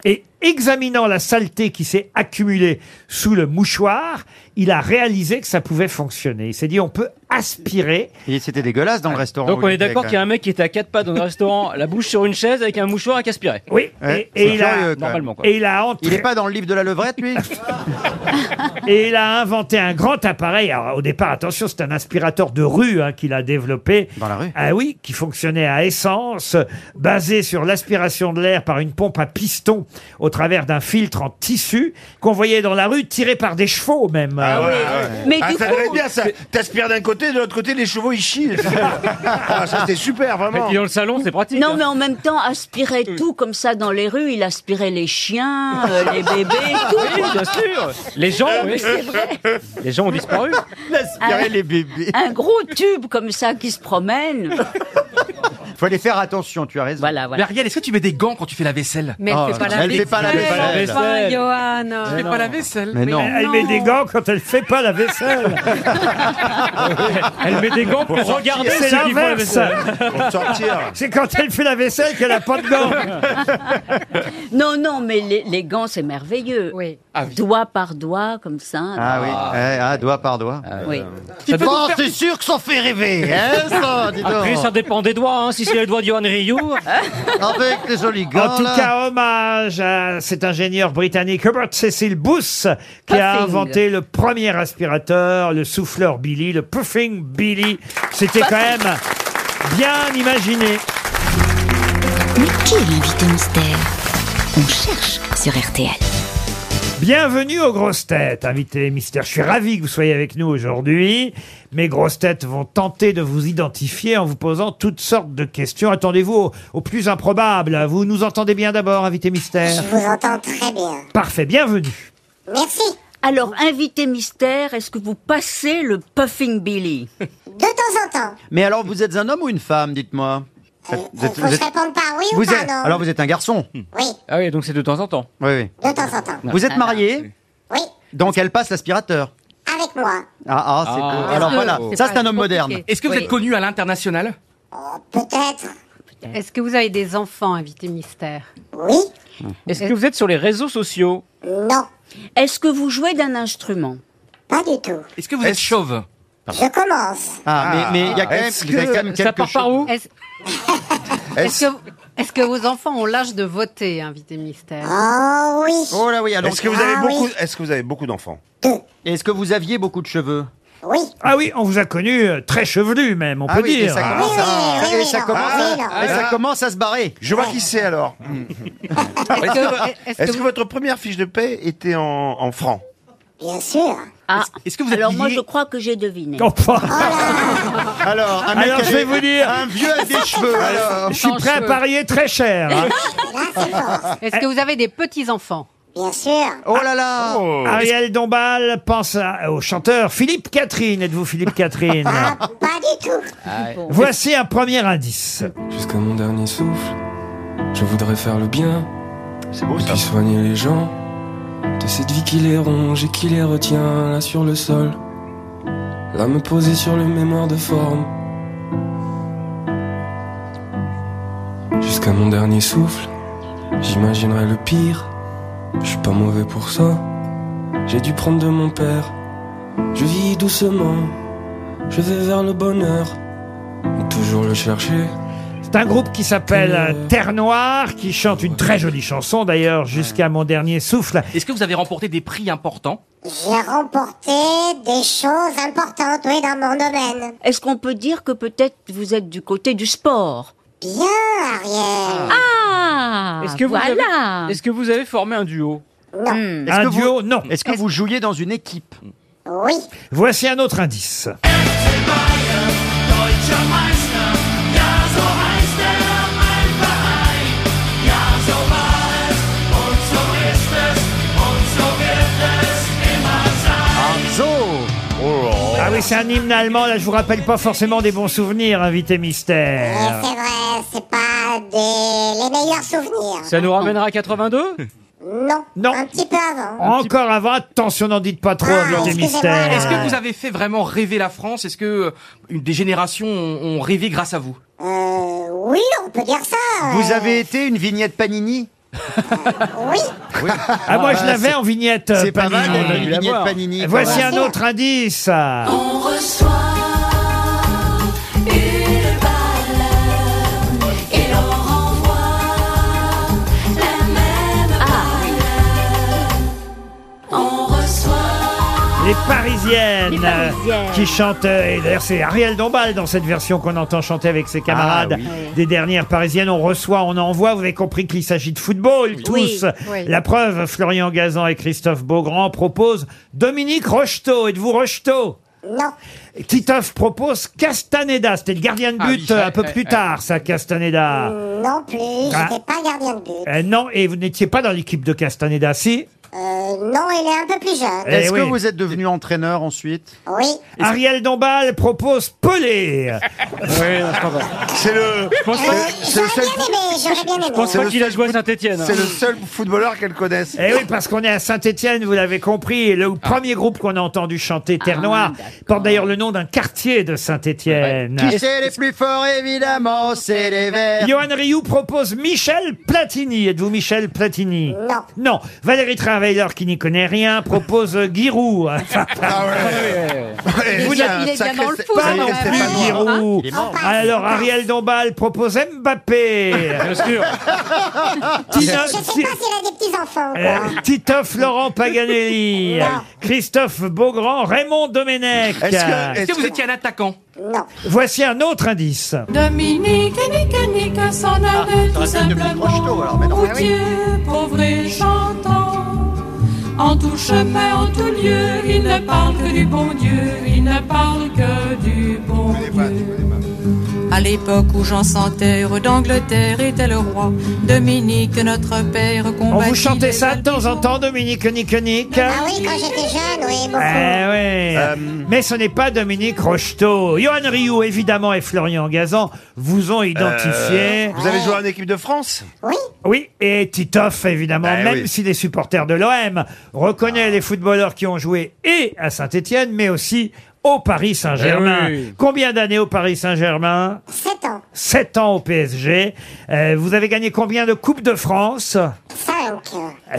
Et examinant la saleté qui s'est accumulée sous le mouchoir, il a réalisé que ça pouvait fonctionner. Il s'est dit, on peut aspirer. Et c'était dégueulasse dans le restaurant. Donc où on il est était, d'accord quand qu'il y a un mec qui était à quatre pattes dans un restaurant, la bouche sur une chaise avec un mouchoir à aspirer. Oui. Ouais, et, et c'est il a, curieux, quand même. normalement, quoi. Ah. Et il a entré- Il est pas dans le livre de la levrette, lui Et il a inventé un grand appareil. Alors, au départ, attention, c'est un aspirateur de rue hein, qu'il a développé. Dans la rue Ah oui, qui fonctionnait à essence, basé sur l'aspiration de l'air par une pompe à piston au travers d'un filtre en tissu qu'on voyait dans la rue tiré par des chevaux même. Ah ouais, ouais. Mais Ah, du ça coup- devrait être bien ça. T'aspires d'un côté, de l'autre côté, les chevaux ils chient. ah, ça c'était super, vraiment. dans le salon, c'est pratique. hein. hein. Non, mais en même temps, aspirait tout comme ça dans les rues. Il aspirait les chiens, euh, les bébés, tout. Oui, bien sûr. Les gens, oui. Les gens ont disparu. Aspirer les bébés. Un gros tube comme ça qui se promène. Faut aller faire attention, tu as raison. Voilà, voilà. Mais Ariel, est-ce que tu mets des gants quand tu fais la vaisselle Mais elle Oh, fait pas la elle fait pas la vaisselle. vaisselle. Enfin, Johan. Tu fais pas la vaisselle. Mais non. Mm. Elle met des gants quand elle fait pas la vaisselle. Elle met des gants pour regarder C'est ceux qui font la l'inverse. vaisselle. Pour sortir. C'est quand elle fait la vaisselle qu'elle a pas de gants. Non, non, mais les, les gants, c'est merveilleux. Oui. Doigt par doigt, comme ça. Ah oui, Eh, ah, doigt par doigt. Euh, oui. Bon, c'est sûr que ça fait rêver, hein, ça, dis donc. Après, ça dépend des doigts. hein. Si c'est les doigts de Johan Ryu, Avec les jolis gants, En tout là. cas, hommage à cet ingénieur britannique Herbert Cecil Booth qui a Puffing. inventé le premier aspirateur, le souffleur Billy, le Puffing Billy. C'était quand même bien imaginé. Mais qui est l'invité mystère On cherche sur RTL. Bienvenue aux grosses têtes, invité mystère. Je suis ravi que vous soyez avec nous aujourd'hui. Mes grosses têtes vont tenter de vous identifier en vous posant toutes sortes de questions. Attendez-vous au, au plus improbable. Vous nous entendez bien d'abord, invité mystère Je vous entends très bien. Parfait, bienvenue. Merci. Alors, invité mystère, est-ce que vous passez le Puffing Billy De temps en temps. Mais alors, vous êtes un homme ou une femme, dites-moi Il faut que je réponde par oui ou vous par êtes- non. Alors, vous êtes un garçon Oui, Oui, Ah oui, donc c'est de temps en temps. oui. de temps en temps. Vous Ah, Ah, êtes marié Hein. Oui, Donc, elle passe l'aspirateur. avec moi. Ah, ah, c'est Ah. beau. Alors, que- voilà, c'est ça, pas c'est un homme compliqué. moderne. Est-ce que vous Oui. êtes connu à l'international Peut-être. Est-ce que vous avez des enfants, invité mystère Oui, Est-ce que vous êtes sur les réseaux sociaux non, Est-ce que vous jouez d'un instrument pas du tout. Est-ce que vous êtes chauve Je commence. Ah, mais mais il y a quand même, Est-ce il y a quand même Ça quelque part par chose. où Est-ce est-ce que, est-ce que vos enfants ont l'âge de voter, invité mystère Oh oui, Oh là oui, alors. Est-ce que vous avez Ah beaucoup, oui. est-ce que vous avez beaucoup d'enfants Est-ce que vous aviez beaucoup de cheveux oui. Ah oui, on vous a connu euh, très chevelu même, on Ah peut oui, et dire. ça Oui, commence oui, à- oui, oui, et ça non. commence Oui, non. à- et ça commence à se barrer. Je vois qui c'est alors. Est-ce que, est-ce Est-ce que que vous- votre première fiche de paie était en, en francs Bien sûr. Ah, Est-ce que vous êtes alors moi, lié- je crois que j'ai deviné. Enfin, Alors, un mec alors je vais avec- vous dire, un vieux avec des cheveux. Alors, je suis Sans prêt à cheveux. parier très cher. hein. Là, Ah, c'est fort. est-ce que vous avez des petits-enfants Bien sûr. oh là là. Ah, Ariel Dombal pense à- au chanteur Philippe Catherine. Êtes-vous Philippe Catherine Ah, pas du tout. Ah. Voici un premier indice. Jusqu'à mon dernier souffle, je voudrais faire le bien, C'est beau ça. puis soigner les gens de cette vie qui les ronge et qui les retient là sur le sol. Là me poser sur le mémoire de forme. Jusqu'à mon dernier souffle, j'imaginerai le pire. Je suis pas mauvais pour ça. J'ai dû prendre de mon père. Je vis doucement, je vais vers le bonheur, mais toujours le chercher. C'est un groupe qui s'appelle euh, Terre Noire, qui chante une très jolie chanson d'ailleurs, jusqu'à mon dernier souffle. Est-ce que vous avez remporté des prix importants J'ai remporté des choses importantes, oui, dans mon domaine. Est-ce qu'on peut dire que peut-être vous êtes du côté du sport Bien, Ariel. Ah Est-ce que vous Voilà Est-ce que vous avez formé un duo Hmm. Un que vous- duo, non. Est-ce que vous jouiez dans une équipe Oui, Voici un autre indice. Arzo Ah oui, c'est un hymne allemand. Là, je vous rappelle pas forcément des bons souvenirs, invité Et mystère. c'est vrai, c'est pas Ah. des... les meilleurs souvenirs. Ça nous ramènera à 82 Non. Non. Un petit peu avant. Encore avant, attention, n'en dites pas trop, Ah, invité excusez-moi, mystère. alors. Est-ce que vous avez fait vraiment rêver la France Est-ce que euh, une des générations ont ont rêvé grâce à vous Euh, oui, on peut dire ça. Vous euh, avez été une vignette Panini Oui. Ah, moi, je l'avais en vignette. euh, C'est pas mal, Panini. il y avait une vignette Panini, pas Voici mal. un autre indice. On reçoit une balle et l'on renvoie la même balle. On reçoit Les Parisiennes, Les Parisiennes. euh, qui chantent, euh, et d'ailleurs c'est Ariel Dombal dans cette version qu'on entend chanter avec ses camarades oui. des dernières Parisiennes. On reçoit, on envoie, vous avez compris qu'il s'agit de football tous. Oui, oui. La preuve, Florian Gazan et Christophe Beaugrand proposent Dominique Rocheteau. Êtes-vous Rocheteau Non. Titoff propose Castaneda. C'était le gardien de Ah but oui, euh, ouais, un peu ouais, plus ouais. tard, ça, Ah. Castaneda. Euh. Non plus, j'étais Ah. pas gardien de but. Euh, non, et vous n'étiez pas dans l'équipe de Castaneda, si Euh, non, il est un peu plus jeune. Est-ce que Eh oui. vous êtes devenu entraîneur ensuite Oui. Ariel Dombal propose Pelé. C'est le. Euh, j'aurais bien aimé, j'aurais bien aimé. a joué à Saint-Etienne. C'est le seul footballeur qu'elle connaisse. hein. Eh oui, parce qu'on est à Saint-Étienne, vous l'avez compris, et le premier groupe qu'on a entendu chanter Terre Noire Ah, porte d'ailleurs le nom d'un quartier de Saint-Étienne. Qui c'est les plus forts évidemment C'est les verts. Johan Rioux propose Michel Platini. Êtes-vous Michel Platini Non. Non. Valérie Travailleur, qui n'y connaît rien, propose euh, Giroud. Ah Il est Vous bien- n'êtes il est bien dans le foot, pas quand non même. plus Il est mort, Giroud. Ah, hein Il est mort. Alors, Ariel Dombal propose Mbappé. Je, je sais pas s'il a des petits-enfants. Eh, ou Euh, quoi. Titoff Laurent Paganelli, Non. Christophe Beaugrand, Raymond Domenech. Est-ce que, est-ce que vous étiez un attaquant Non. Voici un autre indice. Dominique, Nick, Nick s'en allait tout simplement. Ah Routier, pauvre et chantant. En tout chemin, en tout lieu, il ne parle que du bon Dieu, il ne parle que du bon Dieu. À l'époque où Jean sans terre d'Angleterre était le roi, Dominique, notre père, On combattit. vous chantait ça de temps en temps, Dominique Nick Nick. Bah Ah oui, quand j'étais jeune, oui, beaucoup. Eh Ah. ouais. Euh, Mais ce n'est pas Dominique Rocheteau. Johan Rioux, évidemment, et Florian Gazan vous ont identifié. Euh, Vous avez joué en équipe de France Oui. Oui, et Titoff, évidemment, Eh même oui. si les supporters de l'OM reconnaissent les footballeurs qui ont joué et à Saint-Etienne, mais aussi au Paris Saint-Germain. Eh oui. Combien d'années au Paris Saint-Germain 7 ans. 7 ans au PSG. Euh, vous avez gagné combien de Coupes de France 5.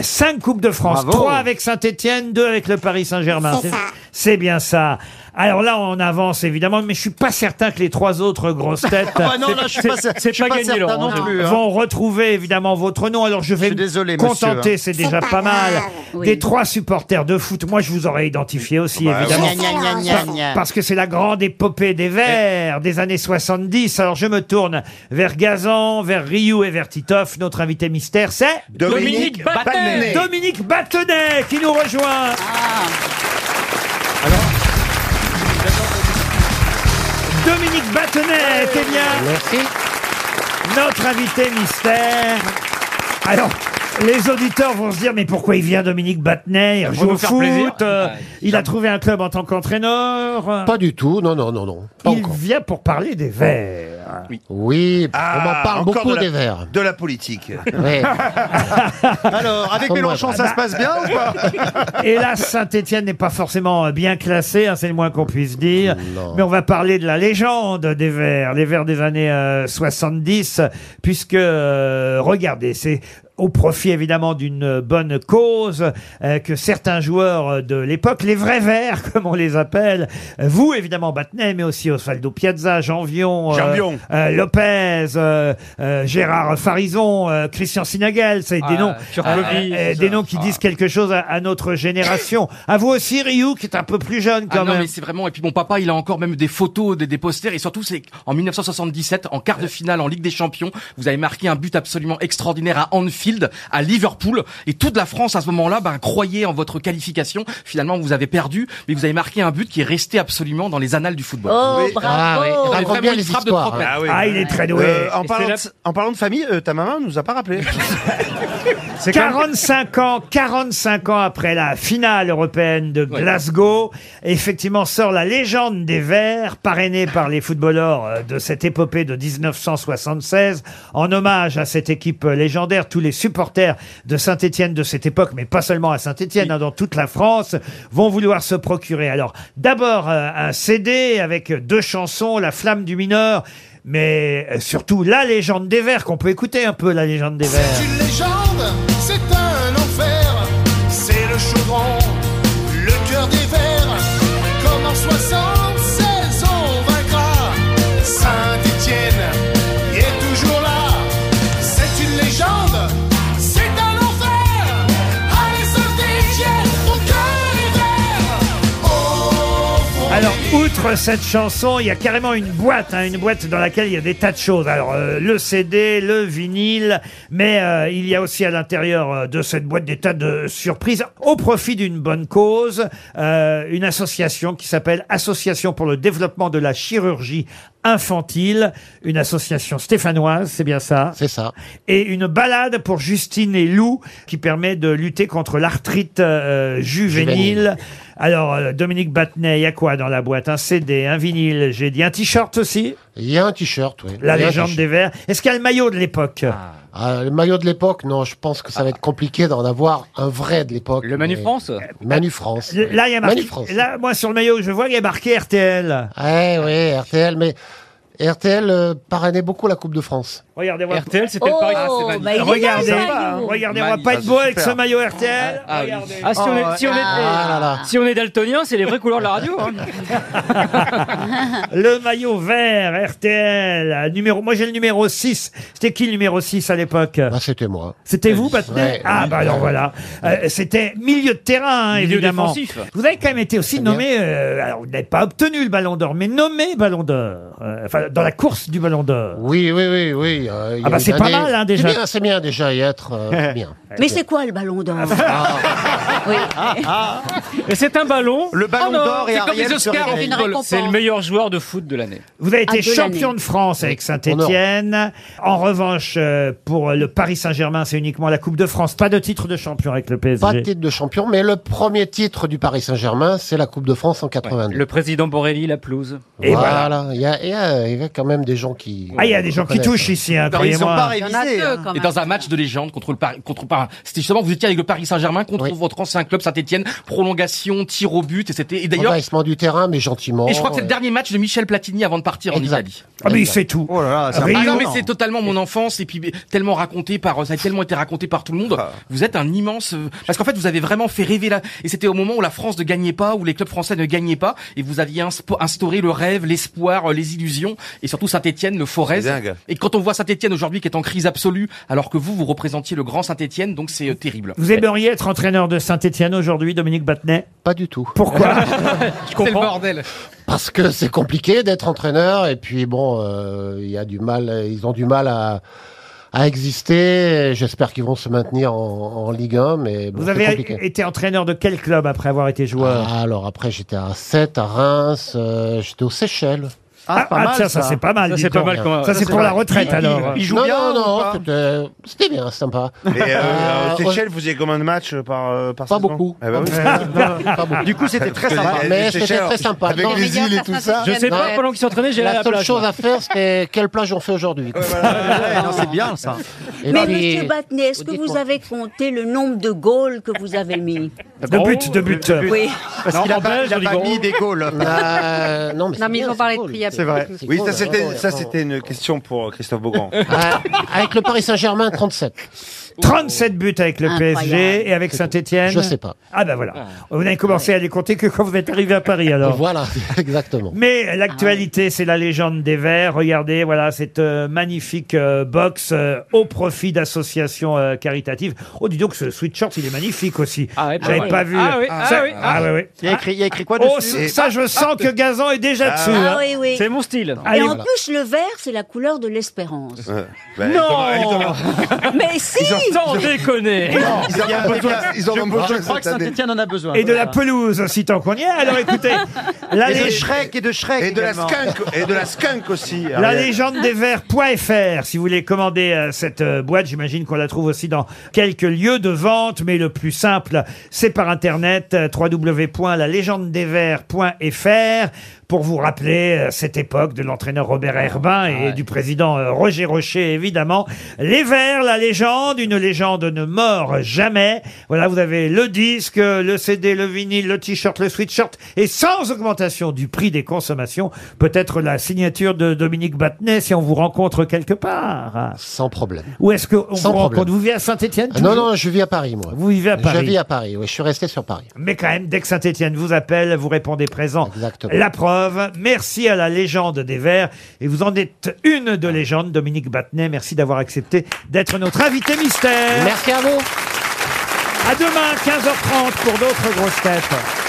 5 Coupes de France, Bravo. 3 avec Saint-Etienne, 2 avec le Paris Saint-Germain. C'est C'est- ça. C'est bien ça. Alors là, on avance évidemment, mais je suis pas certain que les trois autres grosses têtes Ah non, là je suis pas, c'est- cer- c'est je suis pas pas gagné, certain Laurent, non hein. plus. hein. vont retrouver évidemment votre nom. Alors je vais suis désolé, me monsieur, hein. contenter, c'est déjà pas pas mal. grave. Oui. Des trois supporters de foot, moi je vous aurais identifié aussi Bah, évidemment. oui. Gna, gna, gna, Par- gna, gna. Parce que c'est la grande épopée des Verts des années 70. Alors je me tourne vers Gazan, vers Rioux et vers Titoff. Notre invité mystère, c'est Dominique Battenet. Dominique Battenet qui nous rejoint. Ah. Dominique Battenet, eh bien. Notre invité mystère. Alors. Les auditeurs vont se dire mais pourquoi il vient Dominique Battenet Il joue nous au faire foot, plaisir. Ah, bah, euh, Ouais. il a trouvé un club en tant qu'entraîneur. Pas du tout, non, non, Oh non, non. Pas il encore. vient pour parler des Verts. Oui, Ah. on m'en parle encore beaucoup de la- des verts. De la politique. Ouais. Alors, avec Comment Mélenchon, ça bah, se passe bien ou pas Et là, Saint-Étienne n'est pas forcément euh, bien classé, hein, c'est le moins qu'on puisse dire. Non. Mais on va parler de la légende des Verts, les Verts des années euh, 70, puisque, euh, regardez, c'est au profit évidemment d'une bonne cause euh, que certains joueurs euh, de l'époque, les vrais Verts comme on les appelle, euh, vous évidemment Battenet, mais aussi Osvaldo Piazza, Janvion, euh, Janvion. euh, Lopez, euh, euh, Gérard Farison, euh, Christian Sinagel, c'est des Ah, noms, Turcovi, euh, euh, ça. des noms qui Ah. disent quelque chose à, à notre génération. À vous aussi, Ryu, qui est un peu plus jeune Ah quand non, même. mais c'est vraiment. Et puis mon papa, il a encore même des photos, des, des posters, et surtout c'est en 1977, en quart de finale en Ligue des Champions, vous avez marqué un but absolument extraordinaire à Anfield, à Liverpool, et toute la France à ce moment-là, ben croyait en votre qualification. Finalement, vous avez perdu, mais vous avez marqué un but qui est resté absolument dans les annales du football. Oh, Oui. Ah, oui. bravo vraiment Raconte bien une les frappe de histoires. trente mètres. hein. oui. Ah, il est très doué. Euh, en, Et parlant c'est de, en parlant de famille, euh, ta maman nous a pas rappelé. C'est 45 ans, 45 ans après la finale européenne de Ouais. Glasgow, effectivement sort la légende des Verts, parrainée par les footballeurs euh, de cette épopée de 1976. En hommage à cette équipe euh, légendaire, tous les supporters de Saint-Étienne de cette époque, mais pas seulement à Saint-Étienne, hein, dans toute la France, vont vouloir se procurer. Alors, d'abord euh, un CD avec deux chansons, La flamme du mineur. mais euh, surtout la légende des Verts, qu'on peut écouter un peu la légende des Verts. C'est une légende, c'est un enfer, c'est le chaudron, le cœur des vers, comme en 76 on vaincra, Saint-Étienne est toujours là, c'est une légende, c'est un enfer, allez Saint-Étienne, ton cœur est vert, au fond Alors, outre cette chanson, il y a carrément une boîte, hein, une boîte dans laquelle il y a des tas de choses. Alors, euh, le CD, le vinyle, mais euh, il y a aussi à l'intérieur euh, de cette boîte des tas de surprises au profit d'une bonne cause. Euh, une association qui s'appelle Association pour le développement de la chirurgie infantile, une association stéphanoise, c'est bien ça C'est ça. Et une balade pour Justine et Lou qui permet de lutter contre l'arthrite euh, juvénile. Juvénile. Alors, euh, Dominique Battenet, il y a quoi dans la boîte Un CD, un vinyle, j'ai dit un t-shirt aussi Il y a un t-shirt, oui. La Il y a un légende t-shirt. des Verts. Est-ce qu'il y a le maillot de l'époque Ah, le maillot de l'époque, non, je pense que ça va être compliqué d'en avoir un vrai de l'époque. Le Manu France Manu France. L- Là, il y a Manu marqué, France. Eh là, moi, sur le maillot, je vois qu'il y a marqué RTL. Ouais, ouais, RTL, mais RTL euh, parrainait beaucoup la Coupe de France. Regardez, moi. RTL, c'était le Ah, Oh, Paris Saint-Germain. bah, il est regardez, bien, hein. Maillot. regardez, on va Magnifique. pas être Ah, beau c'est avec ce super. maillot RTL. Ah, oui. Regardez. Ah, si on oh, est, si on est- ah, Ah. si on est daltonien, c'est les vraies couleurs de la radio. hein. Le maillot vert, RTL, numéro. Moi, j'ai le numéro 6. C'était qui le numéro 6 à l'époque Bah, C'était moi. C'était vous, Battenet Ouais. Ah, bah alors voilà. Euh, C'était milieu de terrain, hein, Milieu évidemment. défensif. Vous avez quand même été aussi nommé. euh, alors, vous n'avez pas obtenu le ballon d'or, mais nommé ballon d'or. Euh, enfin, dans la course du ballon d'or. Oui, oui, oui, oui. euh, il y Ah, bah a c'est une pas année- mal, hein, déjà. C'est bien, c'est bien déjà y être. euh, c'est bien. Mais c'est quoi le ballon d'or Et c'est un ballon. Le ballon d'or et C'est comme Ariel les se Oscars en réveille. Une football. récompense. C'est le meilleur joueur de foot de l'année. Vous avez été Ah, de champion l'année. de France avec Saint-Étienne. En revanche, euh, pour le Paris Saint-Germain, c'est uniquement la Coupe de France. Pas de titre de champion avec le PSG. Pas de titre de champion, mais le premier titre du Paris Saint-Germain, c'est la Coupe de France en 82. Le président Borelli, la pelouse. Et voilà, il y, a- il y a- il y a quand même des gens qui. Ah, il y a des gens qui connaissent, touchent ici, hein, Bah, croyez-moi. Et dans un match de légende contre le Paris, contre Paris, c'était justement vous étiez avec le Paris Saint-Germain contre votre ancien club Saint-Étienne, prolongation, tir au but, et c'était et d'ailleurs. Envahissement du terrain, mais gentiment. Et je crois que c'est le euh, dernier match de Michel Platini avant de partir en Exact. Italie. Ah, mais il sait tout. Oh là c'est ah non, impressionnant. mais c'est totalement mon enfance et puis tellement raconté par ça a tellement été raconté par tout le monde. Vous êtes un immense euh, parce qu'en fait vous avez vraiment fait rêver là et c'était au moment où la France ne gagnait pas où les clubs français ne gagnaient pas et vous aviez inspo- instauré le rêve, l'espoir, euh, les illusions et surtout Saint-Étienne, le Forez. C'est dingue. Et quand on voit Saint-Étienne aujourd'hui qui est en crise absolue alors que vous vous représentiez le grand Saint-Étienne donc c'est euh, terrible. Vous aimeriez être entraîneur de Saint-Étienne aujourd'hui, Dominique Battenet Pas du tout. Pourquoi C'est le bordel. Parce que c'est compliqué d'être entraîneur et puis bon, euh, il y a du mal, ils ont du mal à, à exister. J'espère qu'ils vont se maintenir en, en Ligue 1, mais bon, Vous c'est avez compliqué. été entraîneur de quel club après avoir été joueur Ah, alors après, j'étais à 7, à Reims, euh, j'étais aux Seychelles. Ah, pas ah, mal, tiens, ça, ça. c'est pas mal, Ça, dis c'est pas donc. mal quand même. Ça, Ça, c'est c'est pour pas la mal. retraite, Il- il- alors. il joue non, Non, bien ou non, pas c'était- c'était bien, sympa. Et euh, Euh, euh, Seychelles, vous avez combien de matchs euh, par, euh, par Pas beaucoup. Ah bah oui. Du coup, c'était très sympa. Mais c'était très sympa. Avec Non, les îles et tout ça. Je sais pas, pendant qu'ils s'entraînaient, j'ai la, la seule plage. chose moi. à faire, c'était quelle plage on fait aujourd'hui. c'est bien ça. Et Mais Ah. puis- monsieur Battenet, est-ce que vous avez compté le nombre de goals que vous avez mis De but, de but. Oui. Parce qu'il a pas, il a pas mis des goals. Euh, non, mais Non, mais ils ont parlé de Priap. C'est vrai. Je me suis Oui, dit, oh ça là c'était là là ça, là. c'était une question pour Christophe Beaugrand. Ah, avec le Paris Saint-Germain, 37. 37 buts avec le Incroyable. PSG et avec Saint-Etienne Je sais pas. Ah ben voilà. Vous n'avez commencé à les compter que quand vous êtes arrivé à Paris alors. Voilà, exactement. Mais l'actualité, c'est la légende des Verts. Regardez, voilà, cette euh, magnifique euh, box euh, au profit d'associations euh, caritatives. Oh, dis donc, ce sweatshirt, il est magnifique aussi. Ah ouais, J'avais ah pas ouais. vu. Ah ouais, ah Ça- ouais, ah ouais, ouais. Il y a écrit, il y a écrit quoi Oh, dessus ça, ça, je sens que Gazan est déjà Ah. dessus. Ah hein. oui, oui. C'est mon style. Et Allez, en voilà. plus, le vert, c'est la couleur de l'espérance. Ouais. Bah, Non Mais si Sans déconner Non, ils en ont besoin. Ils en ont besoin Je crois cette que année. Saint-Etienne en a besoin. Et de la pelouse aussi, tant qu'on y est. Alors écoutez, la, Et de lé- Shrek et de Shrek. Et de la également. skunk et de la skunk aussi. la légende des verts.fr, si vous voulez commander euh, cette euh, boîte, j'imagine qu'on la trouve aussi dans quelques lieux de vente, mais le plus simple, c'est par internet, euh, www.lalégendedesverts.fr. Pour vous rappeler euh, cette cette époque de l'entraîneur Robert Herbin et du président euh, Roger Rocher, évidemment. Les Verts, la légende, une légende ne mord jamais. Voilà, vous avez le disque, le CD, le vinyle, le t-shirt, le sweatshirt et sans augmentation du prix des consommations, peut-être la signature de Dominique Battenet si on vous rencontre quelque part. Sans problème. Ou est-ce qu'on vous Sans problème. rencontre Vous vivez à Saint-Étienne Ah, non, non, je vis à Paris, moi. Vous vivez à Paris. Je vis à Paris, oui, je suis resté sur Paris. Mais quand même, dès que Saint-Etienne vous appelle, vous répondez présent. La preuve, merci à la légende des Verts. Et vous en êtes une de légende, Dominique Battenet. Merci d'avoir accepté d'être notre invité mystère. Merci à vous. À demain, 15h30 pour d'autres grosses têtes.